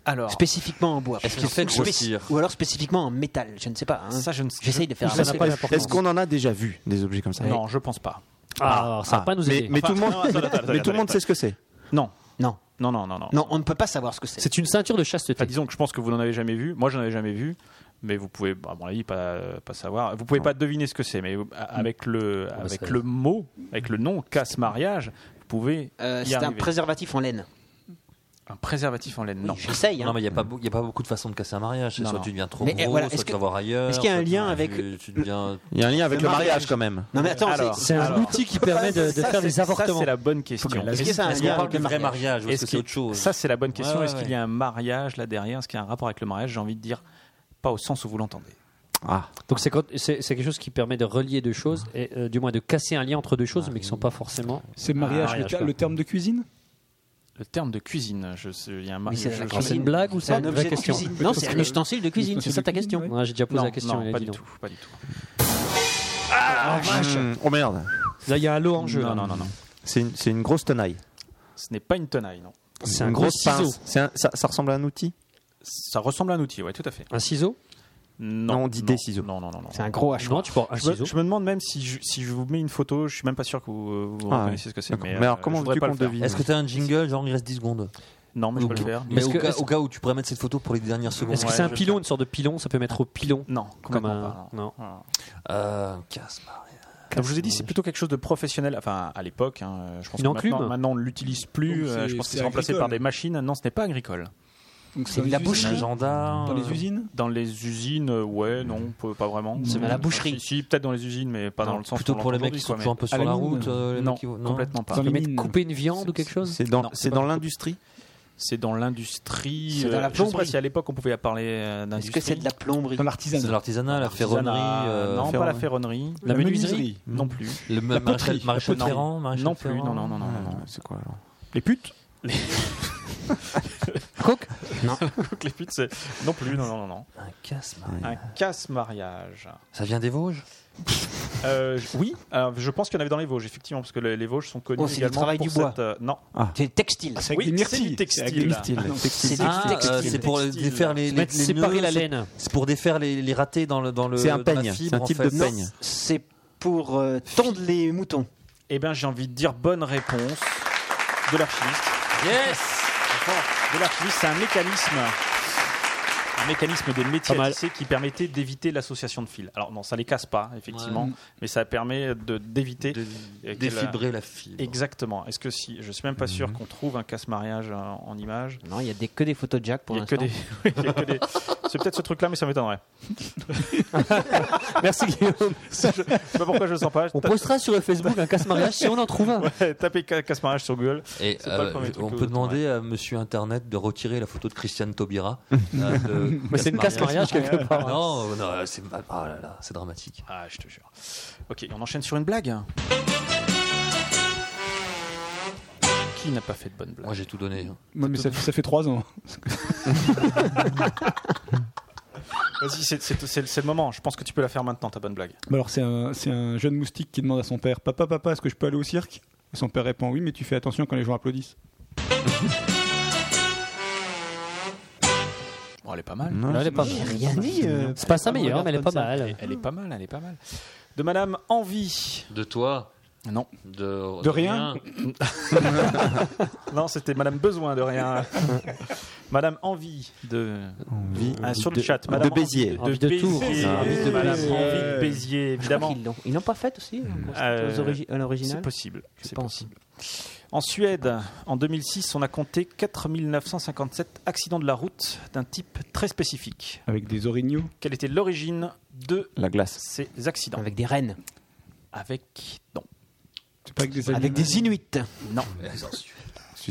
S3: Alors,
S7: Spécifiquement en bois.
S4: Est-ce
S7: parce
S4: qu'il
S7: que-
S4: fait
S7: ou
S4: grossir
S7: spéc- Ou alors spécifiquement en métal, je ne sais pas. hein.
S3: ça, je ne sais
S7: J'essaye de faire un
S5: Ça n'a
S7: peu-
S5: pas d'importance.
S6: Est-ce qu'on en a déjà vu des objets comme ça
S3: Non, je pense pas.
S5: Ah, alors, ça va
S6: Ah,
S5: pas nous
S6: mais-
S5: aider.
S6: Mais
S3: Enfin,
S6: tout le
S3: non, attends, attends,
S6: monde-
S3: attends,
S6: mais tout le monde
S3: attends.
S6: sait ce que c'est.
S3: Non,
S7: Non,
S3: non, non, non. non.
S7: non, on ne peut pas savoir ce que c'est.
S5: C'est une ceinture de chasteté.
S3: Enfin, disons que je pense que vous n'en avez jamais vu. Moi, je n'en avais jamais vu. Mais vous pouvez, bah, à mon avis, pas, pas savoir. Vous pouvez pas deviner ce que c'est. Mais
S4: Mm.
S3: vous- a- avec
S4: Ah,
S3: le,
S4: bah,
S3: avec
S5: ça-
S3: le mot, avec le nom casse-mariage, vous pouvez.
S7: Euh,
S3: y
S7: c'est un
S3: arriver.
S7: préservatif en laine.
S3: Un préservatif en laine.
S7: Oui,
S3: Non.
S7: J'essaye. hein.
S4: Non, mais il n'y a, pas beau- y a pas beaucoup de façons de casser un mariage. C'est
S3: Non,
S4: soit
S3: non.
S4: tu deviens trop
S7: Mais, euh,
S4: gros,
S7: voilà, est-ce
S4: soit
S7: que-
S4: tu vas voir ailleurs.
S7: est-ce qu'il y a un
S4: soit tu-
S7: lien avec-
S4: tu- tu deviens-
S6: Il y a un lien avec le
S7: mariage.
S6: mariage quand même.
S7: Non, mais attends,
S3: Alors,
S7: c'est-
S5: C'est un
S3: Alors,
S5: outil qui permet de, de
S3: Ça,
S5: faire
S3: c'est-
S5: des avortements.
S3: Ça, c'est la bonne question.
S7: Est-ce que ça a un
S4: Est-ce qu'on
S7: lien
S4: parle
S7: avec
S4: du
S7: le
S4: vrai
S7: mariage
S4: mariage ou est-ce que c'est
S3: qu'il-
S4: autre chose
S3: Ça, c'est la bonne question.
S4: Ouais,
S3: Est-ce
S4: ouais.
S3: qu'il y a un mariage là derrière Est-ce qu'il y a un rapport avec le mariage J'ai envie de dire, pas au sens où vous l'entendez.
S6: Ah.
S5: Donc c'est quand- c'est c'est quelque chose qui permet de relier deux choses, et euh, du moins de casser un lien entre deux choses, mais qui ne sont pas forcément.
S8: C'est
S5: Ah,
S8: mariage, le,
S5: mariage,
S8: ter-
S5: quoi.
S8: le terme de cuisine
S3: Le terme de cuisine, je sais, il y a un
S7: Oui,
S3: mariage.
S7: c'est la
S3: je-
S7: cuisine.
S5: C'est une blague ou c'est
S7: C'est un
S5: une vraie
S7: objet de
S5: question
S7: cuisine. Non, c'est un ustensile de cuisine, c'est ça ta question.
S5: Ouais, J'ai déjà posé
S3: Non,
S5: la question.
S3: non,
S5: il a
S3: pas
S5: dit
S3: du
S5: non.
S3: tout, pas du tout.
S6: Ah, Hum, Oh merde.
S5: Là, il y a un lot en jeu.
S3: Ah,
S6: hein.
S3: Non,
S5: là.
S3: non, non, non.
S6: C'est une, c'est une grosse tenaille.
S3: Ce n'est pas une tenaille, non.
S5: C'est un
S6: une
S5: gros
S6: grosse
S5: ciseau.
S6: pince. C'est un- ça, ça ressemble à un outil
S3: Ça ressemble à un outil, ouais, tout à fait.
S5: Un ciseau
S3: Non,
S6: Non, on dit
S3: non,
S6: des ciseaux.
S3: Non, non, non, non.
S7: C'est un gros
S5: Non,
S7: hachoir.
S5: tu prends un
S3: Je me,
S5: ciseau.
S3: je me demande même si je, si je vous mets une photo, je suis même pas sûr que vous, vous
S6: Ah,
S3: reconnaissez ce que c'est. euh,
S6: D'accord. Mais
S4: euh,
S6: alors, comment
S3: je voudrais
S6: veux-tu
S3: pas
S6: qu'on
S3: le faire.
S6: devine
S4: Est-ce que tu as un jingle genre il reste 10 secondes
S3: Non, mais je peux le faire.
S4: Mais
S5: Est-ce
S4: au,
S5: que-
S4: cas,
S5: est-ce-
S4: au cas où tu pourrais mettre cette photo pour les dernières secondes.
S5: Est-ce que
S3: Ouais,
S5: c'est un
S3: je-
S5: pilon, une sorte de pilon Ça peut mettre au pilon
S3: Non,
S5: comme
S3: complètement
S5: un...
S3: pas. non.
S5: Non.
S3: Voilà.
S4: Euh, casse-mariage.
S3: Comme je vous ai dit, c'est plutôt quelque chose de professionnel, enfin à l'époque. hein, je pense
S5: Une
S3: que
S5: enclume
S3: maintenant, maintenant on ne l'utilise plus.
S8: Donc,
S3: euh,
S8: c'est-
S3: je pense que
S8: c'est
S3: c'est remplacé
S8: agricole.
S3: par des machines. Non, ce n'est pas agricole. Donc
S7: C'est de la boucherie
S3: gendarme.
S7: Dans les usines
S3: Dans les usines, euh, ouais, non, peu- pas vraiment.
S7: C'est
S3: Non.
S7: la boucherie.
S3: Si, si, peut-être dans les usines, mais pas dans le sens.
S4: plutôt
S3: qu'on
S4: pour les
S3: l'entend
S4: mecs qui sont
S3: aujourd'hui,
S4: toujours un peu
S3: quoi,
S4: sur
S3: mais-
S4: la route, euh, les
S3: non,
S4: mecs qui vont- non.
S3: complètement pas.
S4: Dans les mines.
S5: couper une viande ou quelque chose
S6: C'est dans,
S3: Non,
S6: c'est dans l'industrie
S3: C'est dans l'industrie.
S6: C'est dans
S3: euh,
S6: la
S3: je sais pas
S6: plomberie.
S3: si à l'époque on pouvait parler euh, d'industrie.
S7: que c'est de la plomberie
S3: Dans
S4: l'artisanat. C'est de l'artisanat, la
S3: L'artisanat,
S4: ferronnerie, euh,
S3: non, pas la
S4: ferronnerie.
S3: ferronnerie.
S4: La menuiserie.
S3: Non plus.
S4: Le ma- La maréchal- poterie. maréchal
S3: Non.
S4: Ferrand, maréchal
S3: Non plus, non,
S4: Ferrand.
S3: non, non, non. non, non.
S6: C'est quoi alors
S3: Les putes Les-
S5: Coke
S3: Non. les putes, c'est. Non plus, non, non, non, non.
S4: Un casse
S3: Un casse-mariage.
S4: Ça vient des Vosges
S3: Euh, je- oui, alors, je pense qu'il y en avait dans les Vauges, effectivement, parce que les, les Vauges sont connus
S7: Oh, c'est du
S3: également
S7: travail
S3: pour
S7: du bois.
S3: cette, euh, non,
S4: Ah.
S7: C'est du textile.
S3: c'est avec Oui, des c'est du myrtilles. textile. C'est avec des myrtilles.
S7: Ah non,
S3: Textile.
S7: c'est du
S4: Ah,
S7: textile.
S4: euh, c'est pour
S7: Textile.
S4: défaire les, les, les nœuds, c'est- C'est pour défaire les, les ratés dans le dans le. dans la fibre, en fait.
S7: Non, C'est pour euh, tondre les moutons.
S3: Eh bien, j'ai envie de dire bonne réponse de l'archiviste.
S4: Yes
S3: De l'archiviste, c'est un mécanisme. Un mécanisme des métiers à tisser qui permettait d'éviter l'association de fils. Alors non, ça les casse pas, effectivement,
S4: Ouais.
S3: mais ça permet de d'éviter euh, qu'elle-
S4: défibrer la fibre.
S3: Exactement. Est-ce que si je suis même pas sûr qu'on trouve un casse-mariage euh, en image
S7: Non, il y a des, que des photos de Jack pour
S3: Il y a que
S7: l'instant.
S3: des. il y a que des- C'est peut-être ce truc-là, mais ça m'étonnerait.
S5: Merci Guillaume.
S3: Je je sais pas pourquoi je le sens pas.
S5: On
S3: Ta-
S5: postera sur le Facebook un casse-mariage si on en trouve un.
S3: Ouais, tapez ca- casse-mariage sur Google.
S4: Et
S3: C'est pas le
S4: euh,
S3: premier
S4: je-
S3: truc
S4: on
S3: que
S4: peut
S3: vous trouverez.
S4: demander à Monsieur Internet de retirer la photo de Christiane Taubira. euh, de
S5: Mais c'est une casse-mariage quelque part.
S4: Non, non, c'est ah là là, c'est dramatique.
S3: Ah, je te jure. Ok, on enchaîne sur une blague. Qui n'a pas fait de bonne blague
S4: Moi j'ai tout donné. hein.
S8: Moi, mais ça, ça fait 3 ans.
S3: Vas-y, c'est- c'est c'est- c'est le moment. Je pense que tu peux la faire maintenant, ta bonne blague.
S8: Bah alors c'est un, c'est un jeune moustique qui demande à son père Papa, papa, est-ce que je peux aller au cirque Et son père répond Oui, mais tu fais attention quand les gens applaudissent.
S3: Bon, elle est pas mal.
S8: Non, Non, elle est pas
S5: mal. Rien dit, euh, C'est pas sa meilleure, mais elle est pas mal.
S3: Elle est pas mal, elle est pas mal. De Madame Envie.
S4: De toi
S3: Non.
S4: De,
S3: De rien Non, c'était Madame Besoin de rien. Madame Envie de. Ah, sur le
S6: de-
S3: chat.
S6: de
S3: Madame
S6: Béziers.
S3: Envie de,
S6: Envie de Tours.
S3: Béziers.
S6: Ah, envie de
S3: Madame
S6: Béziers.
S3: Envie de Béziers, évidemment.
S7: Ils l'ont- Ils l'ont pas fait aussi hein,
S3: Euh,
S7: aux origi- à l'original
S3: C'est possible.
S7: Je
S3: C'est
S7: pense.
S3: possible. En Suède, en 2006, on a compté 4957 accidents de la route d'un type très spécifique.
S8: Avec des orignaux.
S3: Quelle était l'origine de
S6: La glace.
S3: ces accidents
S7: Avec des rennes.
S3: Avec. Non.
S8: C'est pas avec des
S7: Avec des Inuits.
S3: Non.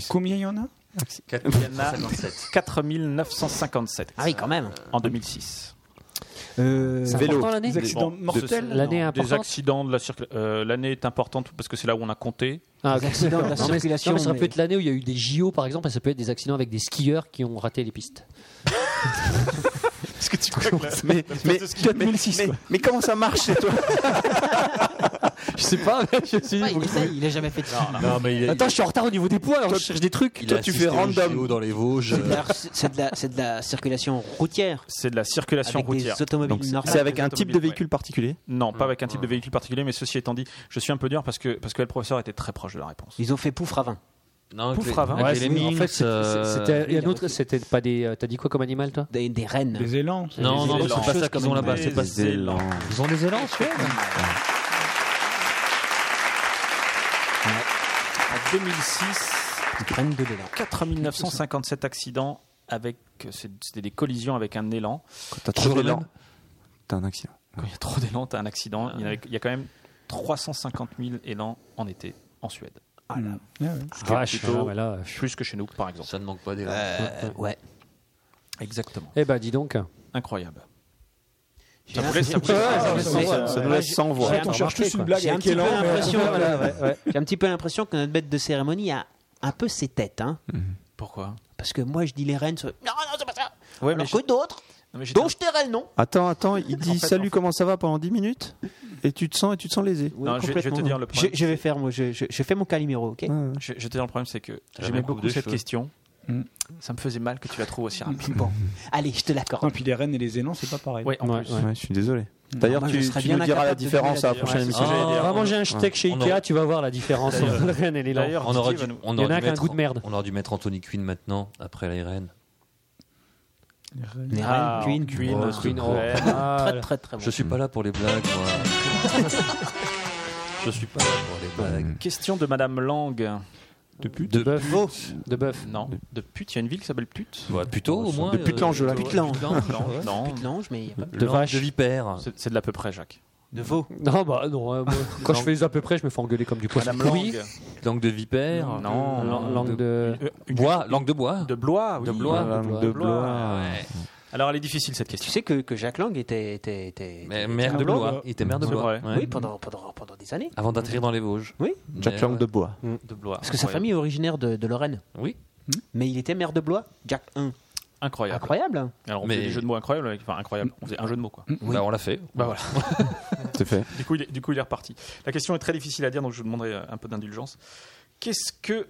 S8: Combien il y en a
S3: Il y en a 4957.
S7: Ah oui, quand même.
S3: En 2006.
S7: Euh,
S5: C'est Vélo. important, l'année Des accidents
S3: Bon,
S5: mortels
S3: ce-
S5: L'année est importante
S3: Des accidents de la circula- euh, L'année est importante parce que c'est là où on a compté.
S5: Ah,
S7: Des accidents de la
S5: non, mais-
S7: circulation,
S5: non, mais ça
S7: mais-
S5: peut être l'année où il y a eu des JO par exemple, et ça peut être des accidents avec des skieurs qui ont raté les pistes.
S3: Est-ce que tu crois que la-
S6: Mais,
S3: la
S6: mais,
S3: espèce de ski-
S6: mais- mais- mais comment ça marche chez toi
S5: Je sais pas, mais je suis.
S7: Ah, il, essaye, il a jamais fait de ski.
S4: Non, mais il a-
S5: Attends, je suis en retard au niveau des points, alors je cherche des trucs.
S4: il a
S5: Toi, tu fais
S4: assisté aux
S5: random.
S4: JO dans les Vosges.
S7: C'est de la- C'est de, la- c'est de la circulation routière.
S3: C'est de la circulation
S7: Avec des
S3: routière.
S7: automobiles
S3: Donc, c'est-
S7: normales.
S6: C'est avec
S3: des
S6: un type de
S3: automobiles,
S6: véhicule particulier
S3: Non, pas avec un type de véhicule particulier, mais ceci étant dit, je suis un peu dur parce que, parce que le professeur était très proche de la réponse.
S7: Ils ont fait pouf ravin.
S4: Non, avec
S3: Pouf,
S4: les-
S3: Ravin.
S4: avec
S5: Ouais,
S4: les
S5: c'est- en
S4: Lemmings,
S5: fait, c'est-
S4: euh,
S5: c'était il y a un autre, c'était pas des. euh, T'as dit quoi comme animal, toi
S7: Des, des rennes.
S8: Des élans.
S4: Non,
S3: Des
S4: non,
S3: élans.
S4: c'est pas ça qu'ils ont là-bas.
S3: Des
S4: C'est pas
S3: élans.
S4: Ils ont des élans en Suède
S3: En 2006,
S7: Ils prennent de l'élan.
S3: 4957 accidents avec. c'est- C'était des collisions avec un élan.
S6: Quand t'as trop d'élan, t'as un accident.
S3: Quand il y a trop d'élans, t'as un accident.
S4: Ah
S3: Il y, en avait- il y a quand même 350 000 élans en été en Suède.
S7: Ah,
S3: Ce qui est
S5: Vache,
S3: plutôt
S5: Hmm. ah ouais, là, je-
S3: plus que chez nous, par exemple.
S4: Ça ne manque pas d'élans.
S7: Euh, ouais.
S3: Exactement.
S5: Eh ben, dis donc.
S3: Incroyable.
S7: J'ai
S3: vous laisse- ça vous laisse-
S5: Ah,
S7: l'impression-
S6: ça nous laisse-
S7: Ouais,
S6: ça nous laisse
S7: j'ai-
S6: sans voix.
S7: j'ai
S6: Attends,
S7: un-
S6: on
S8: cherche
S7: remarqué,
S8: tous une
S7: quoi.
S8: blague
S7: J'ai un
S8: avec
S7: petit peu
S8: élan, mais-
S7: l'impression-
S5: Voilà, ouais, ouais.
S7: J'ai un petit peu l'impression que notre bête de cérémonie a un peu ses têtes. hein.
S3: Mhm. Pourquoi
S7: Parce que moi, je dis les rennes. sur- Non, non, c'est pas ça.
S3: Ouais, mais
S7: Alors
S3: je-
S7: que d'autres,
S3: Non, mais j'étais-
S7: dont je t'ai rennes, non
S6: Attends, attends, il dit
S3: En fait,
S6: salut,
S3: en fait-
S6: comment ça va pendant 10 minutes Et tu te sens et tu te sens lésé.
S3: Non, je vais- je vais te dire le
S7: je,
S3: problème.
S7: je vais faire, moi, je, je- je fais mon Calimero, ok
S6: Ouais.
S3: Je, je te dis, le problème, c'est que
S4: la
S3: j'aimais
S4: même coupe
S3: beaucoup
S4: de
S3: cette
S4: cheveux.
S3: question.
S8: Mm.
S3: Ça me faisait mal que tu la trouves aussi rapide.
S7: Ah, Bon, allez, je te l'accorde.
S8: Non, puis les rennes et les élans, c'est pas pareil.
S3: Ouais, en
S5: Ouais,
S3: plus.
S5: ouais.
S6: Ouais, je suis désolé. D'ailleurs,
S7: moi,
S6: tu,
S7: je serais
S6: tu
S7: bien
S6: nous diras
S7: incapable
S6: la
S7: de
S6: différence
S7: donner
S6: à
S7: la
S6: la prochaine
S3: différence.
S6: émission.
S3: que j'allais dire.
S5: va manger un steak chez
S4: On
S5: Ikea,
S4: aurait-
S5: tu vas voir la différence entre le renne et l'élan.
S3: D'ailleurs,
S4: On aurait
S3: Didier
S4: dû,
S3: va nous-
S4: on
S5: Il y en a
S4: aurait
S5: qui
S4: dû
S5: a un
S4: mettre-
S5: goût de merde.
S4: On aurait dû mettre Anthony Quinn maintenant, après la Irène.
S7: Les
S3: Ah,
S7: rennes, Queen,
S3: Queen,
S4: Oh,
S3: Queen,
S4: c'est
S3: ouais.
S7: Très, très, très bon.
S4: Je suis pas là pour les blagues, moi. Je suis pas là pour les blagues.
S3: Question de Madame Lang. De pute
S5: De bœuf. De bœuf.
S3: Non, de pute, il y a une ville qui s'appelle Pute.
S4: Ouais, Puteaux, au moins,
S6: De Putelange,
S4: euh,
S6: là.
S4: Puteaux,
S6: Putelange.
S4: Putelange, ouais.
S3: Non. Mhm.
S7: Putelange, mais il y a pas
S3: de
S4: Lange
S3: vache.
S4: de vipère.
S3: C'est c'est de l'à peu près, Jacques.
S7: De veau.
S5: Non, bah non. euh, moi, quand je fais les à peu près, je me fais engueuler comme du poisson.
S3: Madame
S5: pourri.
S3: Langue.
S4: Langue de vipère.
S3: Non,
S5: Lan- langue de.
S4: Bois, langue de bois.
S3: De Blois, oui.
S4: De Blois.
S3: Madame de
S4: De Blois. De
S3: Blois.
S4: Blois, ouais.
S3: Alors, elle est difficile cette question.
S7: Tu sais que, que Jacques Lang était, était, était-
S4: Mais
S7: était
S4: maire de
S7: Blois,
S4: Blois.
S7: quoi.
S4: Il était maire de
S3: C'est
S4: Blois.
S3: vrai.
S4: ouais.
S7: Oui, pendant, pendant, pendant des années.
S4: Avant d'atterrir dans les Vosges.
S7: Oui.
S6: Jack
S4: Mais,
S6: Lang
S4: ouais.
S6: de Bois.
S3: De Blois.
S7: Parce que sa famille est originaire de, de Lorraine.
S4: Oui.
S7: Mais il était maire de Blois, Jacques 1.
S3: Incroyable.
S7: Incroyable.
S3: Alors, on
S4: Mais-
S3: faisait des jeux de mots incroyables. avec- Enfin, incroyable. On faisait un jeu de mots, quoi.
S4: Bah, on l'a fait.
S3: Bah voilà.
S6: C'est fait.
S3: Du coup, il est, du coup, il est reparti. La question est très difficile à dire, donc je vous demanderai euh, un peu d'indulgence. Qu'est-ce que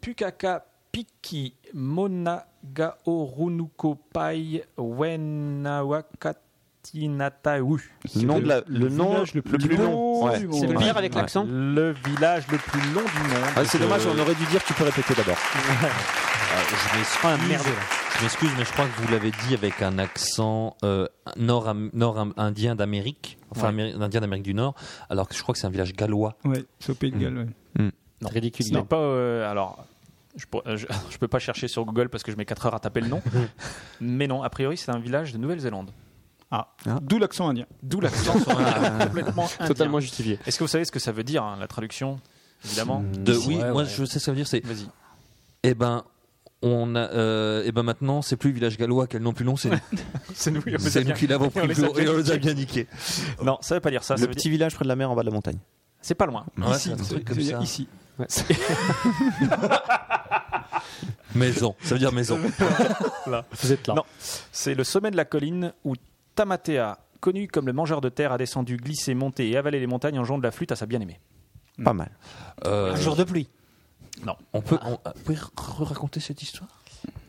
S3: Pukaka Piki Monagaorunuko Pai Wenawakatinatau
S6: Le nom de la- le nom
S8: village le plus long
S6: ouais.
S8: du monde.
S7: C'est le
S6: Ouais.
S7: maire avec
S6: Ouais.
S7: l'accent.
S3: Le village le plus long du monde.
S6: Ah, c'est
S5: euh,
S6: dommage, on aurait dû dire tu peux répéter d'abord.
S4: Ah, je m'excuse. Je m'excuse, mais je crois que vous l'avez dit avec un accent euh, nord-am- nord-indien d'Amérique, enfin Améri- indien d'Amérique du Nord, alors que je crois que c'est un village gallois.
S8: Ouais, c'est au Pays
S4: Mm.
S8: de Galles. ouais.
S3: Non.
S5: Ridicule.
S3: Ce n'est pas. euh, alors, je ne peux pas chercher sur Google parce que je mets 4 heures à taper le nom. Mais non, a priori, c'est un village de Nouvelle-Zélande.
S8: Ah, d'où l'accent indien.
S3: D'où l'accent sur un- complètement indien.
S5: Totalement justifié.
S3: Est-ce que vous savez ce que ça veut dire, hein, la traduction Évidemment.
S4: De, oui,
S5: Ouais,
S4: moi
S5: ouais.
S4: je sais ce que ça veut dire, c'est
S3: Vas-y.
S4: eh ben on a, euh, eh ben maintenant c'est plus le village gallois quel nom plus long, c'est nous.
S3: C'est nous,
S4: c'est nous qui l'avons pris le plus haut et on les a bien niqués.
S3: Non, ça veut pas dire ça. ça
S6: Le
S3: veut
S6: petit
S3: dire-
S6: village près de la mer en bas de la montagne.
S3: C'est pas loin.
S4: Ouais,
S8: Ici,
S4: c'est un truc comme
S8: c'est-à-dire
S4: ça.
S8: ici.
S5: Ouais.
S4: Maison, ça veut dire maison.
S3: Hmm.
S5: Vous êtes là.
S3: Non, c'est le sommet de la colline où Tamatea, connu comme le mangeur de terre, a descendu, glissé, monté et avalé les montagnes en jouant de la flûte à sa bien-aimée.
S6: Pas mal.
S4: Euh,
S7: Un jour de pluie.
S4: on peut on, euh, vous pouvez re- raconter cette histoire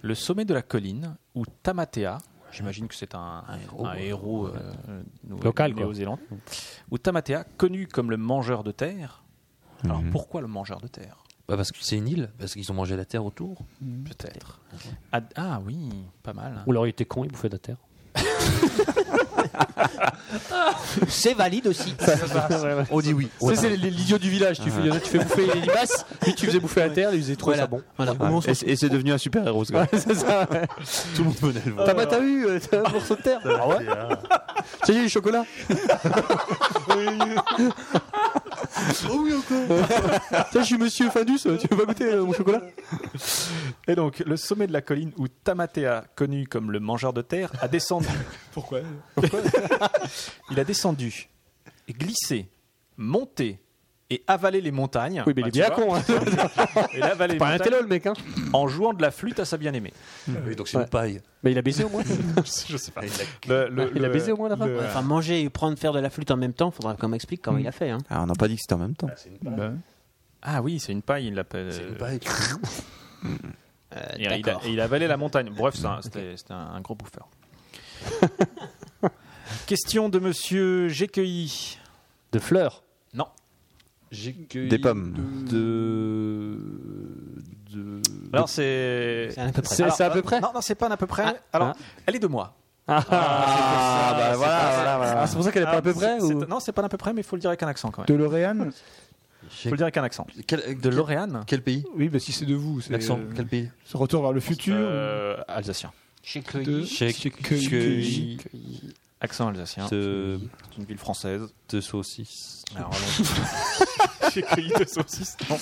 S3: Le sommet de la colline où Tamatea, j'imagine que c'est un, un héros,
S4: héros.
S3: euh, euh, nou-
S5: Local, quoi.
S3: néo-zélandais, où Tamatea, connu comme le mangeur de terre.
S4: Mhm.
S3: Alors pourquoi le mangeur de terre
S4: Euh, Bah, parce que c'est une île, parce qu'ils ont mangé la terre autour.
S7: Mhm.
S3: Peut-être. Ah, ah oui, pas mal.
S5: Ou alors il était con, il bouffait de la terre.
S7: C'est valide aussi.
S4: On dit oui.
S5: Tu sais, c'est les- l'idiot du village. Tu fais, il y en a, tu fais bouffer les limaces, lui tu faisais bouffer la terre, lui il faisait trouver ça bon.
S7: Voilà.
S6: Ouais. Et c'est- Et c'est devenu un super héros ce gars.
S5: c'est ça.
S6: Tout le monde venait le voir.
S5: T'as pas t'as eu euh, t'as un morceau de terre Ah ouais T'as eu du chocolat
S2: Oh
S5: Tiens, je suis monsieur Fadus, tu veux pas goûter euh, mon chocolat
S3: Et donc, le sommet de la colline où Tamatea, connu comme le mangeur de terre, a descendu.
S8: Pourquoi
S3: Il a descendu, glissé, monté et avalé les montagnes.
S5: Oui, mais il
S3: Bah,
S5: est
S3: tu
S5: bien
S3: vois,
S5: con, hein.
S3: Il a avalé les
S5: Pas un
S3: montagnes
S5: télo le mec, hein
S3: en jouant de la flûte à sa bien-aimée.
S4: Ah Oui, donc c'est
S5: Ouais.
S4: une paille.
S5: Mais il a baisé au moins.
S3: Je sais pas. Le- le-
S5: Il a
S3: le-
S5: baisé au moins la femme
S3: le-
S7: Enfin, manger et prendre faire de la flûte en même temps, faudra qu'on m'explique comment il a fait. hein.
S6: Ah, on n'a pas dit que c'était en même temps.
S3: Ah oui, c'est une paille, il l'appelle.
S4: C'est une paille.
S7: Euh,
S3: Et il, a,
S7: D'accord.
S3: et il a avalé la montagne. Bref, c'est un- c'était c'était un, un gros bouffeur. Question de monsieur Gécueilli.
S5: de fleurs.
S3: Non,
S6: Des pommes.
S3: alors c'est.
S7: C'est à peu près.
S5: C'est
S3: Alors,
S5: c'est à peu près
S3: Non, non, c'est pas un à peu Ah. près. Alors, elle est de moi.
S5: Ah,
S6: Ah, bah voilà, voilà,
S5: ah,
S6: voilà.
S5: C'est pour ça qu'elle est pas à peu près
S3: C'est-
S5: ou...
S3: c'est- Non, c'est pas un à peu près, mais il faut le dire avec un accent quand
S8: De
S3: même.
S8: Lorraine
S3: faut le dire avec un accent.
S4: Quel,
S3: De Lorraine
S4: quel pays
S8: Oui, bah si c'est de vous. c'est-
S4: L'accent, quel pays
S8: Ce retour vers le futur.
S3: Euh, Alsacien.
S7: Chez
S8: de-
S7: Cueilly.
S4: Chez-
S8: chez Cueilly.
S4: Cueilly.
S3: Accent alsacien.
S4: De,
S3: C'est une ville française. Ah,
S4: de saucisses.
S3: Alors, allons-y. J'ai cueilli deux saucisses. Non,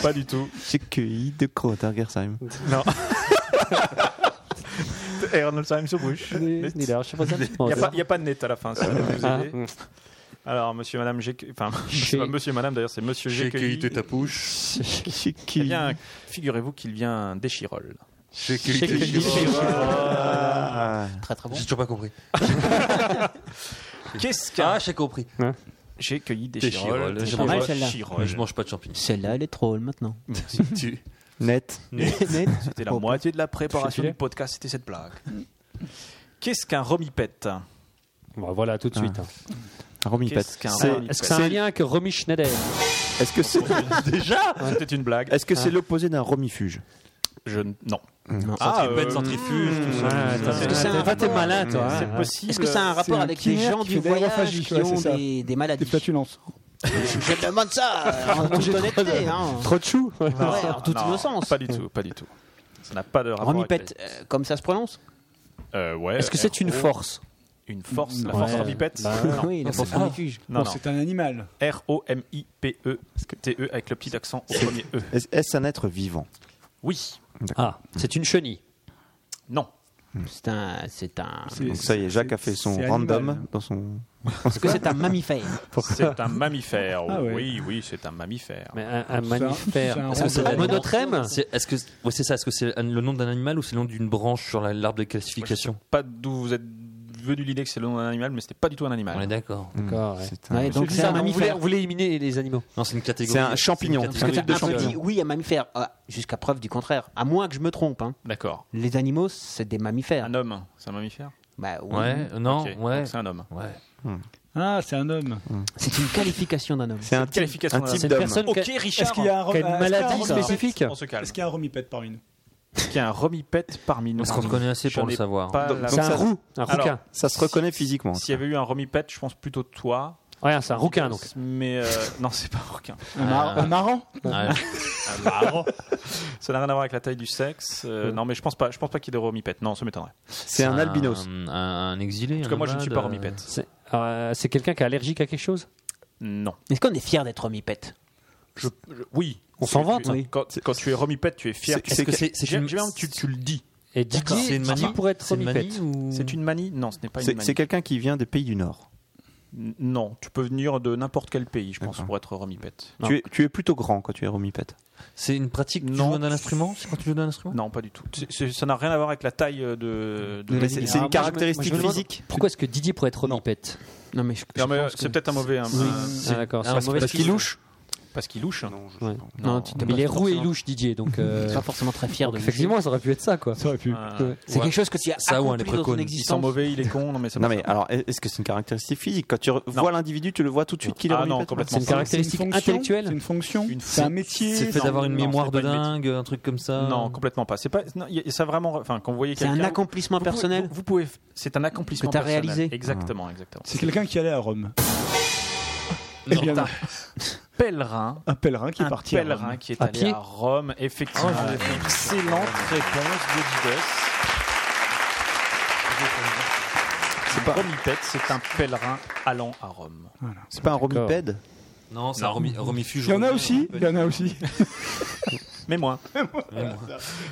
S3: pas du tout.
S6: J'ai cueilli de crottes à Gersheim.
S3: Non. Et Arnold Sarheim-sur-Bruche.
S5: Ni- ni là, je sais pas ça.
S3: Il n'y a, pas- il y a pas de net à la fin. Ça va vous aider. Alors, monsieur, madame, j'ai. que- Enfin, c'est
S5: Chez-
S3: pas monsieur, madame, d'ailleurs, c'est monsieur j'ai cueilli.
S4: ta pouche.
S6: J'ai
S3: Eh
S6: cueilli.
S3: bien, figurez-vous qu'il vient d'Échirol.
S4: J'ai
S5: Chez Cueilly.
S6: Ah.
S7: Très très bon.
S4: J'ai toujours pas compris.
S3: Qu'est-ce
S4: Ah,
S3: qu'un.
S4: j'ai compris.
S3: J'ai cueilli
S4: D'Échirol.
S3: d'Échirol.
S4: J'ai
S7: pas mal,
S3: D'Échirol.
S7: celle-là.
S3: Oh, Chirol.
S4: Mais je mange pas de champignons.
S7: Celle-là, elle est troll maintenant.
S6: Net.
S7: Net.
S3: C'était la moitié de la préparation
S5: Filet.
S3: du podcast, c'était cette blague.
S7: Mm.
S3: Qu'est-ce qu'un Ah. romipette
S7: Bah,
S5: Bon, voilà, tout de suite. hein.
S6: Romy
S3: Qu'est-ce qu'un
S6: C'est-
S3: Romy
S5: Est-ce que c'est un lien avec Romy Schneider
S6: Est-ce que c'est
S3: Déjà C'était une blague. Ah.
S6: est-ce que c'est l'opposé d'un Hmm. romifuge
S3: Je ne- non.
S6: Non.
S3: Ah,
S4: Centripète,
S3: euh,
S4: centrifuge, tout ça.
S7: Est-ce que c'est un
S5: Toi, t'es
S7: rapport-
S5: malin, toi. hein.
S3: C'est possible.
S7: Est-ce que ça a un rapport
S8: un
S7: avec les
S8: killer
S7: gens
S8: qui
S7: du
S8: fait de l'aérophagie,
S7: voyage qui
S8: ouais, c'est ça.
S7: ont des, des
S8: Des
S7: maladies
S8: flatulences.
S7: Je te demande ça euh, en toute honnêteté. hein.
S5: chou
S7: Ouais, en toute
S3: Ah, Non,
S7: innocence.
S3: Pas du tout, pas du tout. Ça n'a pas de rapport.
S7: Remipette, euh, comme ça se prononce
S3: Est-ce
S7: que c'est une force
S3: Une force La
S7: Non.
S3: force
S7: Ouais.
S3: remipette
S7: Bah,
S3: Non.
S7: oui, la
S3: Non,
S7: force
S3: c'est pas-
S7: refuge.
S3: Non,
S8: Bon,
S3: non.
S8: c'est un animal.
S3: R-O-M-I-P-E. T-E E avec le petit accent au premier E.
S6: Est-ce est-ce un être vivant
S3: Oui.
S5: Ah, c'est une chenille.
S3: Non.
S7: C'est un. C'est un.
S6: Donc ça y est, Jacques a fait son
S7: c'est
S6: random
S7: animal.
S6: dans son.
S7: Est-ce que c'est un mammifère
S3: C'est un mammifère.
S7: Ah ouais.
S3: Oui, oui, c'est un mammifère.
S5: Mais un, un
S3: C'est un-
S5: mammifère.
S3: c'est un
S5: Est-ce que c'est
S3: rondeur.
S5: un monotrème
S4: C'est est-ce que ouais, c'est ça Est-ce que c'est un- le nom d'un animal ou c'est le nom d'une branche sur la- l'arbre de classification
S3: Pas d'où vous êtes venu l'idée que c'est le nom d'un animal, mais c'était pas du tout un animal.
S4: On est d'accord.
S5: D'accord, ouais.
S4: Hmm. C'est
S5: un- Ouais, donc c'est un
S4: on
S5: mammifère.
S4: voulait-
S5: On voulait éliminer les animaux.
S4: Non, c'est une catégorie.
S7: Parce que t'as un petit oui, un mammifère. Ah, Jusqu'à preuve du contraire. À moins que je me trompe. hein.
S3: D'accord.
S7: Les animaux, c'est des mammifères.
S3: Un homme, c'est un mammifère
S7: Bah, oui.
S3: Ok, donc C'est un homme. Hmm.
S8: Ah, c'est un homme.
S7: Hmm. C'est une qualification d'un homme.
S6: C'est un
S3: qualification d'un homme. Ok, Richard.
S8: Est-ce qu'il y a un est-ce qu'il y
S3: Quelle
S8: a un
S3: maladie
S8: remipète
S3: spécifique
S8: On se calme. Est-ce qu'il y a un Ah, remipète parmi nous
S3: Est-ce qu'il y a un remipète parmi nous
S4: Parce qu'on se connaît assez
S3: Je
S4: pour le
S3: n'ai
S4: savoir.
S3: pas
S6: Donc-
S3: la-
S6: donc ça-
S3: Alors,
S6: Ça se reconnaît physiquement.
S3: S'il y avait eu un remipète, je pense plutôt toi.
S5: Ouais, c'est un rouquin donc.
S3: Mais euh, non, c'est pas un rouquin.
S8: Un mar- un marrant
S3: Un marrant. Ça n'a rien à voir avec la taille du sexe. Euh, Non, mais je pense pas. Je pense pas qu'il y ait des remipètes. Non, ça m'étonnerait.
S6: C'est un albinos.
S4: Un, un exilé.
S3: En tout cas, moi, je ne suis pas remipète.
S5: C'est euh, c'est quelqu'un qui est allergique à quelque chose
S3: Non.
S7: Est-ce qu'on est fier d'être homipète
S3: Je- je- oui.
S5: On s'en vante,
S3: Tu-
S5: hein.
S3: Quand, quand tu es remipète, tu es fier.
S5: C'est- c'est que c'est- c'est une-
S3: J'ai- j'ai même- tu, tu le dis.
S5: Et dit
S3: D'accord. Ah,
S5: qui, qui pourrait être
S3: C'est une manie
S5: homipète
S3: ou- C'est une manie Non, ce n'est pas une
S6: C'est
S3: manie.
S6: c'est quelqu'un qui vient des pays du Nord.
S3: N- Non, tu peux venir de n'importe quel pays, je pense, pour être remipète.
S6: Tu es, tu es plutôt grand quand tu es romipète.
S4: C'est une pratique. Tu joues d'un instrument C'est quand tu joues d'un instrument
S3: Non, pas du tout. C'est- c'est- ça n'a rien à voir avec la taille de. de
S6: Mais c'est- c'est une
S5: Ah,
S3: Alors, moi, je me-
S6: caractéristique
S3: moi, je me demande-
S6: physique.
S5: Pourquoi est-ce que Didier pourrait être homipète
S7: Non, mais je,
S3: Non, mais c'est peut-être un mauvais. hein,
S5: Oui.
S3: euh,
S5: Ah, d'accord, c'est
S3: parce-
S5: un mauvais
S3: parce
S5: style.
S3: qu'il louche. Parce qu'il louche. hein. Non,
S5: Ouais. Non,
S3: tu
S5: mais
S3: t'es
S5: il est
S3: pas
S5: roux et
S3: forcément-
S5: louche, Didier. Donc, euh,
S7: Pas forcément très fier de lui.
S5: effectivement, ça aurait pu être ça, quoi.
S8: Ça aurait pu.
S6: Ah,
S5: Ouais.
S7: C'est quelque chose que tu as
S4: Ça, ou un
S7: accompli dans ton
S4: leprechaun.
S3: Il
S7: existence.
S3: sent mauvais, il est con. Non, mais ça
S6: Non
S3: me-
S6: mais alors est- est-ce que c'est une caractéristique physique Quand tu re- vois l'individu, tu le vois tout de suite qu'il est
S3: Ah non,
S6: romipète
S3: complètement.
S5: C'est une
S3: pas.
S5: caractéristique
S8: C'est une fonction
S5: intellectuelle.
S8: C'est une fonction
S3: Une-
S8: C'est un métier
S4: C'est fait
S3: Non,
S4: d'avoir une
S3: non,
S4: mémoire
S3: c'est
S4: de
S3: pas une métier.
S4: dingue, un truc comme ça.
S3: Non, complètement pas. C'est pas. non, y a- ça vraiment. Enfin, quand vous voyez
S7: C'est un
S3: quelqu'un-
S7: accomplissement
S3: vous pouvez-
S7: personnel
S3: Vous, vous pouvez. C'est un accomplissement
S7: Que t'as
S3: personnel.
S7: réalisé
S3: Exactement, exactement.
S8: C'est quelqu'un qui allait à Rome.
S4: Non,
S8: Eh bien,
S4: t'as-
S8: non.
S3: Pèlerin.
S8: un pèlerin qui est
S3: un
S8: parti à Rome.
S3: pèlerin qui est allé
S5: pied
S3: à Rome. Effectivement.
S4: Ah, je l'ai fait.
S3: Excellente réponse de Didos. C'est pas romipède, c'est un pèlerin allant à Rome.
S6: C'est pas un romipède
S4: Non, c'est un romi- romifuge.
S8: Il y en a
S4: romi-
S8: aussi, il y en a aussi.
S3: Mais moins.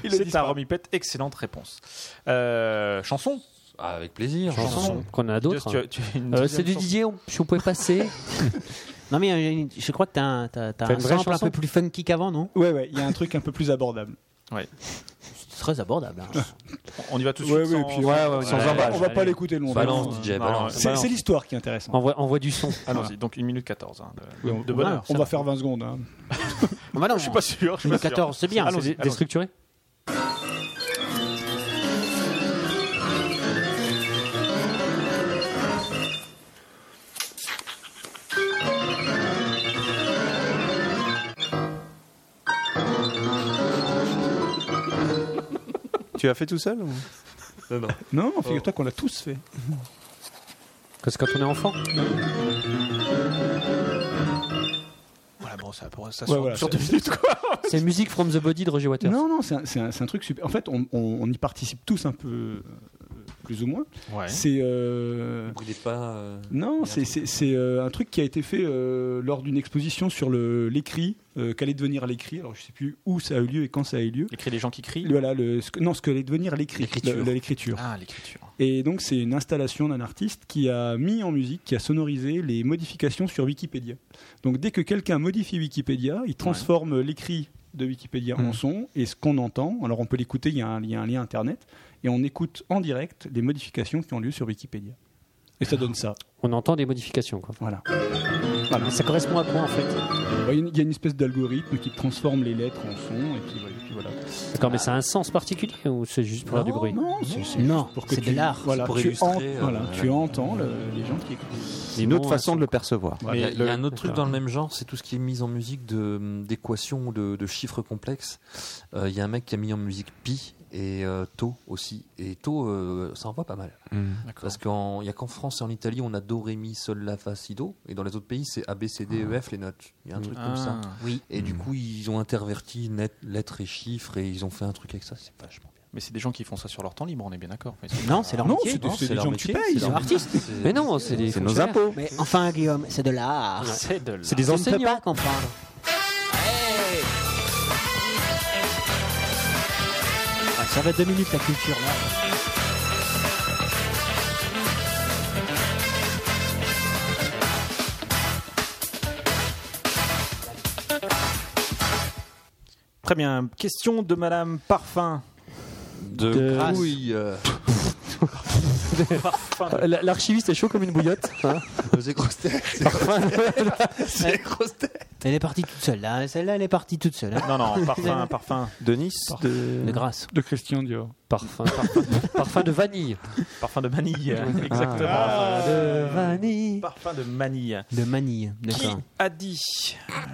S8: Il le dit
S3: C'est un
S8: pas.
S3: romipède. Excellente réponse. Euh, chanson.
S4: Ah, Avec plaisir.
S3: Chanson.
S5: Qu'on a d'autres.
S3: Didos, tu as- tu as une
S5: Euh,
S3: deuxième
S5: c'est du
S3: chanson.
S5: Didier, on- si on pouvait passer.
S7: Non, mais euh, je crois que t'as un, t'as, t'as
S5: T'as
S7: un
S5: une vraie hein.
S7: sample un
S5: chanson
S7: peu plus funky qu'avant, non
S8: Ouais, ouais, il y a un truc un peu plus abordable.
S7: C'est très abordable. hein.
S3: On y va tout de
S8: Ouais,
S3: suite.
S8: ouais,
S3: sans-
S8: et puis-
S3: sans-
S8: On va-
S5: embâche.
S8: on va pas
S5: Allez.
S8: l'écouter longtemps.
S4: Balance,
S8: Non.
S4: DJ,
S3: Non,
S4: balance.
S8: C'est c'est l'histoire qui est intéressante.
S5: Envoie, envoie du son.
S3: Allons-y, donc 1 minute 14 hein, de,
S8: On-
S3: de
S8: on-
S3: bonheur.
S8: On va faire 20 secondes. hein.
S7: Ah, bah non,
S3: Je suis pas sûr. Je suis
S7: le
S3: pas sûr.
S7: 14, c'est bien.
S3: Allons-y.
S5: C'est dé- déstructuré
S6: Tu l'as fait tout seul ou-
S8: Non, non, figure-toi qu'on l'a tous fait.
S5: Parce que quand on est enfant.
S3: Voilà, bon, ça, pour- ça
S8: Ouais,
S3: sort-
S8: voilà,
S3: sort
S8: c'est-
S3: deux minutes, quoi.
S5: C'est musique from the body de Roger Waters.
S8: Non, non, c'est un- c'est un, c'est un truc super. En fait, on, on- on y participe tous un peu, euh, plus ou moins. C'est. euh,
S4: Il est pas. euh,
S8: Non, c'est- c'est c'est, euh, un truc qui a été fait euh, lors d'une exposition sur le- l'écrit, euh, qu'allait devenir l'écrit. Alors je sais plus où ça a eu lieu et quand ça a eu lieu.
S3: Écrit les gens qui crient.
S8: Voilà, le, ce que- non, ce qu'allait devenir l'écrit,
S4: L'écriture.
S8: le- le- l'écriture.
S3: Ah, l'écriture.
S8: Et donc c'est une installation d'un artiste qui a mis en musique, qui a sonorisé les modifications sur Wikipédia. Donc dès que quelqu'un modifie Wikipédia, il transforme l'écrit de Wikipédia
S5: Hmm.
S8: en son et ce qu'on entend. Alors on peut l'écouter, il y, a un- il y a un lien internet et on écoute en direct les modifications qui ont lieu sur Wikipédia. Et ça donne ça.
S5: On entend des modifications. Quoi. Ah,
S8: Voilà.
S5: Mais ça correspond à quoi en fait
S8: Bah, Il y a une- il y a une espèce d'algorithme qui transforme les lettres en son et puis, voilà, et puis voilà.
S5: D'accord, mais ça a un sens particulier ou c'est juste pour faire du bruit
S8: Non, c'est- c'est
S7: Non,
S8: juste pour que
S7: c'est de
S8: tu-
S7: l'art.
S8: Voilà,
S4: C'est pour
S8: tu,
S4: illustrer,
S8: en-
S4: euh,
S8: voilà,
S4: euh,
S8: tu entends le- les gens qui écoutent.
S6: C'est une
S5: Dis-moi,
S6: autre façon de le percevoir.
S4: Il y a-
S3: Mais
S4: il y,
S3: le-
S4: a un autre truc dans le même genre, c'est tout ce qui est mis en musique de- d'équations ou de, de chiffres complexes. Euh, Il y a un mec qui a mis en musique pi et euh, Tau aussi. Et Tau, euh, ça envoie pas mal. Parce qu'il n'y a qu'en France et en Italie, on a Do, Ré, Mi, Sol, La, Fa, Si, Do. Et dans les autres pays, c'est A, B, C, D, E, F, les notes. Il y a un truc
S3: Ah,
S4: comme ça.
S3: oui.
S4: Et du coup, ils ont interverti net- lettres et chiffres et ils ont fait un truc avec ça. C'est vachement bien.
S3: Mais c'est des gens qui font ça sur leur temps libre, on est bien d'accord. Mais c'est-
S7: Non, c'est leur métier.
S3: leur métier, c'est
S7: Ils
S3: leur
S7: sont
S3: métier.
S7: artistes.
S3: Mais non, hein. c'est des fonctionnaires.
S7: Mais enfin, Guillaume, c'est de l'art.
S3: Ouais. C'est de l'art.
S7: C'est des
S3: hommes
S7: enseignants
S3: prépa.
S7: qu'on parle. Ouais, Ah, ça va deux minutes la culture là.
S3: Très bien. Question de Madame Parfum.
S4: De,
S3: Grasse.
S4: couilles. euh,
S5: Euh, la- L'archiviste est chaud comme une bouillotte. hein.
S4: c'est grosse tête.
S7: C'est grosse tête. Elle est partie toute seule là. Celle-là, elle est partie toute seule. hein.
S3: Non, non, parfum, parfum.
S6: De Nice de...
S7: De grâce.
S8: De Christian Dior.
S5: Parfum, parfum, parfum de vanille.
S3: Parfum de Manille, exactement.
S5: Ah, de vanille.
S3: Parfum de Manille.
S7: De Manille.
S3: Qui
S7: D'accord.
S3: a dit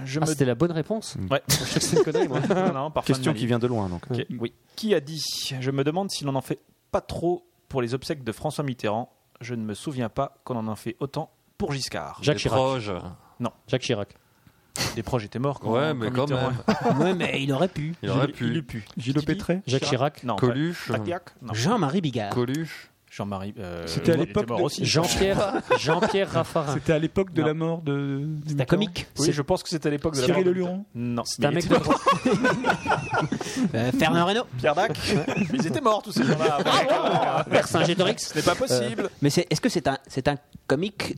S3: je
S5: Ah,
S3: me...
S5: c'était la bonne réponse.
S3: Ouais. Je sais que c'est une connerie, moi. Non, non, parfum
S6: Question
S3: de Manille.
S6: qui vient de loin, donc.
S3: Ok, Oui. Qui a dit Je me demande si l'on en fait pas trop pour les obsèques de François Mitterrand. Je ne me souviens pas qu'on en a fait autant pour Giscard.
S5: Jacques Chirac.
S4: proches.
S3: Non.
S5: Jacques Chirac.
S3: Les proches étaient morts quand
S4: Ouais, mais quand
S3: Mitterrand-
S4: même.
S7: Ouais, mais il aurait pu.
S4: Il aurait
S3: Il eut
S4: pu.
S3: pu.
S8: Gilles Pétré
S5: Jacques Chirac.
S3: Non. pas-
S4: Coluche.
S3: Tagliac Non.
S7: Jean-Marie Bigard.
S4: Coluche.
S3: Jean-Marie. euh,
S8: C'était à
S3: il était
S8: l'époque
S3: mort
S8: de-
S3: aussi.
S5: Jean-Pierre Jean-Pierre Raffarin.
S8: C'était à l'époque de
S3: Non.
S8: la mort de. de
S7: C'est un
S8: Mitterrand.
S7: comique.
S3: Oui, je pense que c'était à l'époque de la
S8: Cyril
S3: mort de
S8: Leluron.
S3: Mitterrand. Non.
S5: C'est un
S3: mais
S5: mec
S3: il
S5: de
S3: était mort.
S7: Euh, Fernand Reynaud.
S3: Pierre Dac. Mais ils étaient morts tous ces gens-là. avant.
S5: Vercingétorix.
S3: Ce n'est pas possible.
S7: Euh, Mais c'est- est-ce que c'est un, c'est un comique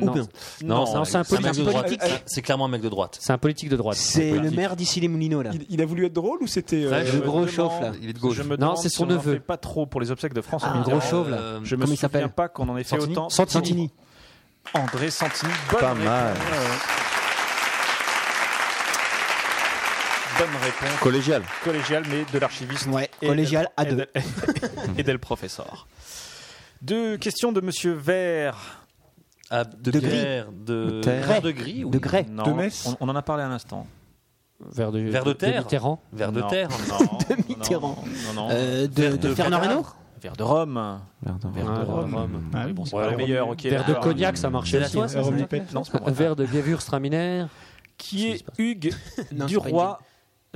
S7: ou
S5: Non,
S7: bien
S5: Non, c'est un- c'est un
S4: mec de
S5: politique. Euh,
S4: droite.
S7: politique.
S4: C'est- C'est clairement un mec de droite.
S5: C'est un politique de droite.
S7: C'est le
S4: politique.
S7: maire d'Issy les Moulineaux là.
S8: Il, il a voulu être drôle ou c'était. euh,
S4: Ouais,
S3: Je
S7: Le
S3: me
S7: gros
S3: demande-
S7: chauffe, là.
S4: Il est de gauche.
S3: Je me
S5: Non,
S3: demande
S5: c'est son
S3: si on en
S5: neveu.
S3: fait pas trop pour les obsèques de François
S5: Ah, le
S3: Mitterrand.
S5: gros chauve, là.
S4: Euh,
S3: Je me
S7: Comment il
S3: souviens
S7: s'appelle
S3: pas qu'on en ait fait
S4: Santini.
S3: autant.
S5: Santini.
S3: André Santini. Bonne
S6: Pas
S3: réponse.
S6: mal.
S3: Bonne réponse
S6: Collégial.
S3: collégiale, mais de l'archiviste.
S7: Ouais,
S3: et
S7: collégial
S3: del-
S7: à
S3: et
S7: deux.
S3: del- Et del professeur. Deux questions de Monsieur Vert.
S4: Ah, de,
S7: De
S4: Pierre, de
S6: Terre.
S4: Vert de gris, oui.
S7: De Grès.
S3: Non,
S8: De Metz.
S3: on, on en a parlé à l'instant.
S5: Vers de,
S4: Vers de terre.
S5: Mitterrand.
S4: Vert de
S3: Non,
S4: terre.
S3: Non.
S7: De Mitterrand.
S3: Non, non. non.
S7: Euh, de, de Fernand Reynaud
S3: Vert de Rome. Vert de
S5: Ouais,
S3: Rome.
S5: Rome.
S8: Ah oui,
S3: Bon, c'est
S5: Ouais,
S3: pas le
S5: Rome.
S3: meilleur. ok. Ah,
S5: Vers de
S3: Alors,
S5: cognac, ça marchait aussi.
S8: Euh, Rome Lipet.
S3: Non, c'est pas moi.
S5: Vers de Gewürztraminer.
S3: Qui
S5: Je sais
S3: est
S5: pas.
S3: Hugues
S7: Non,
S3: du
S7: c'est pas
S3: roi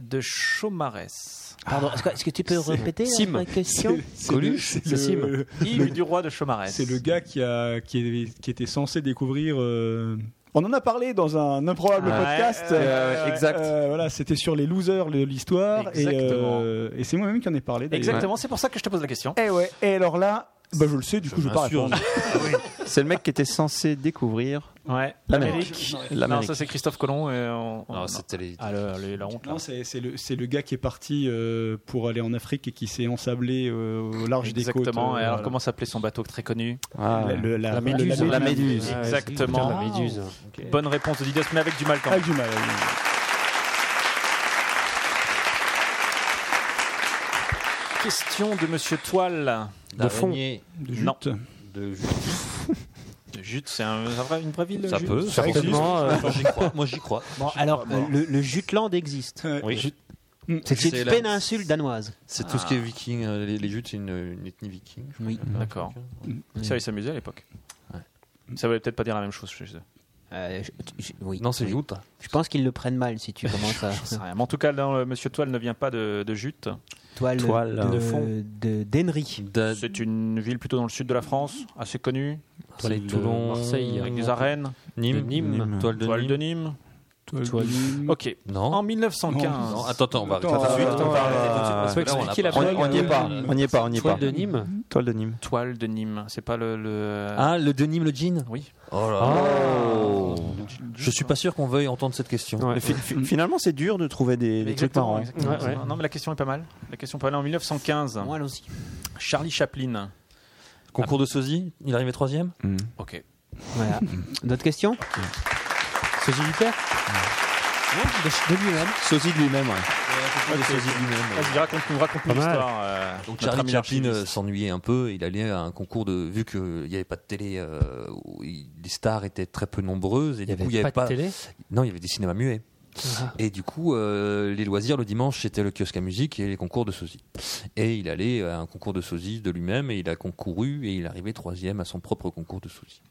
S3: de Chaumarès
S7: Pardon, est-ce que, est-ce que tu peux répéter
S5: Sim.
S7: la question
S5: Coluche,
S8: C'est
S5: c'est Sim.
S8: le,
S3: Hugues du roi de Chaumarès.
S8: c'est le gars qui, a, qui, est- qui était censé découvrir. euh, On en a parlé dans un improbable
S3: Ouais,
S8: podcast.
S3: ouais, ouais, ouais.
S6: exact.
S8: Euh, voilà, c'était sur les losers de l'histoire. Et,
S3: Exactement.
S8: euh, et c'est moi-même qui en ai parlé. d'ailleurs.
S3: Exactement, c'est pour ça que je te pose la question.
S8: Eh ouais. Et alors là, bah, je le sais, du coup, je vais pas
S4: m'insurge.
S8: répondre.
S6: C'est le mec qui était censé découvrir.
S3: Ouais. L'Amérique. Non,
S6: L'Amérique.
S3: ça c'est Christophe Colomb. Et on, on-
S4: Non, c'était les-
S3: Ah, le- le- la honte. là.
S8: Non, c'est c'est le, c'est le gars qui est parti euh, pour aller en Afrique et qui s'est ensablé euh, au large des côtes.
S3: Exactement.
S8: euh,
S3: Et alors,
S8: voilà.
S3: comment s'appelait son bateau très connu
S6: Ah.
S8: La, le- la-
S5: La méduse.
S8: la- la-
S6: méduse.
S5: Ah ouais,
S3: Exactement.
S5: c'est- putain, La méduse.
S8: Ok.
S3: Ah, Bonne réponse de Didier, mais avec du mal quand
S8: Ah,
S3: même.
S8: du mal, oui.
S3: Question de Monsieur Toile.
S4: De fond.
S8: De
S3: Non.
S8: jute.
S4: De
S3: Jute, c'est un- c'est un vrai- une vraie ville
S4: Ça
S3: Jute
S4: peut. ça peut.
S5: Vraiment, euh,
S4: Moi, j'y crois. Moi, j'y crois.
S7: Bon, alors, euh, le, le Jutland existe.
S3: Oui.
S7: C'est
S4: C'est
S7: une
S4: la-
S7: péninsule danoise. Ah.
S4: C'est tout ce qui est viking. euh, Les, les Jutes, c'est une, une ethnie viking. je crois.
S7: Oui.
S3: D'accord. Ils savaient s'amuser à l'époque.
S4: Ouais.
S3: Ça voulait peut-être pas dire la même chose chez eux.
S7: Euh, je, je- oui.
S4: Non, c'est
S7: Oui.
S4: Jute.
S7: Je pense qu'ils le prennent mal si tu commences à.
S3: J'en sais rien. Mais en tout cas, non, le Monsieur Toile ne vient pas de, de Jute.
S7: Toile,
S6: Toile,
S7: de,
S3: euh,
S6: de
S7: fond.
S6: fond.
S7: De d'Henry.
S4: Da-
S3: C'est une ville plutôt dans le sud de la France, assez connue,
S5: Toile
S4: c'est
S5: de Toulon, Marseille.
S3: avec des arènes,
S4: Nîmes.
S5: de Nîmes.
S6: Nîmes.
S4: Toile de
S3: toile de
S4: Nîmes.
S3: Nîmes.
S5: Toile-
S3: Ok. En
S4: Non.
S3: 1915.
S4: Non, Attends, attends, on va arrêter.
S8: Attends,
S4: tout de suite,
S8: attends,
S4: on va arrêter tout de suite,
S6: attends,
S4: parce que
S5: faut
S4: là, on a
S5: expliquer
S4: pas-
S5: la
S6: On on n'y est
S5: Euh,
S6: pas. On n'y est pas. On n'y est
S5: Toile
S6: pas.
S5: de Nîmes.
S6: Toile de Nîmes.
S3: Toile de Nîmes. C'est pas le. le-
S4: Ah, le de Nîmes, le jean
S3: Oui.
S4: Oh là
S5: Oh.
S4: Je suis pas sûr qu'on veuille entendre cette question.
S5: Ouais.
S6: Mais fi- fi- Finalement, c'est dur de trouver des,
S3: Mais
S6: des trucs
S3: exactement,
S4: hein.
S6: marrants.
S3: exactement.
S5: Ouais, ouais.
S3: Non, mais la question est pas mal. La question est pas mal. En 1915,
S7: Moi, elle aussi.
S3: Charlie Chaplin.
S4: Concours de sosie, il est arrivé troisième
S5: Mm.
S3: Ok.
S7: Voilà.
S3: Mm.
S7: D'autres questions
S5: Sosie du Père Mm.
S7: De, de lui-même.
S6: Sosie de lui-même. ouais.
S4: Concours de sosie lui-même.
S3: Vas-y, raconte-nous raconte
S5: Pas mal.
S3: l'histoire. euh,
S4: Donc
S3: notre
S4: Charlie
S3: ami
S4: Chaplin euh,
S3: l'archiviste.
S4: s'ennuyait un peu, il allait à un concours de vu qu'il n'y avait pas de télé, euh, où il- les stars étaient très peu nombreuses et
S5: Il n'y
S4: du coup
S5: avait pas de télé.
S4: non il y avait des cinémas muets. Et du coup, euh, les loisirs le dimanche, c'était le kiosque à musique et les concours de sosie. Et il allait à un concours de sosie de lui-même et il a concouru et il arrivait troisième à son propre concours de sosie.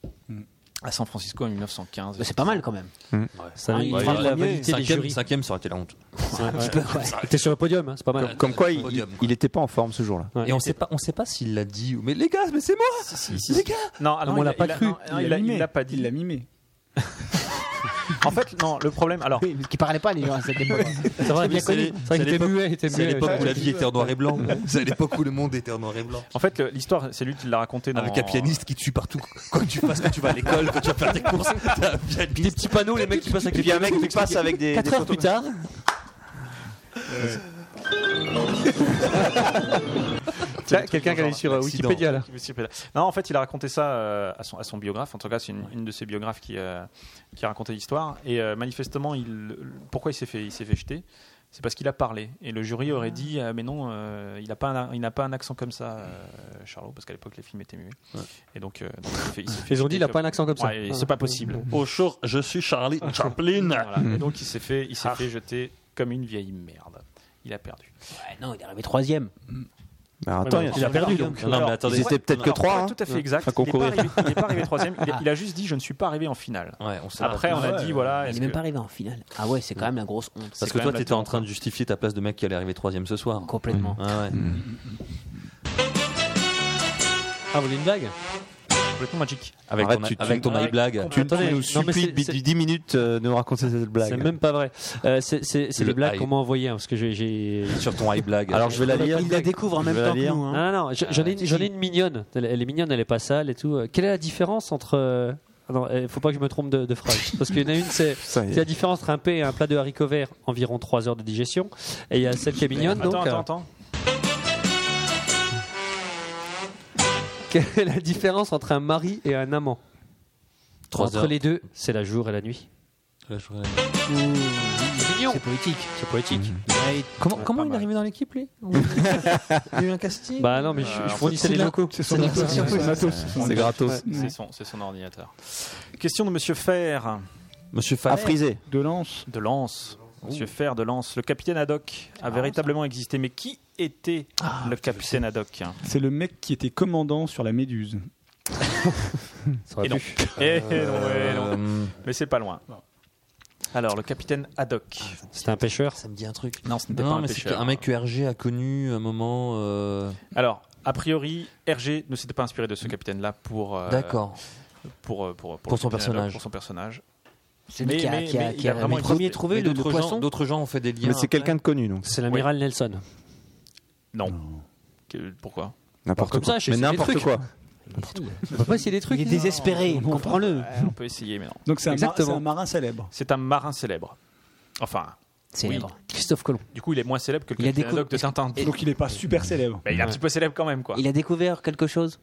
S3: À San Francisco en 1915.
S7: c'est pas mal quand même.
S4: Ouais.
S5: Ça
S4: Ouais,
S5: a eu
S4: ouais,
S5: la
S4: ouais.
S5: validité des
S4: cinquième,
S5: jurys.
S4: cinquième, ça aurait été la honte.
S5: Ouais. T'es sur le podium, hein, c'est pas mal.
S6: Comme, comme quoi, il- il il était pas en forme ce jour-là.
S4: Et on sait pas, on sait pas s'il l'a dit. ou- Mais les gars, mais c'est moi, les gars.
S3: Non, ah non, il a- il a- non, non, il a- il l'a pas dit.
S8: Il l'a mimé.
S3: En fait, non, le problème. Alors,
S7: Parce qu'il parlait pas, les gens, à cette époque.
S4: C'est vrai,
S7: bien
S4: mais c'est
S7: connu.
S4: les- c'est à l'époque- C'est à l'époque où la vie était en noir et blanc. C'est à l'époque où le monde était en noir et blanc.
S3: En fait, le- l'histoire, c'est lui qui l'a raconté dans.
S4: Avec un pianiste qui te suit partout. Quand tu passes, quand tu vas à l'école, quand tu vas faire tes courses, t'as un pianiste.
S10: Des petits panneaux, les mecs qui passent avec
S4: Et
S10: des
S4: puis un mec
S10: panneaux
S4: qui passe avec des-
S10: Quatre
S4: des
S10: heures plus
S4: photos.
S10: tard.
S3: Là, quelqu'un qui allait
S5: Genre
S3: sur euh,
S5: l'accident.
S3: Wikipédia là. Wikipédia. Non, en fait, il a raconté ça euh, à, son, à son biographe. En tout cas, c'est une, une de ses biographes qui, euh, qui a raconté l'histoire. Et euh, manifestement, il, le- pourquoi il s'est fait, il s'est fait jeter C'est parce qu'il a parlé. Et le jury aurait dit Ah, Mais non, euh, il n'a pas, un- il n'a pas un accent comme ça, euh, Charlot, parce qu'à l'époque, les films étaient muets. Et donc, euh, donc, il s'est fait- il s'est fait
S5: Ils ont dit,
S3: jeter
S5: il a pas un accent comme ça.
S3: Ouais, et C'est pas possible.
S4: Bonjour, je suis Charlie Chaplin. Ah.
S3: Voilà. Et donc, il s'est fait, il s'est fait jeter comme une vieille merde. Il a perdu.
S7: Ouais, non, il est arrivé troisième.
S6: Bah, attends,
S3: Ouais, mais
S6: il
S3: il
S6: a
S3: a
S6: perdu
S3: perdu,
S6: donc.
S3: donc. Non, mais attendez.
S6: Ils étaient peut-être
S3: Non,
S6: que
S3: non,
S6: trois.
S3: pas
S6: hein.
S3: tout à fait exact.
S6: Enfin,
S3: Il n'est pas
S6: concourir.
S3: arrivé- il n'est pas arrivé troisième.
S7: Ah.
S3: Il, a- il a juste dit je ne suis pas arrivé en finale. Après, on a dit voilà.
S7: Il
S3: est-ce
S7: n'est même
S3: que-
S7: pas arrivé en finale. Ah ouais, c'est quand même la grosse honte.
S4: Parce que toi, t'étais en train de justifier ta place de mec qui allait arriver troisième ce soir.
S7: Complètement.
S4: Ah ouais.
S5: Ah, vous voulez une blague
S3: complètement magique.
S4: Avec
S6: Arrête,
S4: ton-
S6: tu-
S4: avec
S6: tu-
S4: ton
S6: Arrête,
S4: blague.
S6: Tu, tu
S5: Attendez,
S6: nous
S5: non, mais
S6: supplies
S5: c'est-
S6: depuis
S5: c'est-
S6: 10 minutes euh, de nous raconter cette blague.
S5: C'est même pas vrai. Euh, c'est- c'est c'est
S4: Le
S5: les blagues
S4: high.
S5: qu'on m'a envoyées, hein, parce que j'ai- j'ai.
S4: Sur ton high blague.
S6: Alors, je vais la lire.
S7: Il la découvre en
S6: Je
S7: même
S6: vais la
S7: temps que
S6: lire.
S7: nous. hein.
S5: Non, non, non, je- j'en ai, une- j'en ai une mignonne. Elle, elle est mignonne, elle est pas sale et tout. Euh, Quelle est la différence entre. euh, ah Non, il faut pas que je me trompe de, de phrase. Parce qu'il y en a une, c'est
S6: Ça y est.
S5: c'est la différence entre un P et un plat de haricots verts, environ 3 heures de digestion. Et il y a celle qui est mignonne,
S3: Attends,
S5: donc.
S3: attends,
S5: euh,
S3: attends.
S5: Quelle est la différence entre un mari et un amant
S4: Trois
S5: euh, Entre
S4: heures.
S5: les deux, c'est la jour et la nuit.
S4: Là, je vois-
S7: C'est politique.
S5: C'est poétique.
S4: Mhm.
S7: Ouais,
S4: Comment, comment
S3: pas
S4: il est
S3: mal.
S4: arrivé dans l'équipe, lui Il y a eu un casting
S5: Bah non, mais je,
S3: Euh,
S5: je
S3: en
S5: fournissais les locaux.
S8: C'est son attention, c'est matos.
S6: C'est gratos.
S3: C'est son, c'est son ordinateur. Question de Monsieur Fer
S4: Monsieur
S6: À
S4: Fallère.
S6: friser.
S8: De lance.
S3: de Lens. Monsieur Fer de Lens. Le capitaine Haddock a véritablement existé, mais qui était le capitaine Haddock hein
S8: C'est le mec qui était commandant sur la Méduse.
S5: Ça aurait
S3: Et non.
S5: pu.
S3: Eh non, eh non.
S4: Euh,
S3: Mais c'est pas loin. Alors, le capitaine Haddock.
S5: C'était un pêcheur.
S4: Ça me dit un truc.
S3: Non, ce n'était pas
S4: Non,
S3: un
S4: mais c'est
S3: pêcheur.
S4: un mec que RG a connu un moment. euh,
S3: Alors, a priori, Hergé ne s'était pas inspiré de ce capitaine-là pour, euh,
S4: D'accord.
S3: pour, euh, pour, pour,
S4: Pour
S3: le capitaine
S4: son
S3: Haddock,
S4: personnage.
S3: Pour son personnage.
S7: C'est lui
S3: Mais-
S7: qui a-
S3: mais-
S7: qui a
S3: mais
S7: qui
S3: il a
S7: a
S3: vraiment
S7: le premier
S3: existé.
S7: trouvé
S4: Mais
S7: le le
S4: d'autres gens,
S7: poisson.
S4: d'autres gens ont fait des liens.
S6: Mais c'est quelqu'un de connu donc.
S5: C'est l'amiral Nelson.
S3: Non. Que- Pourquoi
S6: N'importe
S5: Comme
S6: quoi.
S5: ça, je sais
S6: Mais
S5: des
S6: n'importe
S5: trucs.
S6: quoi.
S5: On peut pas essayer des trucs. hein.
S7: Il est désespéré, comprends-le.
S3: On peut essayer, mais non.
S8: Donc c'est un, mar-
S5: Exactement.
S8: c'est un marin célèbre.
S3: C'est un marin célèbre. Enfin,
S7: Célèbre.
S5: Christophe Colomb.
S3: du coup, il est moins célèbre que le
S7: Il a
S3: capitaine
S7: décou-
S3: Haddock de Tintin.
S8: Donc il est pas super célèbre.
S3: Bah, il est un petit peu célèbre quand même, quoi.
S7: Il a découvert quelque chose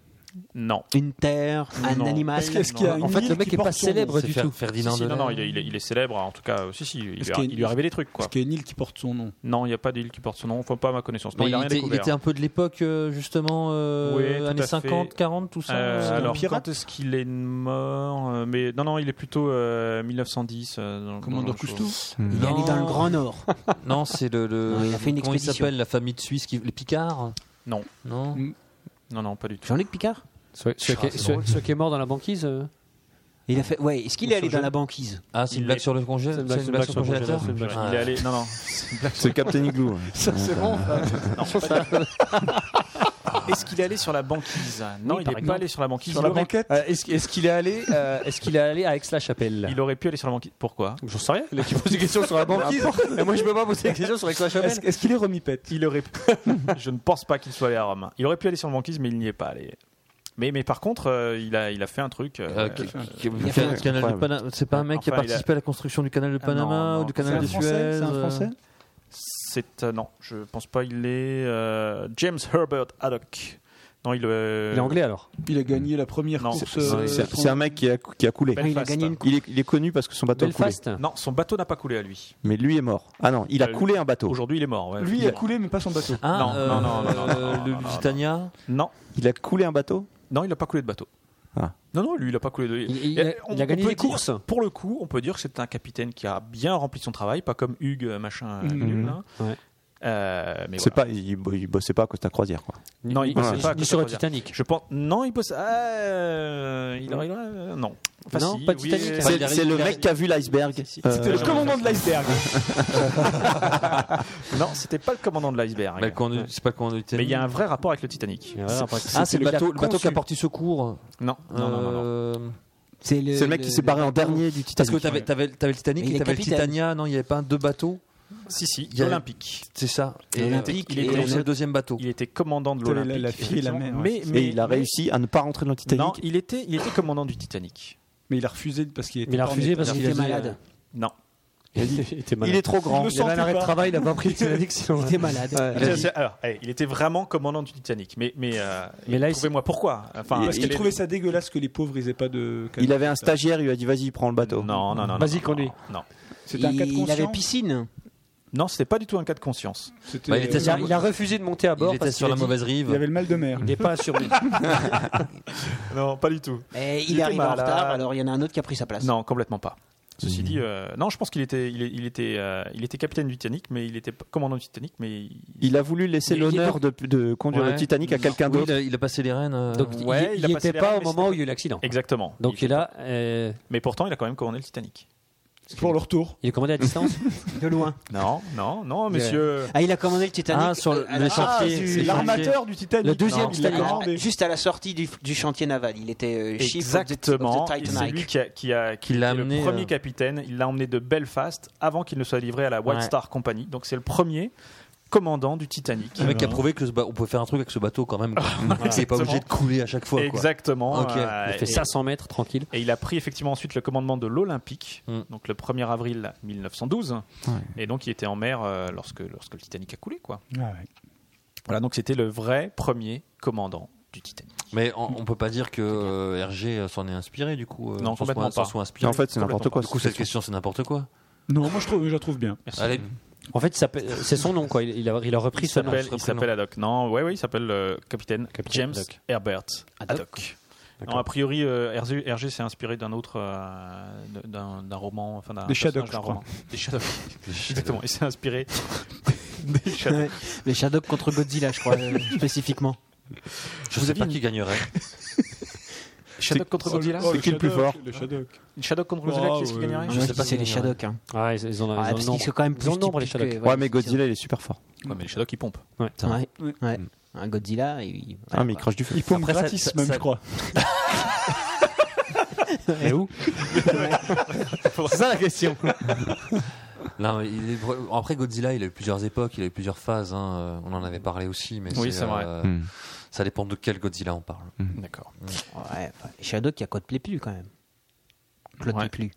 S3: Non.
S7: Une terre, un
S3: Non.
S7: animal.
S8: Est-ce que- est-ce qu'il y a
S3: En
S8: une
S5: En fait, le
S8: île
S5: mec
S8: qui
S5: est pas
S8: porte son nom
S5: célèbre
S4: C'est
S5: du
S4: Fer-
S5: tout.
S4: Ferdinand
S3: Si, si,
S4: de
S3: non, non, il est, il est- il est célèbre. En tout cas, euh, si, si, il, lui
S8: Est-ce
S3: a-
S8: qu'il y a
S3: il lui est arrivé des trucs, quoi.
S8: Est-ce qu'il y a une île qui porte son nom
S3: Non, il n'y a pas d'île qui porte son nom. Enfin, pas à ma connaissance. Non,
S4: Mais
S3: il a rien
S4: était,
S3: découvert.
S4: était un peu de l'époque, euh, justement, euh,
S3: Oui, tout à
S4: années
S3: fait.
S4: 50, 40, tout ça.
S3: Euh,
S4: c'est un
S3: alors,
S4: pirate.
S3: quand est-ce qu'il est mort euh, Mais non, non, il est plutôt euh, 1910. euh, dans- dans
S8: Commandant
S3: le show.
S8: Cousteau
S7: Il est allé dans le Grand Nord.
S4: Non, c'est le. le-
S7: Non, il a fait une
S4: comment il
S7: expédition. Mm.
S4: s'appelle la famille de Suisse qui... Les Picards
S3: Non.
S4: Non.
S3: Non, non, pas du tout.
S7: Jean-Luc Picard
S5: Ceux ceux qui ceux- ceux qui est mort dans la banquise. euh,
S7: Il a fait. Ouais, est-ce qu'il est allé dans la banquise
S4: Ah, c'est
S3: Il
S4: une blague
S3: est-
S4: sur le congé
S5: C'est une blague-
S4: blague sur le congélateur Ah.
S5: c'est une blague-
S3: Il est allé. Non, non.
S6: C'est le Captain Igloo. ouais.
S3: Est-ce qu'il est allé sur la banquise Non, il n'est pas allé sur la banquise.
S8: Sur
S3: il,
S8: la
S3: aurait...
S8: banquette
S5: Euh, Est-ce est-ce qu'il est allé euh, Est-ce qu'il est allé à Aix-la-Chapelle
S3: il aurait pu aller sur la banquise. Pourquoi
S5: J'en sais rien. Il a qui pose des questions sur la banquise. Et moi, je peux pas poser des questions sur Aix-la-Chapelle.
S8: Est-ce est-ce qu'il est remipette
S3: Il aurait. Je ne pense pas qu'il soit allé à Rome. Il aurait pu aller sur la banquise, mais il n'y est pas allé. Mais, mais par contre, euh, il, a, il a fait un truc. euh,
S4: Euh, qui-
S3: euh,
S4: qui-
S7: Il a fait
S4: canal du
S6: incroyable.
S4: Panama- C'est pas un mec qui a
S3: Enfin, il a-
S4: participé à la construction du canal de
S3: Ah, non,
S4: Panama
S3: non,
S4: ou du
S8: C'est
S4: canal
S8: un
S4: de Suez
S8: français C'est un
S4: euh,
S8: français
S3: C'est. euh, non, je ne pense pas. Il est. euh, James Herbert Haddock. Non, il. euh,
S5: Il est anglais alors.
S8: Il a gagné la première
S3: Non,
S8: course.
S3: c'est-
S8: euh,
S6: C'est c'est un mec qui a, cou- qui a coulé.
S3: Belfast.
S7: Il a gagné une
S6: Il est, il est connu parce que son bateau a coulé.
S5: Belfast.
S3: Non, son bateau n'a pas coulé à lui.
S6: Mais lui est mort. Ah non, il a
S3: Euh,
S6: coulé un bateau.
S3: Aujourd'hui, il est mort. ouais.
S8: Lui il a coulé, mais pas son bateau.
S4: Ah,
S3: Non,
S4: euh,
S3: non, non, non, non, non, non,
S4: Le
S3: non, non.
S4: Lusitania
S3: Non,
S6: Il a coulé un bateau Ah.
S3: non, il n'a pas coulé de bateau. Non, non, lui, il a pas coulé de.
S5: il a-
S3: Eh, on-
S5: il a gagné
S3: on peut
S5: des
S3: dire-
S5: courses.
S3: Pour le coup, on peut dire que c'est un capitaine qui a bien rempli son travail, pas comme Hugues, euh, machin. euh,
S8: Mm-hmm.
S6: Mhm.
S3: nul, là.
S5: Ouais.
S3: Euh, mais
S6: C'est
S3: voilà.
S6: pas, il, bo- il bossait pas à Costa Croisière, quoi.
S3: Non, il
S6: Voilà.
S3: bossait pas.
S6: Ni
S3: que
S6: sur
S3: ça
S6: le
S3: veut dire.
S5: Titanic.
S3: Je pense. Non, il bossait. euh, il aurait. il aurait- euh, non. Enfin,
S6: Non,
S3: si,
S6: pas
S3: oui,
S6: Titanic.
S3: euh,
S6: C'est- c'est le mec qui a vu l'iceberg.
S3: C'était le
S6: Euh,
S3: commandant de l'iceberg. non, c'était pas le commandant de l'iceberg.
S4: Bah, c'est pas le commandant du
S3: Mais il y a un vrai rapport avec le Titanic.
S4: Ah, c'est le bateau, le bateau qui a porté secours. Euh,
S3: Non, non, non, non,
S7: C'est
S4: le,
S6: mec qui s'est barré en dernier du
S4: Parce
S6: Titanic.
S4: que t'avais, t'avais, t'avais le Titanic
S6: Mais il
S4: et
S6: est
S4: t'avais le
S6: capitaine.
S4: Titania, non Il n'y avait pas deux bateaux
S3: Si, si,
S4: Il y avait-
S3: olympique.
S4: C'est ça.
S3: Et
S4: euh, il était lancé
S3: le
S4: le deuxième bateau.
S3: Il était commandant de
S4: Telle est la-
S3: l'Olympique.
S4: la fille et la
S3: effectivement.
S4: mère,
S3: Mais,
S4: ouais.
S3: mais-
S6: Et il a
S3: mais-
S6: réussi à ne pas rentrer dans le Titanic.
S3: Non, il était, il était commandant du Titanic.
S8: Mais il a refusé parce qu'il était,
S5: Mais il a
S8: pas en
S5: refusé
S8: état.
S5: parce qu'il était malade.
S3: Non.
S5: Il était malade.
S3: Il est trop grand.
S5: Il avait un arrêt de travail, il a pas pris de addiction.
S7: Il était malade.
S5: Ouais.
S3: Tiens, tiens, alors, allez, il était vraiment commandant du Titanic, mais mais, euh, trouvez-moi pourquoi. Enfin,
S8: parce
S3: il-
S8: qu'il trouvait ça dégueulasse que les pauvres ils aient pas de.
S6: Il avait un stagiaire, il lui a dit vas-y, prends le bateau.
S3: Non, non, non. non,
S6: conduis.
S3: Non.
S8: C'était un cas de
S7: Il avait
S8: conscience.
S7: piscine.
S3: Non, c'était pas du tout un cas de conscience.
S8: C'était- Bah, il était
S5: Il a, il a refusé de monter à bord. parce qu'il a dit-
S8: Il avait le mal de mer.
S5: Il n'est pas sur
S3: Non, pas du tout.
S8: Eh,
S7: Et
S3: Il
S7: il,
S3: était
S7: arrive en
S3: malade.
S7: retard, alors il y en a un autre qui a pris sa place.
S3: Non, complètement pas. Ceci dit, euh, non, je pense qu'il était, il, il était, euh, il était capitaine du Titanic, mais il était p- commandant du Titanic, mais il-
S6: Il a voulu laisser
S3: Mais il est
S6: l'honneur de, de conduire
S4: Ouais.
S6: le Titanic à quelqu'un
S4: Oui,
S6: d'autre.
S4: il a- il a passé les rênes. euh,
S5: Donc,
S3: Ouais,
S5: il
S3: il a
S5: n'y
S3: passé
S5: était
S3: les
S5: pas
S3: règles,
S5: au
S3: mais
S5: moment où il y a eu l'accident.
S3: exactement.
S5: Donc, il a. euh,
S3: Mais pourtant, il a quand même commandé le Titanic.
S8: Pour le retour.
S5: Il est commandé à distance
S7: De loin.
S3: Non, non, non, Oh, monsieur.
S7: Ah, il a commandé le Titanic.
S5: Ah, sur le-
S7: à la-
S5: le
S7: ah,
S5: chantier,
S7: du-
S5: c'est
S8: L'armateur du Titanic.
S5: Le deuxième
S8: Non, il l'a
S7: à la-
S8: commandé.
S7: juste à la sortie du, du chantier naval. Il était euh, chief of the-
S3: Exactement.
S7: of the
S3: Et C'est
S7: Titanic.
S3: lui qui a, qui a- qui
S4: l'a
S3: est le
S4: amené,
S3: premier
S4: euh,
S3: capitaine. Il l'a emmené de Belfast avant qu'il ne soit livré à la White
S4: Ouais.
S3: Star Company. Donc c'est le premier commandant du Titanic.
S4: Le mec qui a prouvé que ce ba- on pouvait faire un truc avec ce bateau quand même. quoi. C'est pas
S3: Exactement.
S4: obligé de couler à chaque fois. quoi.
S3: Exactement.
S4: Ok.
S3: Euh,
S5: Il fait
S3: et-
S5: 500 mètres tranquille.
S3: Et il a pris effectivement ensuite le commandement de l'Olympique,
S4: Mm.
S3: donc le 1er avril 1912. Et donc il était en mer euh, lorsque, lorsque le Titanic a coulé. Quoi. Voilà, donc c'était le vrai premier commandant du Titanic.
S4: Mais on, on peut pas dire que euh, Hergé euh, s'en est inspiré du coup. euh,
S3: Non,
S4: s'en soit-
S3: complètement
S4: s'en
S3: pas.
S4: soit inspiré.
S6: En fait, c'est n'importe quoi,
S4: Du coup,
S6: cette
S4: cette question, c'est n'importe quoi.
S8: Non, moi je trouve, je la trouve bien.
S4: Allez.
S5: En fait, il s'appelle- c'est son nom, quoi. Il, il a, il a repris
S3: Il
S5: son nom.
S3: s'appelle, il s'appelle Haddock. Non, ouais, ouais, il s'appelle euh, capitaine, James
S5: Haddock.
S3: Herbert
S5: Haddock.
S3: Haddock. Non, a priori, euh, Hergé, Hergé s'est inspiré d'un autre, euh, d'un, d'un roman, enfin d'un
S8: Des
S3: personnage
S8: Shadocks,
S3: d'un
S8: je crois.
S3: roman. Des Shadocks. Exactement. Il s'est inspiré des Shadocks.
S7: Ouais. Les Shadow contre Godzilla, je crois, euh, spécifiquement.
S4: Je sais pas qui gagnerait.
S3: Shadocks contre Godzilla.
S8: Oh, Shadok,
S3: fort
S8: Le Shadok.
S3: Shadocks contre
S8: Oh,
S3: Godzilla, qui est-ce qui
S8: ouais.
S3: gagnerait
S7: Je sais pas si c'est les Shadow. Hein.
S5: Ah, ils, ils ont,
S7: Ah,
S5: ils ont
S7: parce
S5: le
S7: qu'ils
S5: nombre.
S7: sont quand même
S5: Ils ont le
S7: plus
S5: nombre, les
S7: stupides
S5: Shadocks.
S7: que-
S6: Ouais, mais Godzilla, il est super fort.
S3: Ouais, mais les Shadocks, ils pompent.
S5: Ouais.
S7: Ouais. ouais. Un Godzilla, il...
S6: Ah, mais il crache du feu.
S8: Il pompe
S4: Après, ça-
S8: gratis
S4: ça-
S8: même,
S4: ça-
S8: je crois.
S5: Mais où C'est ça la question.
S4: Non, mais il est- Après, Godzilla, il a eu plusieurs époques, il a eu plusieurs phases. hein, euh, On en avait parlé aussi, mais
S3: Oui, c'est vrai.
S4: euh,
S6: Hmm.
S4: Ça dépend de quel Godzilla on parle.
S7: Hmm.
S3: D'accord.
S7: ouais, enfin, les Shadow qui a Claude Plépu quand même. Claude
S3: Ouais.
S7: Plépu.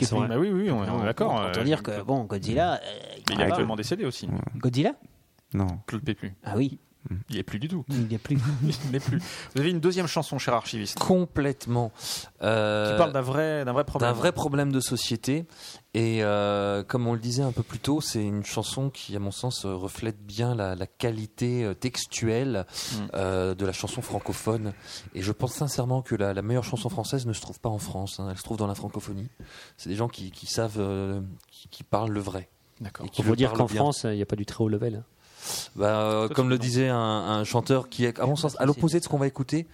S3: C'est vrai. Bah oui, oui, on, on est d'accord.
S7: On peut
S3: euh,
S7: dire que, bon, Godzilla. euh,
S3: Mais il est
S7: voilà.
S3: actuellement décédé aussi.
S7: Godzilla
S6: Non.
S3: Claude Pépu.
S7: Ah oui,
S3: Il n'y est plus du tout.
S7: il n'y a plus.
S3: Il n'est plus. Vous avez une deuxième chanson, cher archiviste,
S4: Complètement. Euh,
S3: qui parle d'un vrai, d'un vrai problème.
S4: d'un vrai problème de société. Et euh, comme on le disait un peu plus tôt, c'est une chanson qui, à mon sens, euh, reflète bien la, la qualité euh, textuelle
S3: Mm.
S4: euh, de la chanson francophone. Et je pense sincèrement que la, la meilleure chanson française ne se trouve pas en France, hein, elle se trouve dans la francophonie. C'est des gens qui, qui savent, euh, qui, qui parlent le vrai.
S3: D'accord.
S4: Et qui
S5: Il faut
S4: le
S5: dire
S4: parlent
S5: qu'en
S4: bien.
S5: France, il n'y a pas du très haut level.
S4: Bah, euh,
S3: Ça,
S4: comme
S3: c'est
S4: le
S3: bon.
S4: disait un, un chanteur qui est, à mon sens, à l'opposé de ce qu'on va écouter,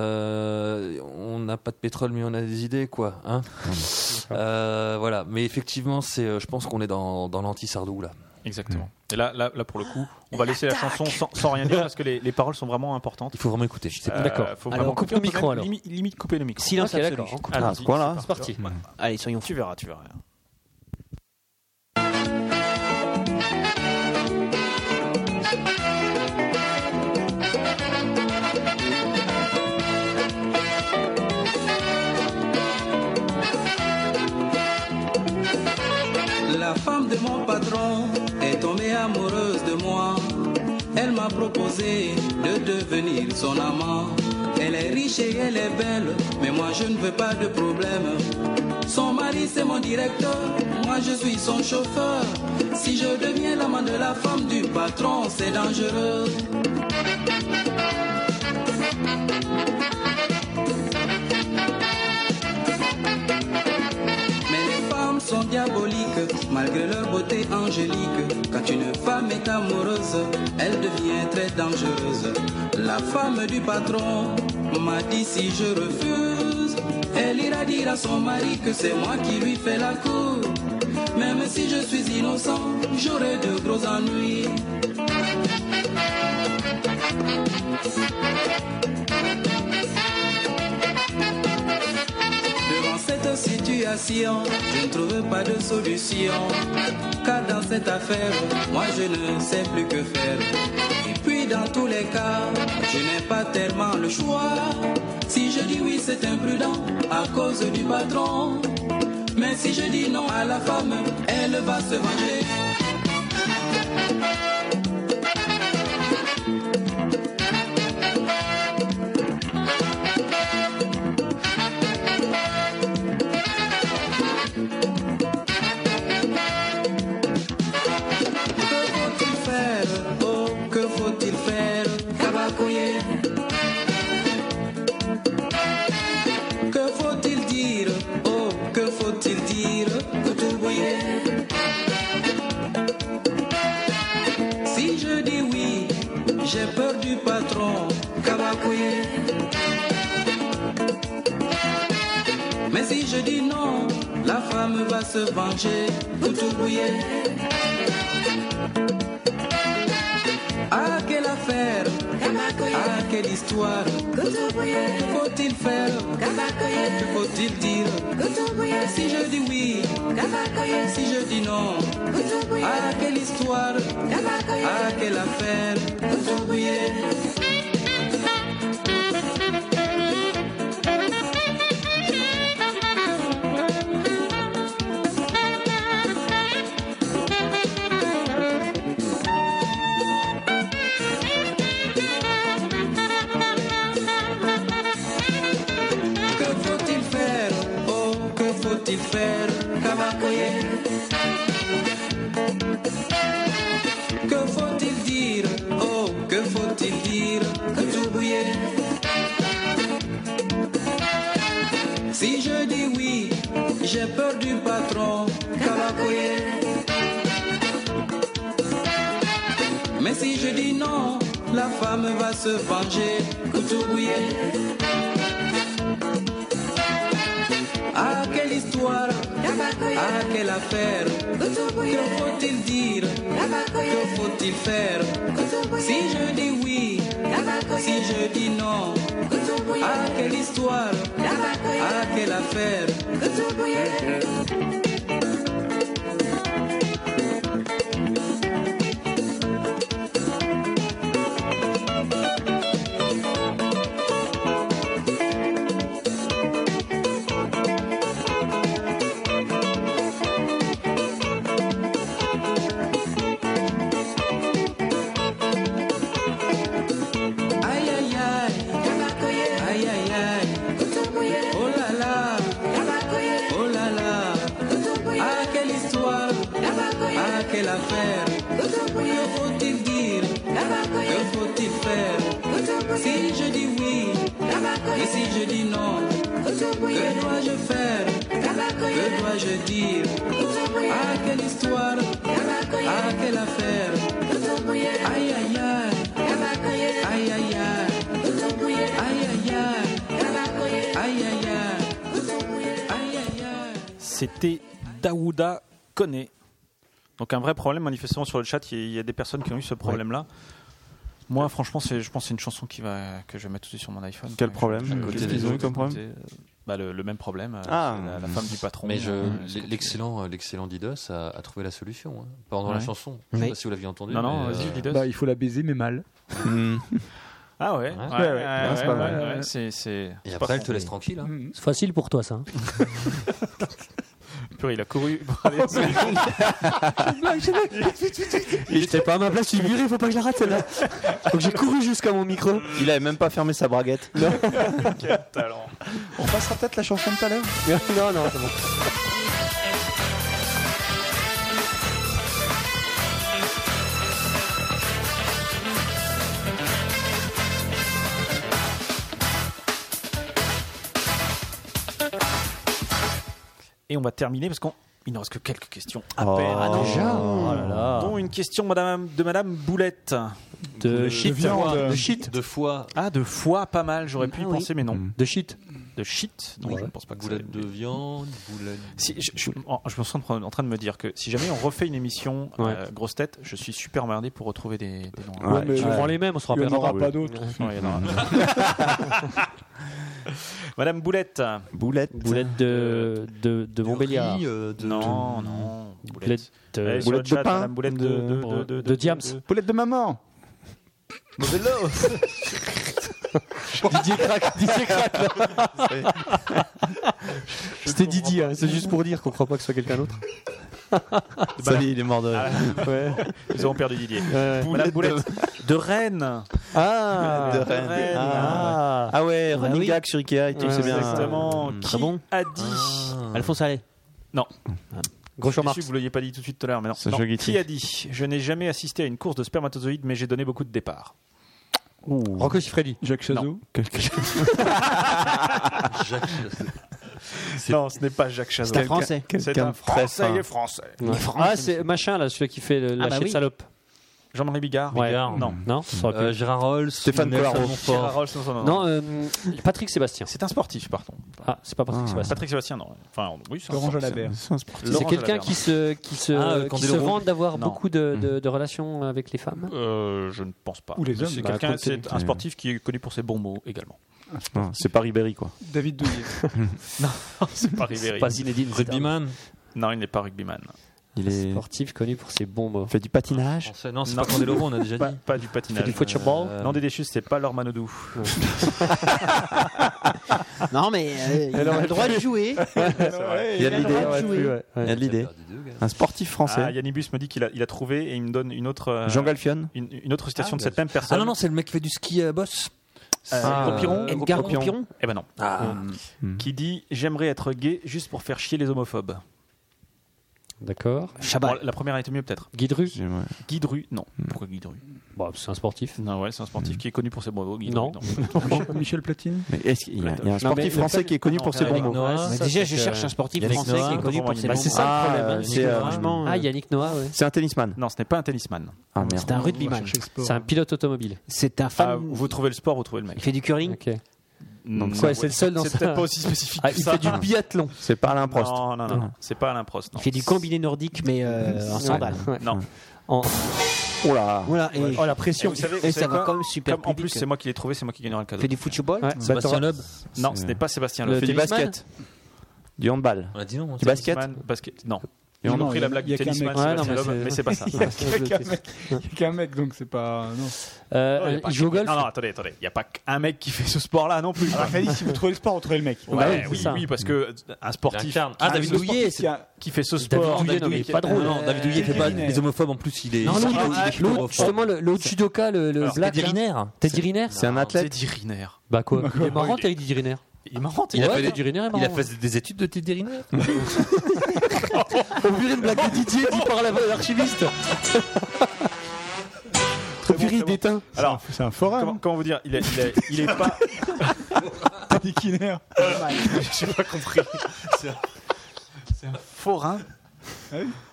S4: euh, on n'a pas de pétrole mais on a des idées, quoi. Hein Euh, voilà, mais effectivement, c'est, euh, je pense qu'on est dans, dans l'anti-sardou, là.
S3: Exactement. Et là, là, là, pour le coup, on va laisser la chanson sans, sans rien dire parce que les, les paroles sont vraiment importantes.
S4: Mm. Il faut vraiment écouter.
S3: Euh,
S5: D'accord.
S3: faut
S7: Alors,
S3: vraiment-
S7: coupe le
S3: on peut
S7: micro,
S3: même
S7: alors.
S3: limi- Limite couper le micro.
S7: Silence
S5: Ok,
S7: absolu.
S5: d'accord. on coupe.
S6: Ah,
S3: Vas-y,
S6: voilà.
S5: C'est parti.
S7: Allez, soyons fous.
S3: Tu verras, tu verras.
S18: La femme de mon patron est tombée amoureuse de moi. Elle m'a proposé de devenir son amant. Elle est riche et elle est belle, mais moi je ne veux pas de problème. Son mari c'est mon directeur, moi je suis son chauffeur. Si je deviens l'amant de la femme du patron, c'est dangereux. malgré leur beauté angélique. Quand une femme est amoureuse, elle devient très dangereuse. La femme du patron m'a dit si je refuse, elle ira dire à son mari que c'est moi qui lui fais la cour. Même si je suis innocent, j'aurai de gros ennuis. Devant cette situation, je ne trouve pas de solution. Car dans cette affaire, moi je ne sais plus que faire. Et puis dans tous les cas, je n'ai pas tellement le choix. Si je dis oui, c'est imprudent à cause du patron. Mais si je dis non à la femme, elle va se venger. Que faut-il faire Oh, que faut-il faire Kabakouye Que faut-il dire Oh, que faut-il dire Koutoubouyé Si je dis oui, j'ai peur du patron Kabakouye Mais si je dis non, la femme va se venger Koutoubouyé Ah, quelle affaire Ah, quelle histoire Faut-il faire Que Faut-il dire Si je dis oui Si je dis non Ah, quelle histoire Ah, quelle affaire Que faut-il faire Oh, que faut-il faire Kavakoye Que faut-il dire Oh, que faut-il dire Kutubouye Si je dis oui, j'ai peur du patron Kavakoye Mais si je dis non, la femme va se venger Kutubouye Ah, quelle histoire Ah, quelle affaire Que faut-il dire Que faut-il faire Si je dis oui Si je dis non Ah, quelle histoire Ah, quelle affaire Aïe aïe aïe, aïe aïe aïe, oh là là, oh là là, ah quelle histoire, ah quelle affaire, que faut-il dire, que faut-il faire, si je dis oui, et si je dis non, que dois-je faire, que dois-je dire, ah quelle histoire, ah quelle affaire, aïe aïe aïe. Aïe aïe aïe, aïe aïe aïe, aïe aïe
S3: C'était Daouda Kone. Donc un vrai problème, manifestement sur le chat, il y a- il y, a des personnes qui ont eu ce problème-là. Moi, franchement, c'est- je pense que c'est une chanson qui va, que je vais mettre tout de suite sur mon iPhone.
S6: Quel
S3: Je-
S6: problème
S3: je-
S6: Qu'est-ce
S3: je-
S6: qu'ils ont eu comme problème
S3: Bah, le, le même problème, euh,
S6: Ah.
S3: c'est la, la femme du patron.
S4: Mais je-
S3: Euh,
S4: l'excellent, l'excellent Didos a, a trouvé la solution hein, pendant la
S3: Ouais.
S4: chanson. Je sais
S3: Oui.
S4: pas si vous l'aviez entendu.
S3: Non, non,
S4: mais, euh,
S3: vas-y, Didos.
S8: Bah, il faut la baiser, mais mal.
S3: Hmm. Ah ouais, ouais, ouais,
S8: ouais, ouais, c'est pas
S3: ouais,
S8: mal.
S3: ouais, c'est- c'est-
S4: Et
S3: c'est
S4: après,
S3: pas
S4: elle te
S3: con.
S4: laisse tranquille. hein.
S5: C'est facile pour toi, ça. hein.
S3: Purée, il a couru. pour aller-
S14: Et j'étais pas à ma place, je suis viré, faut pas que je la rate celle-là. Donc j'ai couru jusqu'à mon micro.
S6: Il avait même pas fermé sa braguette.
S14: Quel
S3: talent.
S6: On passera peut-être la chanson de tout à l'heure
S14: Non, non, c'est bon.
S3: Et on va terminer parce qu'on Il ne reste que quelques questions
S10: Ah
S3: à
S10: bah,
S3: peine.
S10: ah, déjà
S3: Oh là là. Dont une question madame, de Madame Boulette.
S5: De shit.
S3: foie.
S5: De
S3: shit. De foie. Ah, de foie, pas mal, j'aurais pu y penser, mais non. De shit. De shit Non, je ne pense pas que ça-
S4: Boulette de viande, boulette.
S3: Si, je, je- en- je me sens en train de me dire que si jamais on refait une émission euh, grosse tête, je suis super emmerdé pour retrouver des, des noms.
S5: Ouais, Ouais, mais tu ouais. prends les mêmes, on se
S3: Il y en
S5: rappellera
S3: aura
S5: pas.
S3: pas d'autres.
S5: Ouais.
S3: Non, il y en aura. Madame Boulette.
S6: Boulette.
S5: Boulette de, de, de
S3: Euh,
S5: Montbéliard.
S3: riz, euh, de- Non, non.
S5: Boulette,
S3: Allez,
S5: euh,
S3: sur le chat, Madame Boulette de, de, de, de- de-
S5: Diams.
S3: de-
S8: Boulette de maman.
S5: Didier Crac, Didier Crac, là. C'était Didier, hein, c'est juste pour dire qu'on croit pas que ce soit quelqu'un d'autre.
S6: Ça y est, il est mort de rire.
S3: Ah,
S5: Ouais.
S3: Ils auront perdu Didier.
S5: Ouais.
S3: Madame Boulette de Rennes.
S6: Ah,
S3: De
S6: de Rennes.
S3: Rennes.
S6: Ah. Ah ouais,
S3: Bah
S6: running
S3: oui.
S6: gag sur Ikea et tout,
S3: Ouais,
S6: c'est bien.
S3: Exactement.
S6: Mm.
S3: Qui a dit
S6: Ah.
S7: Alphonse Allais.
S3: Non.
S5: Gros
S3: Je suis
S5: remarque.
S3: déçu que Vous ne l'aviez pas dit tout de suite tout à l'heure, mais non.
S6: C'est
S3: Non.
S6: Jean Guitry.
S3: Qui a dit Je n'ai jamais assisté à une course de spermatozoïdes, mais j'ai donné beaucoup de départs.
S5: Rocco Siffredi.
S8: Jacques Chazot.
S3: Non, ce n'est pas Jacques Chazot.
S5: C'est un Français.
S3: C'est un
S5: Quelqu'un de très
S3: Français.
S5: fin.
S3: Il est Français.
S5: Ouais. Ah, c'est machin là, celui qui fait le- la
S3: Ah bah
S5: chute
S3: oui.
S5: salope.
S3: Jean-Marie Bigard.
S5: Ouais.
S3: Bigard, Non.
S5: Non, ça aurait pu.
S4: Euh, Gérard Rolls,
S5: Stéphane
S4: Nelson
S5: Poirot.
S4: Montfort.
S3: Gérard Rolls, non, non, non.
S5: Non, euh, Patrick Sébastien.
S3: C'est un sportif, pardon.
S5: Ah, c'est pas Patrick Sébastien.
S3: Patrick Sébastien, non. Enfin, oui, c'est un
S8: Laurent
S3: sportif.
S8: Jalabert.
S3: C'est un sportif.
S5: C'est
S3: Laurent
S5: quelqu'un
S3: Jalabert,
S5: qui se, qui se,
S3: Ah, euh,
S5: qui se
S3: Candeloro.
S5: vante d'avoir
S3: Non.
S5: beaucoup de, de- de relations avec les femmes. euh,
S3: Euh, je ne pense pas.
S8: Ou les
S3: Mais
S8: hommes.
S3: C'est
S8: Bah,
S3: quelqu'un,
S8: compte
S3: c'est
S8: tenu.
S3: un sportif qui est connu pour ses bons mots également.
S6: Non, C'est pas Ribéry, quoi.
S8: David Douillet.
S3: c'est pas Ribéry.
S5: pas Zinedine Zidane.
S4: Rugbyman.
S3: Non, il n'est pas rugbyman.
S6: Il est
S5: Sportif connu pour ses bons mots.
S6: fait du patinage.
S4: Français. Non, c'est pas Candeloro, on a déjà
S3: Pas,
S4: dit.
S3: pas du patinage.
S5: Fait du football.
S3: Euh, Non, des déchus, c'est pas leur Manodou.
S7: Non, mais euh, il
S5: Elle
S7: a
S5: aurait
S7: le droit
S5: pu.
S7: de jouer.
S6: Il y a de l'idée.
S5: Ouais, plus, ouais.
S6: Il y a de l'idée. Un sportif
S3: Ah,
S6: français.
S3: Yannibus me dit qu'il a, il a trouvé et il me donne une autre, euh,
S6: Jean Galfion.
S3: une, une autre citation
S4: Ah,
S3: de cette
S4: bah,
S3: même
S4: Ah
S3: personne.
S4: non, non, c'est le mec qui fait du ski à boss.
S3: Euh, Gopiron
S5: Edgar
S3: Gopiron.
S5: Gopiron
S3: Eh ben non.
S4: Ah.
S6: Hmm.
S3: Euh, Qui dit J'aimerais être gay juste pour faire chier les homophobes.
S5: D'accord.
S3: Bon, la première a été mieux peut-être.
S5: Guidru
S6: J'aimerais-
S3: Guidru, non.
S6: Hmm.
S3: Pourquoi Guidru
S5: Bah, C'est un sportif.
S3: Non, ouais, c'est un sportif qui est connu pour ses bons mots. Guidru,
S5: Non.
S8: Michel Platine.
S6: Mais est-ce qu'il y a, il y a un
S5: Non, mais-
S6: sportif français qui est connu pour ses bons
S4: Yannick
S6: mots
S4: Noah.
S7: Mais
S5: ça,
S7: déjà,
S5: c'est
S7: je
S5: que-
S7: cherche un sportif
S4: Yannick
S7: français qui
S4: Noah,
S7: est connu pour ses
S3: bah,
S7: bons
S6: c'est
S7: mots.
S6: ça. Ah,
S5: problème. hein.
S6: c'est, euh,
S5: Franchement, ah, Yannick Noah, ouais.
S6: C'est un tennisman.
S3: Non, ce n'est pas un tennisman.
S6: Ah merde.
S7: C'est un rugbyman.
S5: C'est un pilote automobile.
S7: C'est un
S3: Ah,
S7: fan.
S3: vous trouvez le sport, vous trouvez le
S7: Il
S3: mec.
S7: fait du curling.
S5: Ok.
S3: Non,
S5: ouais, c'est le seul dans
S3: C'est
S5: sa-
S3: peut-être pas aussi spécifique
S5: Ah,
S3: que
S5: il
S3: ça.
S5: fait du biathlon.
S6: C'est pas Alain Prost. Ah.
S3: Non, non, non, non. c'est pas Alain Prost. Non.
S7: Il fait du combiné nordique, mais euh, en sandales.
S5: Ouais.
S3: Non.
S5: En-
S6: Oh là.
S7: Voilà, et
S5: Oh la pression.
S3: vous savez, vous
S7: Et
S3: savez
S7: ça va
S3: quoi
S7: quand même super
S3: Comme en
S7: public.
S3: plus, c'est moi qui l'ai trouvé, c'est moi qui gagnerai le
S7: il
S3: cadeau.
S7: fait du football.
S5: Ouais.
S4: Sébastien
S5: Bah,
S4: Loeb.
S3: Non, ce n'est pas Sébastien
S5: Le
S3: Loeb.
S6: Fait du
S5: tennisman
S6: basket. Du handball.
S4: On
S3: Ah,
S4: a dit non.
S6: Du basket.
S3: Tennisman, basket. Non.
S8: Et
S3: Ils
S8: on a
S3: ont pris la blague du tennisman,
S5: mec. Ouais, non,
S3: Sébastien
S5: mais
S3: Loeb,
S5: c'est-
S3: mais c'est pas
S8: Il n'y a
S3: ça.
S8: qu'un mec. Il y a qu'un mec, donc c'est pas. Non.
S3: Il
S5: Euh,
S3: y a
S5: il
S3: pas
S5: joue au
S3: que-
S5: golf
S3: Non, non, attendez, attendez. Il n'y a pas qu'un mec qui fait ce sport-là non plus.
S8: Alors, Fanny, Ah, bah, si vous trouvez le sport, vous trouvez le mec.
S3: Ouais,
S5: Bah oui, c'est
S3: oui,
S5: ça.
S3: oui, parce que euh, un sportif
S4: L'incarne. Ah, David
S8: Le
S4: Douillet.
S8: sportif qui a-
S3: qui fait ce
S5: David
S3: sport.
S5: Douillet, non, mais
S3: hein. Douillet-
S5: pas drôle.
S4: Non, David Douillet fait pas
S8: Guédinet.
S4: les homophobes en plus, il est.
S5: Non,
S4: il
S5: l'autre,
S4: est-
S5: l'autre,
S4: il est-
S5: l'autre, justement, le- l'autre judoka, le, le
S3: Alors,
S5: black.
S4: Teddy Riner.
S5: Teddy Riner
S6: C'est un
S3: C'est
S6: athlète.
S3: dit Riner.
S5: Bah quoi Il est marrant, Teddy Riner.
S3: Il est marrant,
S4: Il a
S5: Ouais,
S4: fait
S5: Teddy
S4: des-
S5: Riner est marrant.
S4: il a fait des études de Teddy Riner.
S5: On dirait une blague de Didier dit par la- l'archiviste.
S3: Très bon,
S5: Purée,
S3: très bon.
S5: d'étain.
S3: Alors,
S8: C'est un forum.
S3: comment, comment vous dire Il est, il est, il est pas.
S8: Des kinés.
S3: J'ai pas compris. C'est un, c'est un forain.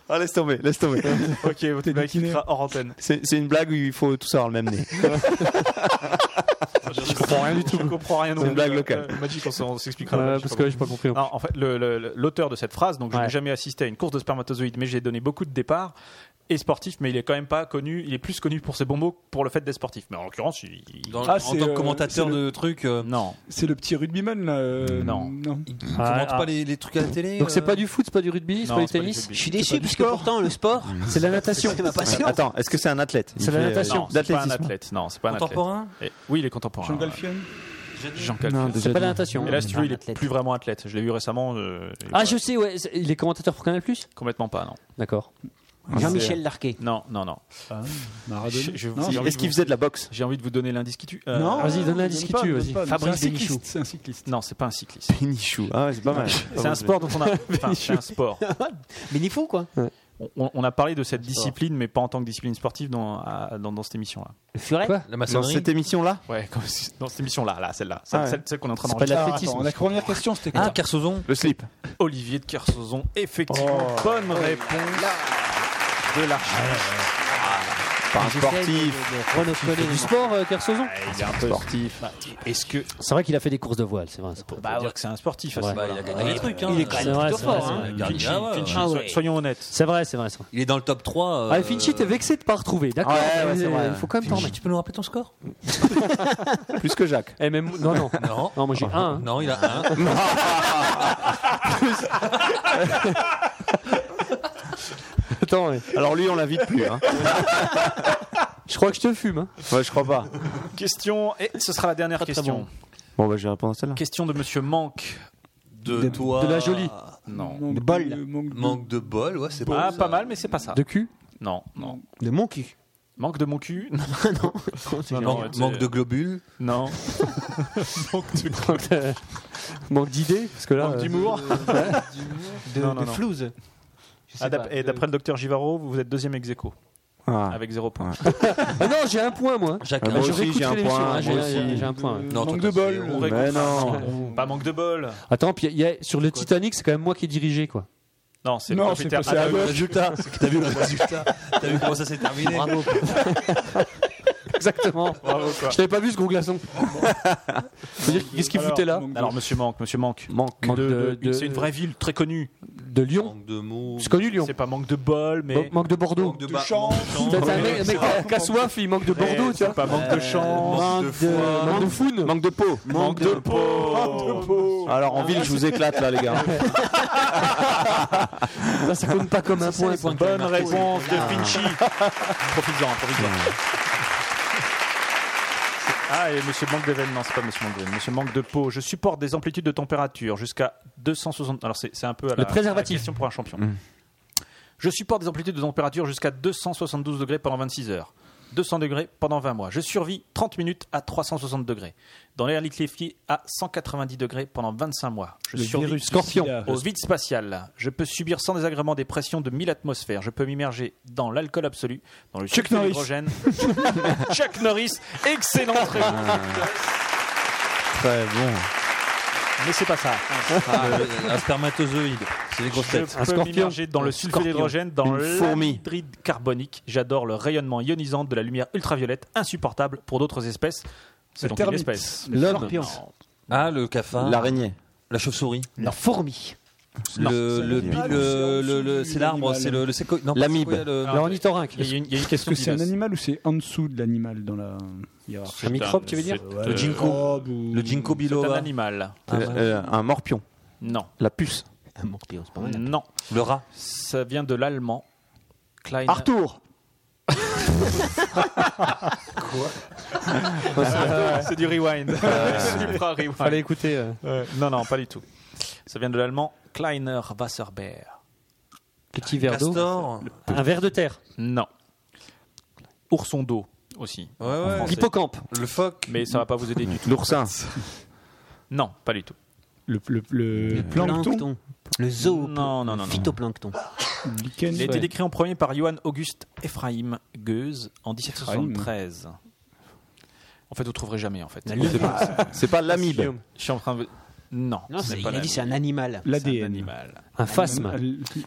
S6: Ah, laisse tomber, laisse tomber.
S3: Ok, votre blague
S8: décliné.
S3: sera hors antenne.
S6: C'est c'est une blague où il faut tous avoir le même nez.
S3: Je comprends rien du tout. Je comprends rien. non
S6: C'est une
S3: plus.
S6: blague locale.
S3: Euh, Magic, on s'en- on s'expliquera. après,
S5: Ouais,
S3: je sais
S5: parce
S3: pas
S5: que j'ai pas compris.
S3: Non, en fait, le- le- le- l'auteur de cette phrase, donc je
S5: Ouais.
S3: n'ai jamais assisté à une course de spermatozoïdes, mais j'ai donné beaucoup de départs, est sportif, mais il est quand même pas connu, il est plus connu pour ses bons mots que pour le fait d'être sportif. Mais en l'occurrence, il. il-
S4: Dans-
S8: Ah,
S4: en tant
S8: c'est,
S4: que
S8: euh,
S4: commentateur
S8: c'est le-
S4: de trucs, euh,
S3: Non,
S8: C'est le petit rugbyman là. euh,
S3: Non.
S4: il il
S5: Ah,
S4: commente
S5: ah.
S4: pas les les trucs à la télé.
S5: Donc c'est
S4: euh,
S5: pas du foot, c'est pas du rugby, c'est
S3: Non,
S5: pas du
S3: c'est pas du
S5: tennis.
S3: rugby.
S7: Je suis déçu parce que pourtant le sport,
S5: C'est de la natation.
S7: c'est ma passion.
S6: Attends, est-ce que c'est un athlète Il
S5: C'est la
S6: fait, euh,
S5: natation.
S3: non, c'est pas un
S6: d'athlétisme.
S3: athlète. Non, c'est pas un athlète.
S4: Contemporain
S3: Et- oui, il est contemporain.
S8: Jean Galfion.
S3: Jean Galfion.
S6: Non, déjà
S5: C'est pas de la
S6: dit.
S5: natation.
S3: Et là, si tu veux, il
S7: Un
S3: est
S7: athlète.
S3: plus vraiment athlète. Je l'ai vu récemment. euh, et
S5: Ah,
S3: voilà.
S5: je sais, ouais. c'est- Il est commentateur pour Canal Plus
S3: Complètement pas, non.
S5: D'accord.
S3: Ah,
S7: Jean-Michel Larquet.
S3: Non, non, non.
S8: Ah, Maradona.
S3: Je- je-
S8: Non,
S3: si,
S8: c'est-
S3: envie
S6: Est-ce
S3: de
S6: qu'il
S3: vous-
S6: faisait de la boxe
S3: J'ai envie de vous donner l'indice qui tue. Euh,
S8: Non,
S5: vas-y, donne-la
S8: donne
S5: disque,
S8: pas,
S5: tu,
S8: donne
S5: vas-y.
S8: pas, donne-
S7: Fabrice
S8: c'est un
S7: Bénichou.
S8: cycliste, C'est un cycliste.
S3: Non, c'est pas un cycliste.
S6: Pénichou. Ah, ouais, c'est pas mal.
S3: C'est un sport dont on a. Enfin, c'est un sport.
S7: Mais Nifo, quoi.
S3: on, on a parlé de cette discipline, mais pas en tant que discipline sportive dans, à- dans, dans cette émission-là.
S7: Le furet
S3: Quoi La maçonnerie
S6: Dans cette émission-là
S3: Ouais, comme si- dans cette émission-là, là, celle-là, celle,
S6: Ah ouais.
S3: celle, celle qu'on est en train
S6: C'est pas de
S3: d'enregistrer.
S6: l'athlétisme.
S3: Ah,
S6: On
S3: attends,
S6: a
S3: on
S6: première question, c'était quoi
S3: Ah, Kersozon.
S6: Le slip.
S3: Olivier de Kersozon, effectivement,
S6: Oh.
S3: bonne réponse de l'archiviste. Ah.
S6: Pas un
S3: J'essaie
S6: sportif.
S3: de- de reconnaître. Ah,
S5: Du sport, euh, Kersozon
S3: Il est un peu sportif.
S5: Bah,
S3: Est-ce que
S5: C'est vrai qu'il a fait des courses de voile, c'est vrai. ça.
S3: bah, dire que c'est un sportif à ce
S5: Ouais.
S3: niveau-là.
S5: Bah, il a gagné des trucs, hein. C'est vrai, c'est vrai, c'est vrai.
S3: Finchi,
S5: Ah ouais.
S3: Finchi,
S5: Ah
S3: so-
S5: ouais.
S3: Soyons honnêtes.
S5: C'est vrai, c'est vrai. c'est vrai.
S4: Il est dans le top 3.
S5: Ah, Finchi, t'es vexé de pas retrouver, d'accord
S4: Ouais, ouais, c'est
S5: Euh,
S4: vrai.
S5: Il faut quand même t'en
S4: Finchi,
S5: remettre.
S4: tu peux nous rappeler ton score
S6: Plus que Jacques.
S5: Eh, même... Non, non.
S4: Non.
S5: moi j'ai un. hein.
S4: Non, il a un.
S6: Attends, alors lui, on l'invite plus. Hein.
S5: je crois que je te fume. Hein.
S6: Ouais, je crois pas.
S3: Question, et ce sera la dernière question.
S6: Bon, bah, je vais répondre à celle-là.
S3: Question de Monsieur Manque.
S4: De, toi.
S6: de la jolie.
S3: Non.
S4: Manque
S3: De
S4: bol. Manque de bol, ouais, c'est
S3: Ah,
S4: pas.
S3: pas mal, mais c'est pas ça.
S5: De cul
S3: Non, non.
S7: De mon cul.
S3: Manque de mon cul
S4: Manque-
S3: Non,
S4: manque,
S3: c'est-
S4: de globules.
S3: Non. manque de
S5: Manque, de- manque d'idées, parce que là.
S3: Manque
S5: euh,
S3: d'humour.
S5: ouais.
S3: De-
S5: Non,
S3: de
S5: non, non.
S3: flouze.
S5: Je sais
S3: Ah, d'ap-
S5: pas,
S3: et
S5: de-
S3: d'après le docteur Givaro, vous êtes deuxième ex aequo. Avec zéro point.
S5: Ah non, j'ai un point moi.
S6: Ah, moi
S5: Je
S6: aussi,
S5: réécoute
S6: j'ai un
S5: l'émission,
S6: point,
S5: hein,
S6: moi
S5: j'ai-
S6: aussi.
S5: J'ai un point.
S4: Non, toi, t'as zéro.
S3: On
S6: Mais
S3: réécoute.
S6: non.
S3: Pas manque de bol.
S5: Attends, puis il y a- sur le Titanic, c'est quand même moi qui ai dirigé quoi.
S3: Non, c'est
S8: Non,
S3: le
S8: c'est
S3: Peter-
S8: pas- c'est
S3: Ah,
S8: à
S3: t'as vu le
S8: gauche.
S3: résultat.
S4: T'as vu le résultat T'as vu comment ça s'est terminé
S5: Bravo. Exactement.
S3: Bravo, quoi.
S5: Je t'avais pas vu ce gros glaçon. Faut dire, Qu'est-ce qu'il
S3: Alors,
S5: foutait là
S3: Alors, monsieur Manque, monsieur Manque.
S5: Manque
S3: De-
S5: de-
S3: de-
S5: de-
S3: C'est une vraie ville très connue.
S5: De Lyon.
S4: Manque de mots.
S5: C'est connu Lyon.
S3: C'est pas manque de bol, mais.
S5: Manque- Manque de Bordeaux.
S4: Manque de,
S8: De chance.
S5: T'as un mec, un mec qui a- qui a soif, il manque de Bordeaux,
S3: Eh,
S5: tu vois.
S3: C'est pas manque de chance.
S5: Manque de, manque de foune.
S6: Manque de peau.
S3: Manque de peau.
S6: Alors, en ville, je vous éclate, là, les gars.
S5: Ça, ça compte pas comme un point.
S4: les points que
S3: Bonne
S4: t'avais marqués.
S3: réponse de Finchi. Profite-en, profite-en. Ah, et monsieur manque d'événements, non, c'est pas monsieur manque d'événements, monsieur manque de peau. Je supporte des amplitudes de température jusqu'à 260. Alors, c'est c'est un peu à la,
S5: Le préservatif.
S3: à la question pour un champion.
S4: Mm.
S3: Je supporte des amplitudes de température jusqu'à 272 degrés pendant 26 heures. 200 degrés pendant 20 mois. Je survis 30 minutes à 360 degrés. Dans l'air liquéfié à 190 degrés pendant 25 mois. Je
S8: Le
S3: survis
S8: virus
S5: Scorpion.
S8: sida.
S3: au vide spatial. Je peux subir sans désagrément des pressions de 1000 atmosphères. Je peux m'immerger dans l'alcool absolu, dans le
S8: Chuck
S3: sulfure
S8: Norris.
S3: d'hydrogène. Chuck Norris,
S5: Ah.
S3: excellente réponse.
S6: Très bon.
S3: Mais c'est pas ça.
S4: Ah, un spermatozoïde. C'est les grosses
S3: Je
S4: têtes.
S3: peux
S5: Euh, scorpion.
S3: m'immerger dans le sulfure
S5: scorpion.
S3: d'hydrogène, dans
S6: Une fourmi.
S3: l'hydride carbonique. J'adore le rayonnement ionisant de la lumière ultraviolette, insupportable pour d'autres espèces. C'est
S8: Le
S3: donc une
S8: termite.
S3: espèce.
S5: L'homme.
S4: Ah, le cafard. La,
S6: L'araignée.
S4: chauve-souris.
S7: La fourmi.
S4: Le, le, bi-
S8: l'animal.
S4: le, le- le- c'est l'arbre,
S8: L'animal.
S4: c'est le, le séquo- non, pas
S6: L'amibe.
S4: le séquoia, le-
S5: L'ornithorynque.
S3: Il y a une, il y a une
S8: Est-ce
S3: question
S8: que c'est un
S3: diverse.
S8: animal ou c'est en dessous de l'anial dans la hiérarchie Oh,
S5: Un microbe, tu veux dire
S3: C'est, euh,
S4: Le ginkgo.
S8: Robe ou-
S4: Le
S3: C'est un
S4: ginkgo biloba.
S3: animal.
S4: Ah,
S6: Euh,
S4: ouais.
S6: euh, un morpion.
S3: Non.
S6: La puce.
S7: Un morpion, c'est pas mal.
S3: Non.
S4: Le rat.
S3: Ça vient de l'allemand. Kleine.
S5: Arthur.
S3: Euh, c'est du rewind. Supra rewind.
S5: Fallait écouter. euh,
S3: Euh, non, non, pas du tout. Ça vient de l'allemand Kleiner Wasserbeer.
S5: Petit verre d'eau.
S4: Castor.
S5: Un verre de terre.
S3: Non. Ourson d'eau aussi.
S4: Ouais, ouais.
S3: français.
S5: Hippocampe.
S4: Le phoque.
S3: Mais ça va pas vous aider du tout.
S6: L'oursin.
S3: Non, pas du tout.
S8: Le, le- le plancton.
S7: Le zoo.
S3: Non, non, non, non.
S7: Phytoplancton.
S8: Lichen.
S3: Il a été décrit en premier par Johann August Ephraim Goethe en 1773. En fait, vous trouverez jamais en fait.
S6: C'est pas l'amibe.
S3: Je suis en train de Non,
S7: Non,
S3: ce
S7: c'est-
S3: n'est
S7: il
S3: pas
S7: a dit
S3: l'amibe.
S7: c'est un animal.
S3: C'est un
S8: L'ADN.
S3: animal.
S5: Un
S3: Euh,
S5: phasme.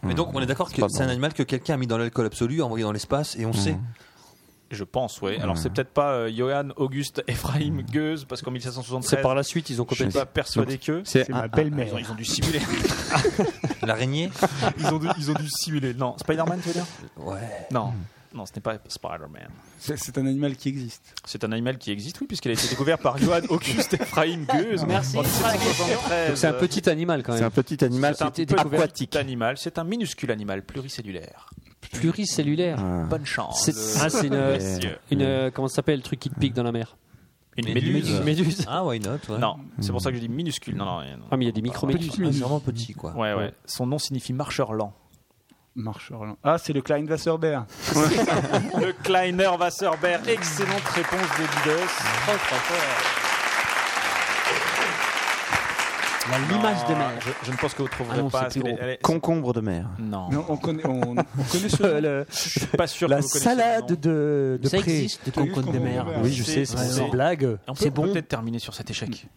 S4: Mais donc, on est d'accord que
S6: pas
S4: c'est
S6: bon. Mmh.
S4: un animal que quelqu'un a mis dans l'alcool absolu, envoyé dans l'espace, et on sait.
S3: Je pense, oui. Alors, c'est peut-être pas euh, Johann August Ephraim Goethe, parce qu'en 1773,
S5: Mm. C'est par la suite, ils ont
S3: je suis
S5: complètement.
S3: pas persuadé que.
S6: C'est
S8: C'est
S6: un-
S8: ma belle-mère.
S3: Ils ont, ils ont dû simuler.
S4: L'araignée.
S3: ils, ont dû, ils ont dû simuler. Non, Spider-Man, tu veux dire
S4: Ouais.
S3: Non. Non, ce n'est pas Spider-Man.
S8: C'est c'est un animal qui existe.
S3: C'est un animal qui existe, oui, puisqu'il a été découvert par Johann August Ephraim Goethe. Merci.
S5: Donc C'est un petit animal quand
S6: c'est un
S5: même.
S6: petit animal
S3: C'est un petit
S6: aquatique.
S3: animal, c'est un minuscule animal pluricellulaire.
S5: Pluricellulaire.
S6: Ah.
S3: Bonne chance.
S5: C'est ah, c'est une,
S3: Messieurs.
S5: une, euh, comment ça s'appelle le truc qui te pique dans la mer
S3: Une
S4: Une
S3: méduse.
S4: méduse.
S5: Une méduse.
S4: Ah, why not ouais.
S3: Non, c'est pour ça que je dis minuscule. Non, non, non.
S5: Ah mais il y a des Mm. microméduses.
S4: Ah, c'est vraiment petit, quoi.
S3: Ouais, ouais. Son nom signifie marcheur lent.
S8: Marcheur lent. Ah, c'est le Klein Wasserbeer.
S3: Le Kleiner Wasserbeer. Excellente réponse de Didos.
S7: l'image de mer.
S3: Je, je ne pense que vous trouverez
S7: Ah non,
S3: pas.
S7: c'est plus
S3: Elle est-
S7: gros.
S3: elle est-
S6: Concombre de mer.
S3: Non.
S8: Non, on connaît, on, on connaît ce
S6: Euh,
S8: nom.
S6: le-
S3: Je suis pas sûr
S6: La
S3: que vous connaissiez le
S6: salade
S3: nom.
S6: de, de
S7: Ça
S6: pré.
S7: existe, des concombres de mer.
S6: Oui, je sais, c'est
S3: Ouais,
S6: c'est
S3: non.
S6: une blague.
S3: On peut
S6: C'est bon.
S3: peut-être terminer sur cet échec.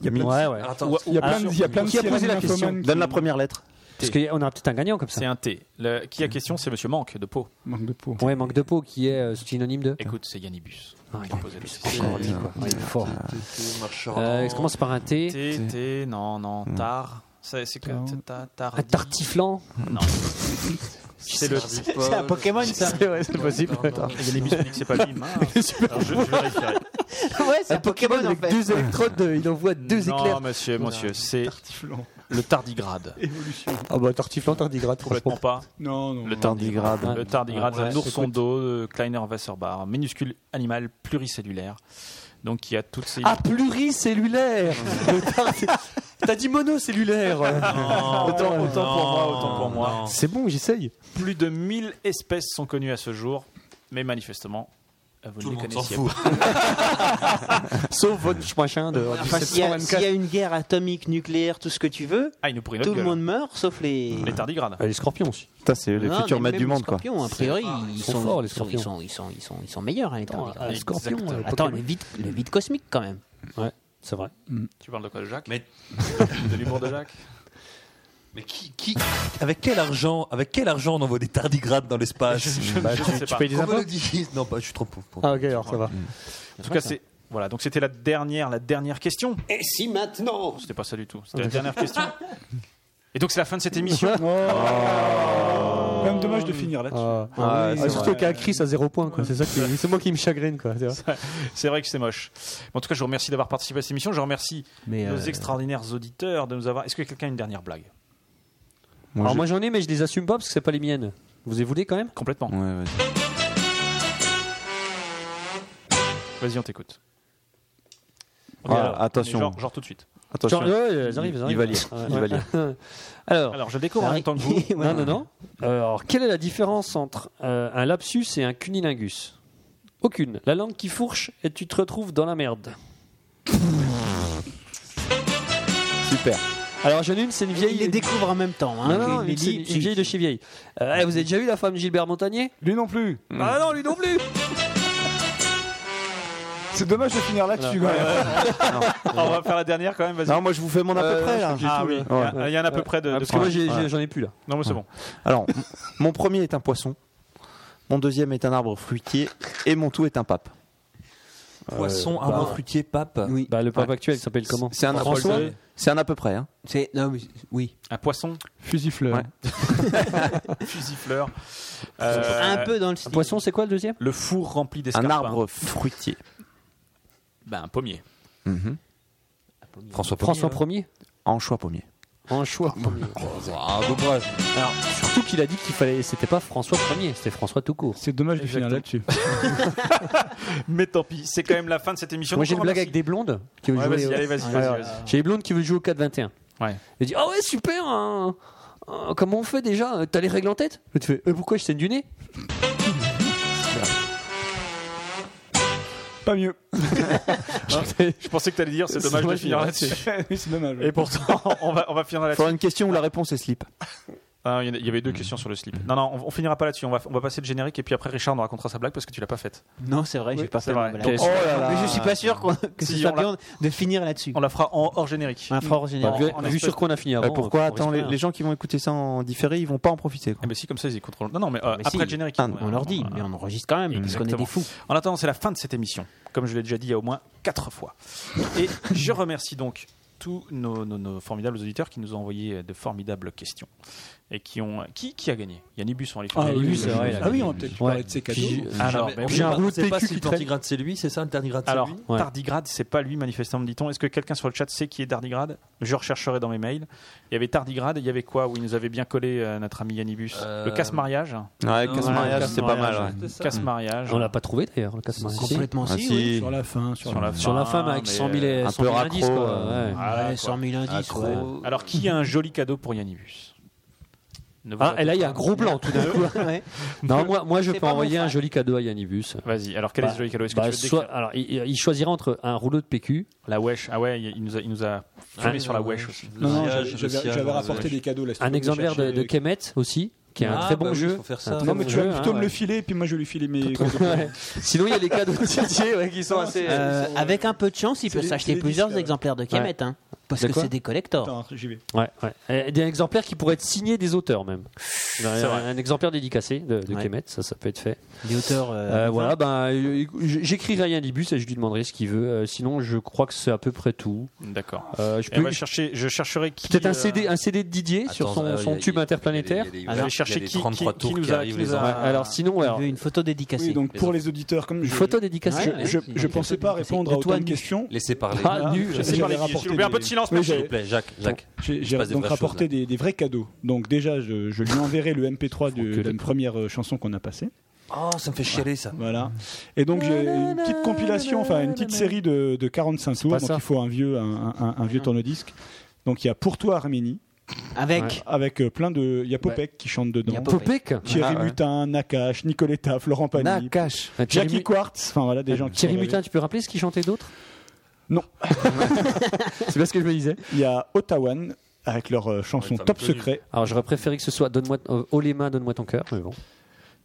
S6: Il y a plein de-
S5: Ouais, ouais.
S3: Attends,
S5: Ou-
S3: il y a
S6: Ah,
S5: ou-
S3: plein de- il y a plein de
S5: Qui a posé la
S3: sirènes
S5: question
S3: infomanes
S6: Donne la première lettre.
S5: Parce qu'on aura peut-être un gagnant comme ça.
S3: C'est un T. Le- qui a question, c'est Monsieur Manque de peau.
S8: Manque de peau.
S5: Ouais, manque de peau qui est euh, synonyme de.
S3: Écoute, c'est Yannibus.
S5: Ah,
S3: qui
S5: il est-
S3: posait la
S5: il est
S3: question.
S5: fort, lui, quoi. Il est fort. Euh, ça commence par un T.
S3: T, T, non, non, tard. C'est c'est que c'est ta- tardi.
S5: Un tartiflant.
S3: Non. C'est le.
S5: C'est un Pokémon, ça. C'est- ouais, c'est possible.
S3: Yannibus me dit que c'est pas lui. mince. Alors, je, je vérifierai.
S5: Ouais, c'est un Pokémon avec deux électrodes, euh, il envoie deux
S3: non,
S5: éclairs.
S3: monsieur, monsieur, c'est le tardigrade.
S5: Ah bah tartiflant, tardigrade,
S3: Complètement pas.
S8: Non, non.
S3: Le
S8: non.
S6: tardigrade.
S3: Le tardigrade,
S5: Ah, Ouais,
S3: c'est un ourson
S5: écoute.
S3: d'eau, euh, Kleiner Wasserbar, minuscule animal pluricellulaire. Donc qui a toutes ses.
S5: Ah, pluricellulaire Le tardi- T'as dit monocellulaire
S3: Non,
S5: Autant-
S3: autant pour moi, autant pour moi.
S5: C'est bon, j'essaye.
S3: Plus de 1000 espèces sont connues à ce jour, mais manifestement, euh, vous
S4: Tout
S3: ne
S4: le
S3: les
S4: monde s'en
S3: connaissiez
S4: fout.
S3: pas.
S5: Sauf votre machin de
S7: Enfin, s'il y, a- s'il y a une guerre atomique, nucléaire, tout ce que tu veux,
S3: Ah, il nous pourrit notre
S7: tout le
S3: gueule.
S7: monde meurt sauf les.
S3: Les tardigrades.
S5: Ah, les scorpions aussi. Ah,
S6: Putain, c'est les
S7: Non,
S6: futurs
S7: mais même
S6: maîtres du
S7: les
S6: monde, quoi.
S7: scorpions, a priori, ils
S5: sont
S7: sont,
S5: forts, les
S7: ils sont-
S5: scorpions.
S7: Ils sont, ils sont, ils sont, ils sont meilleurs, hein, les tardigrades.
S5: un scorpion,
S3: Exactement.
S5: euh,
S7: Attends,
S5: Pokémon.
S7: le vide, le vide cosmique quand même.
S5: Ouais, c'est vrai.
S6: Mm.
S3: Tu parles de quoi, de Jacques
S4: Mais-
S3: De l'humour de Jacques
S4: Mais qui, qui- avec quel argent, avec quel argent on envoie des tardigrades dans l'espace
S3: Bah, je tu- sais tu pas. payes des
S4: Qu'on me
S3: impôts
S4: le dise. Non, pas, je suis trop pauvre. pour- Mm.
S5: Ah, ok, alors ça va.
S3: En tout cas, c'est. Voilà, donc c'était la dernière, la dernière question.
S1: Et si maintenant
S3: C'était pas ça du tout. C'était la dernière question. Et donc c'est la fin de cette émission.
S5: Oh.
S8: Quand même dommage de finir là-dessus.
S5: Ah,
S3: Ah,
S5: ah,
S3: c'est
S5: surtout qu'à Chris à zéro point, quoi. C'est ça qui, c'est moi qui me chagrine, quoi. c'est vrai.
S3: C'est vrai que c'est moche. En tout cas, je vous remercie d'avoir participé à cette émission. Je remercie
S7: Mais,
S3: nos
S7: euh,
S3: extraordinaires auditeurs de nous avoir. Est-ce que quelqu'un a une dernière blague
S5: Alors moi j'en ai, mais je les assume pas parce que c'est pas les miennes. Vous les voulez quand même
S3: Complètement.
S6: Ouais, vas-y.
S3: Vas-y, on t'écoute. On
S6: Ah,
S3: est là.
S6: attention.
S3: On est Genre, genre tout de suite.
S6: Attention.
S5: Genre, ouais, elles arrivent, elles
S6: Il
S5: arrivent.
S6: va lire.
S5: Ouais.
S6: Il va lire.
S5: Alors,
S3: Alors, je découvre en même temps que vous.
S5: non, non, non. Alors, quelle est la différence entre euh, un lapsus et un cunilingus Aucune. La langue qui fourche et tu te retrouves dans la merde.
S6: Super.
S5: Alors, j'en ai une, c'est une
S7: Il les
S5: vieille.
S7: découvre en même temps. Hein,
S5: Non, non, non,
S7: Il
S5: une,
S7: les
S5: c'est
S7: lit,
S5: une
S7: tu-
S5: vieille de chez vieille. Euh, eh, vous avez déjà vu la femme Gilbert Montagnier
S8: Lui non plus.
S5: Ah non, lui non plus
S8: C'est dommage de finir là-dessus. quand même.
S3: on va faire la dernière quand même, vas-y.
S6: Non, moi je vous fais mon à
S5: Euh,
S6: peu près là.
S3: Ah oui, il y a- il y en a à peu près
S6: Ah,
S3: de. de
S5: Ah, Parce que moi,
S3: points.
S5: j'ai-
S6: Ouais.
S5: j'ai- j'en ai plus là.
S3: Non, mais c'est bon.
S6: Alors, m- mon premier est un poisson, mon deuxième est un arbre fruitier et mon tout est un pape. Euh, bah,
S4: Poisson, arbre fruitier, pape.
S7: Oui.
S5: Bah, le pape actuel, il s'appelle comment
S6: C'est un, à-
S5: François
S6: c'est un à peu près. Hein.
S7: C'est non, mais- oui.
S3: Un poisson,
S8: Fusifleur.
S6: Ouais.
S3: fusil-fleur.
S7: un peu dans le style.
S5: Poisson, c'est quoi le deuxième
S3: Euh, Le four rempli
S6: Un
S3: d'escarpins.
S6: arbre fruitier.
S3: Ben, un pommier.
S6: Mhm.
S4: François
S5: François
S4: François.
S5: Ier
S6: Anchois pommier.
S5: Un choix.
S3: Oh,
S4: Ah, à peu près.
S5: Alors, surtout qu'il a dit qu'il fallait. C'était pas François Ier, c'était François tout court.
S8: C'est dommage de finir là-dessus.
S3: Mais tant pis, c'est quand même la fin de cette émission.
S5: Moi j'ai une blague avec
S3: Merci.
S5: des blondes qui veulent
S3: Ouais,
S5: jouer.
S3: vas-y,
S5: au-
S3: allez, vas-y,
S5: Ouais,
S3: vas-y,
S5: ouais.
S3: vas-y.
S5: J'ai des blondes qui veulent jouer au 4-21.
S3: Ouais.
S5: Elle dit Ah ouais, super hein, euh, Comment on fait déjà T'as les règles en tête Et tu fais Euh, Pourquoi je saigne du nez
S8: Pas mieux.
S3: Hein Je pensais que t'allais dire, c'est dommage de
S5: dommage,
S3: finir
S5: ouais.
S3: là-dessus.
S8: Ah. Oui, c'est dommage.
S3: Et pourtant, on va, on va finir
S6: Il
S3: là-dessus.
S6: faudra une question où la réponse est slip.
S3: Ah, Il y en a- il y avait
S5: Mhm.
S3: deux questions sur le slip. Non, non, on, on finira pas là-dessus. On va, on va passer le générique et puis après Richard nous racontera sa blague parce que tu l'as pas faite.
S7: Non, c'est vrai, j'ai pas
S3: c'est
S7: fait.
S3: vrai.
S7: ma blague.
S3: Donc,
S7: Oh là là. Mais je suis pas sûr quoi, que
S3: Si,
S7: ce soit
S3: on l'a-
S7: bien de finir là-dessus.
S3: On la fera en hors générique.
S7: Un frère général.
S5: Bah, Vu,
S3: en
S5: vu
S3: espèce-
S5: sur quoi on a fini avant.
S6: Bah, pourquoi
S5: on
S6: Attends,
S5: risque
S6: les,
S5: rien.
S6: les gens qui vont écouter ça en différé, ils vont pas en profiter. Quoi.
S3: Eh ben si, comme ça, ils y contrôlent. Non, non, mais, euh,
S7: Mais si.
S3: après le générique.
S6: Ah, non,
S3: Ouais,
S7: On leur dit,
S3: voilà.
S7: mais on enregistre quand même, parce qu'on est
S3: Exactement.
S7: des fous.
S3: En attendant, c'est la fin de cette émission, comme je l'ai déjà dit il y a au moins quatre fois. Et je remercie donc tous nos, nos- nos formidables auditeurs qui nous ont envoyé de formidables questions et qui ont qui qui a gagné Yannibus on les fait.
S5: oui, c'est vrai, il a
S8: Ah oui,
S5: gagné.
S8: on peut peut-être
S5: Ouais.
S8: parler de ces cadeaux.
S3: Alors,
S4: Jamais-
S3: ben
S4: on
S3: oui.
S4: sait
S5: un
S4: pas-
S5: rouleau
S4: on sait
S5: de
S4: pas
S5: PQ
S4: si
S5: qui
S4: le
S5: traîne.
S4: tardigrade c'est lui, c'est ça le tardigrade c'est
S3: Alors,
S4: lui
S5: Ouais.
S3: Tardigrade, c'est pas lui, manifestement, me dit-on. Est-ce que quelqu'un sur le chat sait qui est Tardigrade Je rechercherai dans mes mails. Il y avait Tardigrade, il y avait quoi où il nous avait bien collé euh, notre ami Yannibus
S4: Euh,
S3: Le casse-mariage.
S6: Ouais,
S4: Non,
S6: casse-mariage,
S4: ouais,
S6: c'est pas mal.
S4: casse-mariage.
S6: ouais.
S4: C'est ça.
S3: Casse-mariage.
S5: On l'a pas trouvé d'ailleurs, le casse
S7: Complètement
S6: Ah,
S7: si.
S6: si.
S7: oui.
S8: Sur la fin, sur la
S5: Sur la Ah, femme avec
S3: mais,
S5: 100 000,
S3: euh,
S6: un
S5: 100
S6: peu
S5: 000 indices,
S6: raccro,
S5: quoi, Ah,
S6: euh,
S3: Ah,
S5: ouais.
S7: Ouais, 100 000 indices.
S4: Accro.
S7: ouais.
S3: Alors, qui a un joli cadeau pour Yannibus Ne vous
S5: Ah, et là, il y a un
S3: répétez
S5: gros
S3: pas.
S5: plan tout d'un coup. non, moi, moi je peux envoyer un joli cadeau à Yannibus.
S3: Vas-y, alors quel est ce joli cadeau Est-ce que
S5: bah,
S3: tu veux le
S5: soit-
S3: décrire
S5: Alors, il, il choisira entre un rouleau de PQ.
S3: La wesh, ah ouais, il nous a, il nous a fumé
S5: Hein
S3: sur la wesh aussi.
S5: Non, non, j'avais-
S8: j'avais- j'avais rapporté des cadeaux, là, si tu
S5: Un
S8: veux
S5: exemplaire de,
S8: chercher.
S5: de Kemet aussi, qui est un
S8: Ah,
S5: très
S8: bah
S5: bon
S8: oui,
S5: jeu.
S8: faut faire
S5: Un
S8: ça.
S5: très
S8: Non, mais
S5: bon
S8: tu vas
S5: jeu,
S8: plutôt
S5: hein,
S8: me le
S5: ouais.
S8: filer, et puis moi je vais lui filer mes. Ah,
S5: Ouais. Sinon, il y a les cadeaux de Didier ouais, qui sont assez.
S7: Euh, avec un peu de chance, il
S5: c'est
S7: peut
S5: les-
S7: s'acheter
S5: c'est les
S7: plusieurs
S5: disques, là.
S7: exemplaires de Kemet.
S5: Ouais.
S7: hein, parce
S5: De
S7: que
S5: quoi
S7: c'est des collectors.
S8: J'y vais.
S5: Ouais, ouais. Et Des exemplaires qui pourraient être signés des auteurs même. Un,
S7: vrai.
S5: un exemplaire dédicacé de, de Kemet, ça, ça peut être fait.
S7: Des auteurs. euh,
S5: Euh,
S7: enfin,
S5: voilà, ben, euh, écou- j- j'écrirai à Libus et je lui demanderai ce qu'il veut. Euh, sinon, je crois que c'est à peu près tout.
S3: D'accord.
S5: Euh, je
S3: Eh, on va
S5: peux-
S3: chercher, je chercherai qui.
S5: Peut-être
S3: euh,
S5: un CD, un CD de Didier sur son,
S7: euh,
S5: son tube interplanétaire.
S3: Alors, je chercher qui, qui, qui nous a. Qui nous a...
S5: Ouais, alors sinon, alors,
S7: une photo dédicacée.
S8: Oui, donc pour les auditeurs, comme
S5: Une
S8: je-
S5: photo dédicacée.
S8: je,
S5: Ouais,
S8: je,
S5: ouais,
S8: je
S5: une photo
S8: pensais pas
S5: dédicacée.
S8: répondre à
S5: De toi
S8: autant de
S5: nu.
S8: questions.
S4: Laissez parler.
S8: Ah,
S4: Là,
S8: nu,
S4: je
S8: j'avais
S4: sais parler.
S8: rapporté
S4: S'il vous plaît, un peu de
S8: des-
S4: silence,
S8: Oui,
S4: merci.
S8: j'avais-
S4: S'il vous plaît, Jacques, Jacques.
S8: J'ai
S4: Il se
S8: j'ai
S4: passe des
S8: donc
S4: vraies
S8: rapporté
S5: hein.
S4: choses,
S8: des, des vrais cadeaux. Donc déjà, je, je lui enverrai le MP3 de la première euh, chanson qu'on a passée.
S4: Oh, ça me fait chialer ça.
S8: Voilà. Et donc j'ai une petite compilation, enfin une petite série de, de 45 tours.
S5: pas
S8: Donc
S5: ça.
S8: il faut un vieux, un, un- un
S5: Ah.
S8: vieux tourne-disque. Donc il y a Pour toi Arménie.
S7: Avec
S8: Ouais. Avec euh, plein de. Il y a Popek
S5: Ouais.
S8: qui chante dedans.
S5: Il y a Popek. Popek
S8: Thierry
S5: Ah ouais.
S8: Mutin, Nakache, Nicoletta, Florent Pagny.
S5: Nakache. Ah, Thierry
S8: Jackie
S5: Mu- Ah,
S8: Quartz. Enfin voilà des gens qui.
S5: Thierry
S8: sont-
S5: Mutin, tu peux rappeler ce qu'il chantait d'autre
S8: Non.
S5: C'est pas ce que je me disais.
S8: Il y a Ottawan avec leur euh, chanson Top Secret.
S5: Alors j'aurais préféré que ce soit Donne-moi euh, Oh les mains, donne-moi ton cœur, mais bon.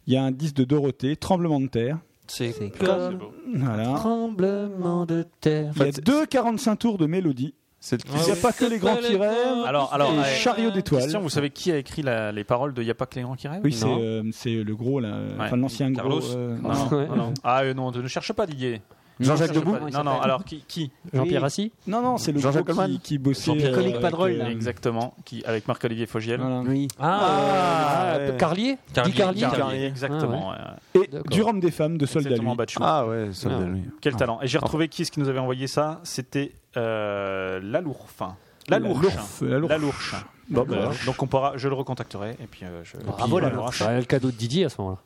S8: Il y a un disque de Dorothée, Tremblement de terre.
S5: Ah,
S4: C'est
S5: comme-
S8: Voilà.
S5: Tremblement de terre.
S8: Il y a deux 45 tours de mélodie. Il
S5: Ah
S8: n'y a pas que les grands qui rêvent.
S3: Alors, alors,
S8: et
S3: euh,
S8: Chariot d'étoiles.
S3: Christian, vous savez qui a écrit la- les paroles de Y'a pas que les grands qui rêvent
S8: Oui, c'est
S3: Non.
S8: euh, c'est le gros, là, euh,
S3: Ouais.
S8: enfin l'ancien
S3: Carlos
S8: gros. euh,
S3: Non,
S8: non.
S3: non, non. Ah euh, non, ne cherche pas Didier.
S5: Jean-Jacques
S3: Ne cherche
S5: Debout
S3: pas. Non, non, alors qui, qui
S5: Jean-Pierre Assis
S8: Non, non, c'est le gros
S5: Jean-Jacques
S8: qui,
S5: Goldman
S8: qui bossait.
S3: Jean-Pierre
S8: euh,
S3: Collier.
S8: avec, euh,
S3: Exactement, qui, avec Marc-Olivier Fogiel.
S7: Oui.
S5: Ah,
S3: ouais.
S5: Carlier
S3: Carlier,
S5: Guy Carlier, Ah,
S3: Carlier, exactement. ouais, ouais.
S8: Et du rhum des femmes de Soldat
S3: Exactement,
S8: Lui.
S3: Batchou.
S6: Ah ouais, ça
S3: Ah. Quel talent. Et j'ai retrouvé qui ce qui nous avait envoyé ça C'était euh, la Lourfin. La
S8: La
S3: Lourche.
S8: Lourfe, la Lourche. Bon, bah,
S3: Euh, Donc on pourra, je le recontacterai et puis euh, je.
S8: Ah,
S5: Bravo la Lourche. Ouais, Le cadeau de Didier à ce moment-là.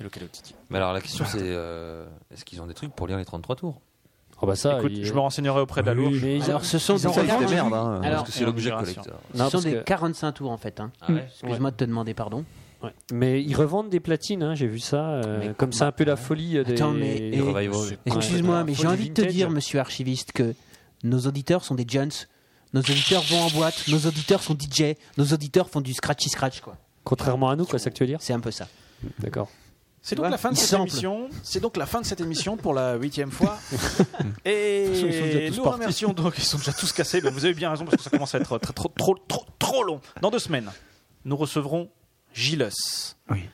S3: Et le cadeau de Titi.
S4: Mais alors la question c'est euh, est-ce qu'ils ont des trucs pour lire les 33 tours Ah,
S5: Oh bah ça,
S3: Écoute,
S5: il-
S3: je me renseignerai auprès de la Lourche.
S5: mais ils-
S7: Alors, ce sont
S5: Ils ont Ah,
S7: des
S5: fait des merdes,
S7: Alors,
S4: hein, parce que c'est
S7: on
S4: l'objet
S7: verra
S4: collector.
S7: sur-
S5: Non,
S7: Ce sont
S5: parce
S7: des
S5: que-
S7: 45 tours en fait. hein.
S4: Ah ouais
S7: Excuse-moi de te demander pardon.
S5: Mais ils revendent des platines, hein, j'ai vu ça. euh,
S7: Mais
S5: comme c'est un peu la folie euh, des.
S7: Attends, mais
S5: des
S7: eh,
S5: revivals.
S7: excuse-moi,
S5: Ouais.
S7: mais j'ai
S5: Folie
S7: envie de te
S5: vintage.
S7: dire, monsieur archiviste, que nos auditeurs sont des Jones, nos auditeurs vont en boîte, nos auditeurs sont DJ, nos auditeurs font du scratchy scratch quoi.
S5: Contrairement à nous, quoi, c'est ça que tu veux dire
S7: C'est un peu ça.
S5: D'accord.
S8: Ah.
S3: C'est donc
S7: Ouais,
S3: la fin de
S7: il
S3: cette
S7: sample.
S3: émission. C'est donc la fin de cette émission pour la huitième fois.
S8: Ils sont déjà
S3: Et
S8: tous
S3: nous
S8: partis.
S3: remercions donc ils sont déjà tous cassés. Donc vous avez bien raison parce que ça commence à être très, trop, trop, trop, trop long. Dans deux semaines, nous recevrons Gilles.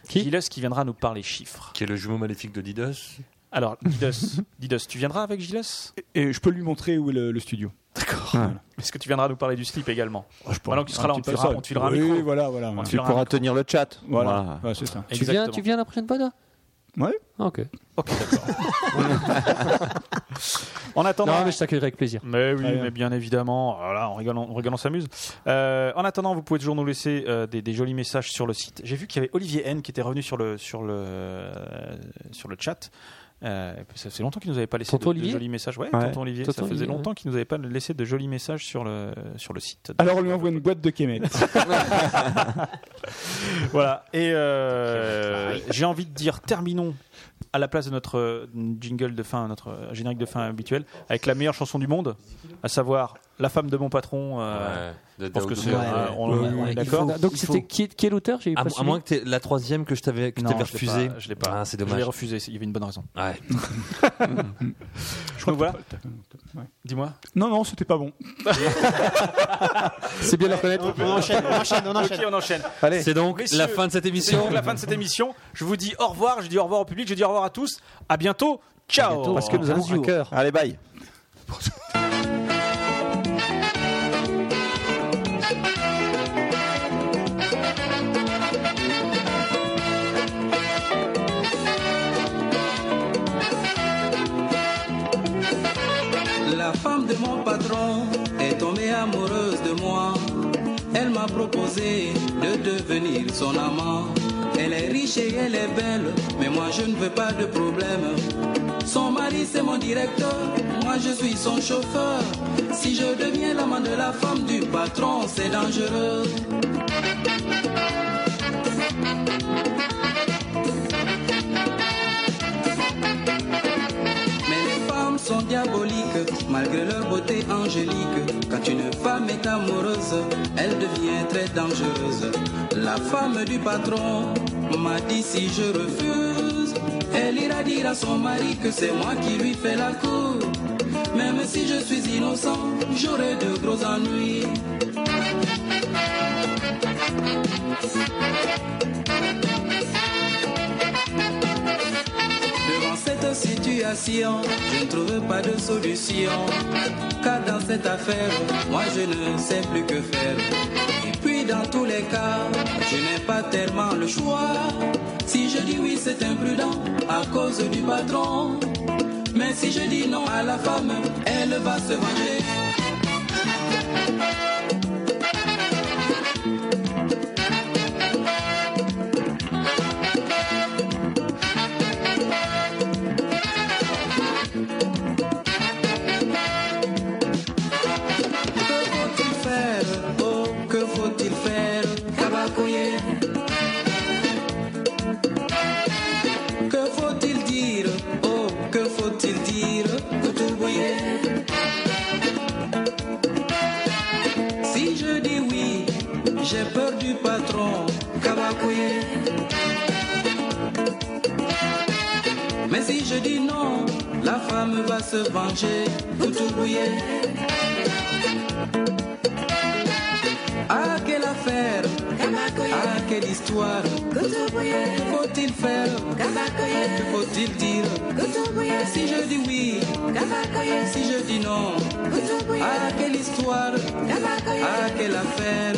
S5: Qui
S3: Gilles qui viendra nous parler chiffres.
S4: Qui est le jumeau maléfique de Didos
S3: Alors Didus, Didus, tu viendras avec Gilles Est-ce
S8: Et je peux lui montrer où est le, le studio. Oh,
S3: que tu viendras nous parler du slip également Maintenant que tu seras là, on te filera, on te filera un
S8: oui,
S3: micro.
S8: Oui, voilà, voilà.
S3: On te
S8: voilà.
S6: Tu
S3: filera un
S6: pourras
S3: micro.
S6: tenir le chat.
S8: Voilà, Ouais, c'est ça.
S5: Tu viens,
S3: Exactement.
S5: tu viens la prochaine fois, toi
S8: Ouais.
S5: Ah, Ok.
S3: En attendant,
S5: Non, mais je t'accueillerai avec plaisir.
S3: Mais oui,
S8: Très bien.
S3: mais bien évidemment, voilà, on rigole, on, rigole, on s'amuse. Euh, en attendant, vous pouvez toujours nous laisser euh, des, des jolis messages sur le site. J'ai vu qu'il y avait Olivier N qui était revenu sur le, sur le, euh, sur le chat. Euh, ça faisait longtemps qu'il nous avait pas laissé
S5: Tonton
S3: de- de,
S5: Olivier
S3: jolis messages. Ouais,
S6: Ouais.
S3: tonton Olivier,
S5: Tonton
S3: ça faisait
S5: Olivier,
S3: longtemps qu'il nous avait pas laissé de jolis messages sur le, sur le site.
S8: Alors on lui envoie une boîte de Kemet.
S3: voilà. Et euh, j'ai envie de dire terminons à la place de notre euh, jingle de fin, notre euh, générique de fin habituel, avec la meilleure chanson du monde, à savoir La femme de mon patron. euh,
S4: Ouais,
S3: je
S4: de
S3: pense que
S4: Daoud
S3: c'est.
S4: Doumbouya.
S3: euh, on
S7: Ouais,
S3: on
S7: ouais,
S3: est
S7: il
S3: d'accord.
S7: faut-
S5: Donc
S7: il
S5: c'était
S7: faut-
S5: qui est, qui est l'auteur J'ai
S4: À,
S5: pas
S4: à
S5: suivi.
S4: moins que t'aies la troisième que je t'avais que
S3: Non,
S4: t'avais
S3: je l'ai pas-
S4: refusée.
S3: Je l'ai pas.
S4: Ah, c'est
S3: Je l'ai
S4: dommage.
S3: refusé. c'est- Il y avait une bonne raison.
S4: Ouais.
S8: Je crois
S3: Donc voilà.
S8: que t'as pas- t'as- t'as- ouais.
S3: Dis-moi.
S8: Non, non, c'était pas bon.
S5: C'est bien de le reconnaître.
S3: On enchaîne. On enchaîne. On enchaîne. on enchaîne.
S6: Allez,
S4: C'est donc
S3: Messieurs,
S4: la fin de cette
S3: C'est
S4: émission.
S3: donc la fin de cette émission. Je vous dis au revoir. Je dis au revoir au public. Je dis au revoir à tous. À bientôt. Ciao.
S6: parce que nous avons un
S7: jour.
S6: cœur. Allez, bye.
S18: La femme de mon patron est tombée amoureuse de moi. Elle m'a proposé de devenir son amant. Elle est riche et elle est belle, mais moi je ne veux pas de problème. Son mari c'est mon directeur, moi je suis son chauffeur. Si je deviens l'amant de la femme du patron, c'est dangereux. Mais les femmes sont diaboliques, malgré leur beauté angélique. Quand une femme est amoureuse, elle devient très dangereuse. La femme du patron m'a dit si je refuse, elle ira dire à son mari que c'est moi qui lui fais la cour. Même si je suis innocent, j'aurai de gros ennuis. Devant cette situation, je ne trouve pas de solution. Car dans cette affaire, moi je ne sais plus que faire. Et puis dans tous les cas, je n'ai pas tellement le choix. Si je dis oui, c'est imprudent à cause du patron. Mais si je dis non à la femme, elle va se venger. Que faut-il faire Oh, que faut-il faire Cabacouiller. Que faut-il dire Oh, que faut-il dire Coutourbouiller. Si je dis oui, j'ai peur du patron. Cabacouiller. Mais si je dis non, la femme va se venger. Coutourbouiller. Ah, quelle affaire Ah, quelle histoire Faut-il faire Que faut-il dire Si je dis oui Si je dis non Ah, quelle histoire Ah, quelle affaire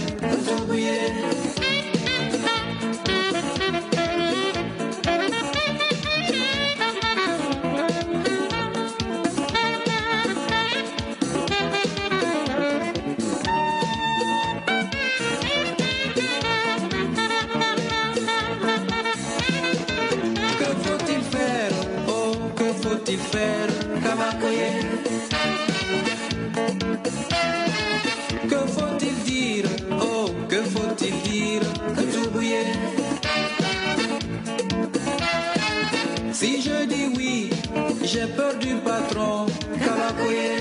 S18: Que faut-il faire Oh, que faut-il faire Cavacoyer Que faut-il dire Oh, que faut-il dire Katoubouye Si je dis oui, j'ai peur du patron Cavacoyer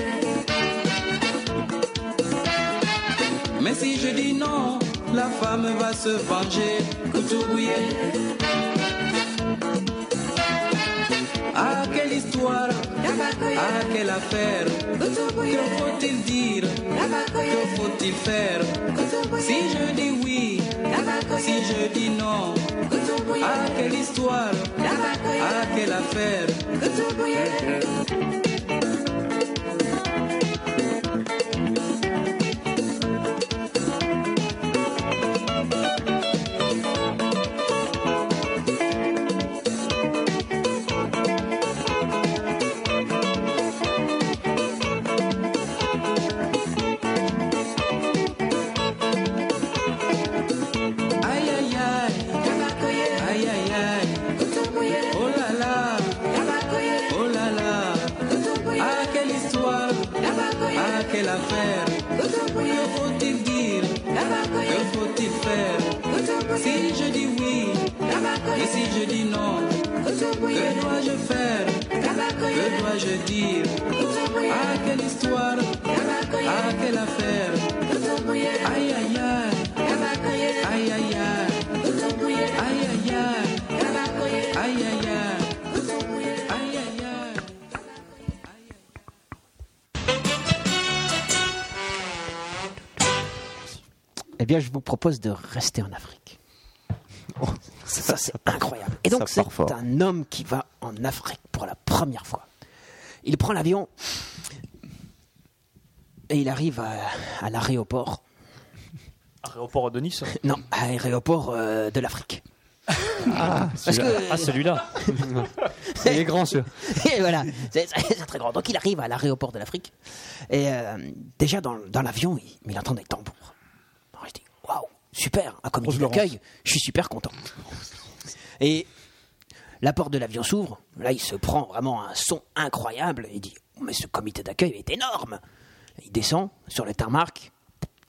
S18: Mais si je dis non, la femme va se venger Katoubouye Ah, quelle histoire Ah, quelle affaire Que faut-il dire Que faut-il faire Si je dis oui Si je dis non Ah, quelle histoire Ah, quelle affaire Aïe aïe aïe, aïe aïe aïe, oh là là, oh là là, ah quelle histoire, ah quelle affaire, que faut-il dire, que faut-il faire, si je dis oui, et si je dis non, que dois-je faire, que dois-je dire, ah quelle histoire, ah quelle affaire, aïe aïe aïe. Aïe aïe aïe, aïe aïe aïe, aïe aïe aïe, aïe aïe aïe.
S7: Eh bien, je vous propose de rester en Afrique. ça, c'est incroyable. Et
S6: Ça
S7: donc,
S6: part fort.
S7: c'est un homme qui va en Afrique pour la première fois. Il prend l'avion et il arrive à, à l'aéroport.
S3: Aéroport de Nice
S7: Non, à l'aéroport euh, de l'Afrique.
S3: Ah,
S7: Parce
S3: celui-là.
S7: que-
S3: Ah, celui-là.
S7: Il est grand, sûr. Et voilà, c'est c'est très grand. Donc il arrive à l'aéroport de l'Afrique. Et euh, déjà dans, dans l'avion, il, il entend des tambours. Alors, je dis waouh, super, un comité d'accueil, je suis super content. Et la porte de l'avion s'ouvre. Là, il se prend vraiment un son incroyable. Il dit oh, mais ce comité d'accueil est énorme. Il descend sur le tarmac,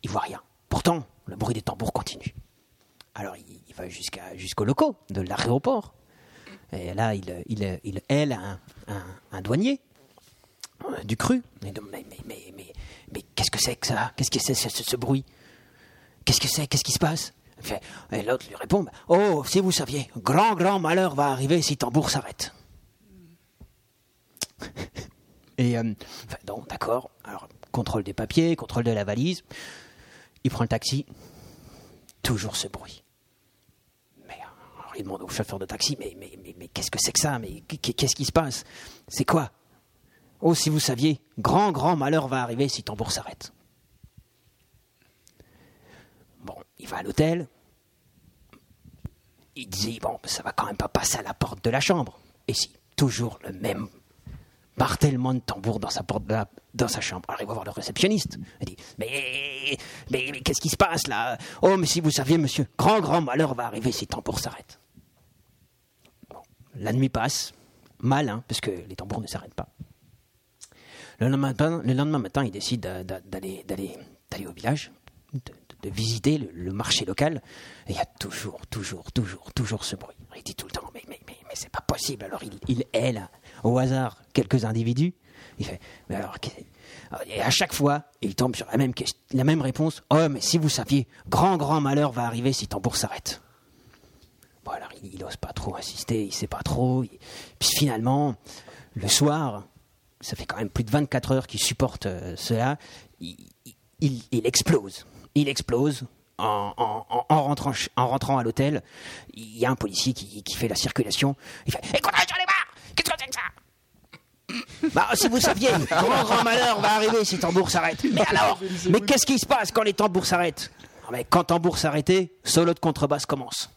S7: il voit rien. Pourtant, le bruit des tambours continue. Alors il, il va jusqu'à jusqu'aux locaux de l'aéroport. Et là, il, il, il aile un, un, un douanier euh, du cru. Et donc, mais mais, mais, mais- mais qu'est-ce que c'est que ça Qu'est-ce que c'est ce, ce- ce bruit Qu'est-ce que c'est Qu'est-ce qui se passe Il fait- Et l'autre lui répond bah, Oh, si vous saviez, grand, grand malheur va arriver si Tambour s'arrête. Et euh, enfin, donc, d'accord. Alors, contrôle des papiers, contrôle de la valise. Il prend le taxi. Toujours ce bruit. Mais alors, il demande au chauffeur de taxi Mais, mais, mais, mais qu'est-ce que c'est que ça Mais qu'est- qu'est-ce qui se passe C'est quoi Oh, si vous saviez, grand, grand malheur va arriver si Tambour s'arrête. Bon, il va à l'hôtel. Il dit Bon, ça va quand même pas passer à la porte de la chambre. Et si, toujours le même martèlement de tambour dans sa, porte de la- dans sa chambre. Alors il va voir le réceptionniste. Il dit Mais, mais, mais qu'est-ce qui se passe là Oh, mais si vous saviez, monsieur, grand, grand malheur va arriver si tambour s'arrête. Bon, la nuit passe, mal, hein, parce que les tambours ne s'arrêtent pas. Le lendemain matin, le lendemain matin il décide d'a- d'a- d'aller, d'aller, d'aller au village, de, de- de visiter le, le marché local. Et il y a toujours, toujours, toujours, toujours ce bruit. Il dit tout le temps, mais, mais, mais, mais c'est pas possible. Alors il, il hait là, au hasard quelques individus. Il fait, mais alors, qu'est- et à chaque fois, il tombe sur la même, question- la même réponse. Oh, mais si vous saviez, grand, grand malheur va arriver si Tambour s'arrête. Bon, alors, il n'ose pas trop insister, il sait pas trop. il- Puis finalement, le soir, ça fait quand même plus de 24 heures qu'il supporte euh, cela, il, il- il- il explose. Il explose. En, en- en- en rentrant, ch- en rentrant à l'hôtel, il y a un policier qui, qui fait la circulation. Il fait Écoutez, j'en ai marre Qu'est-ce que c'est que ça Bah, si vous saviez, grand, grand malheur va arriver si tambour s'arrête. Mais alors Mais qu'est-ce qui se passe quand les tambours s'arrêtent Ah, mais Quand tambour s'arrêtait, solo de contrebasse commence.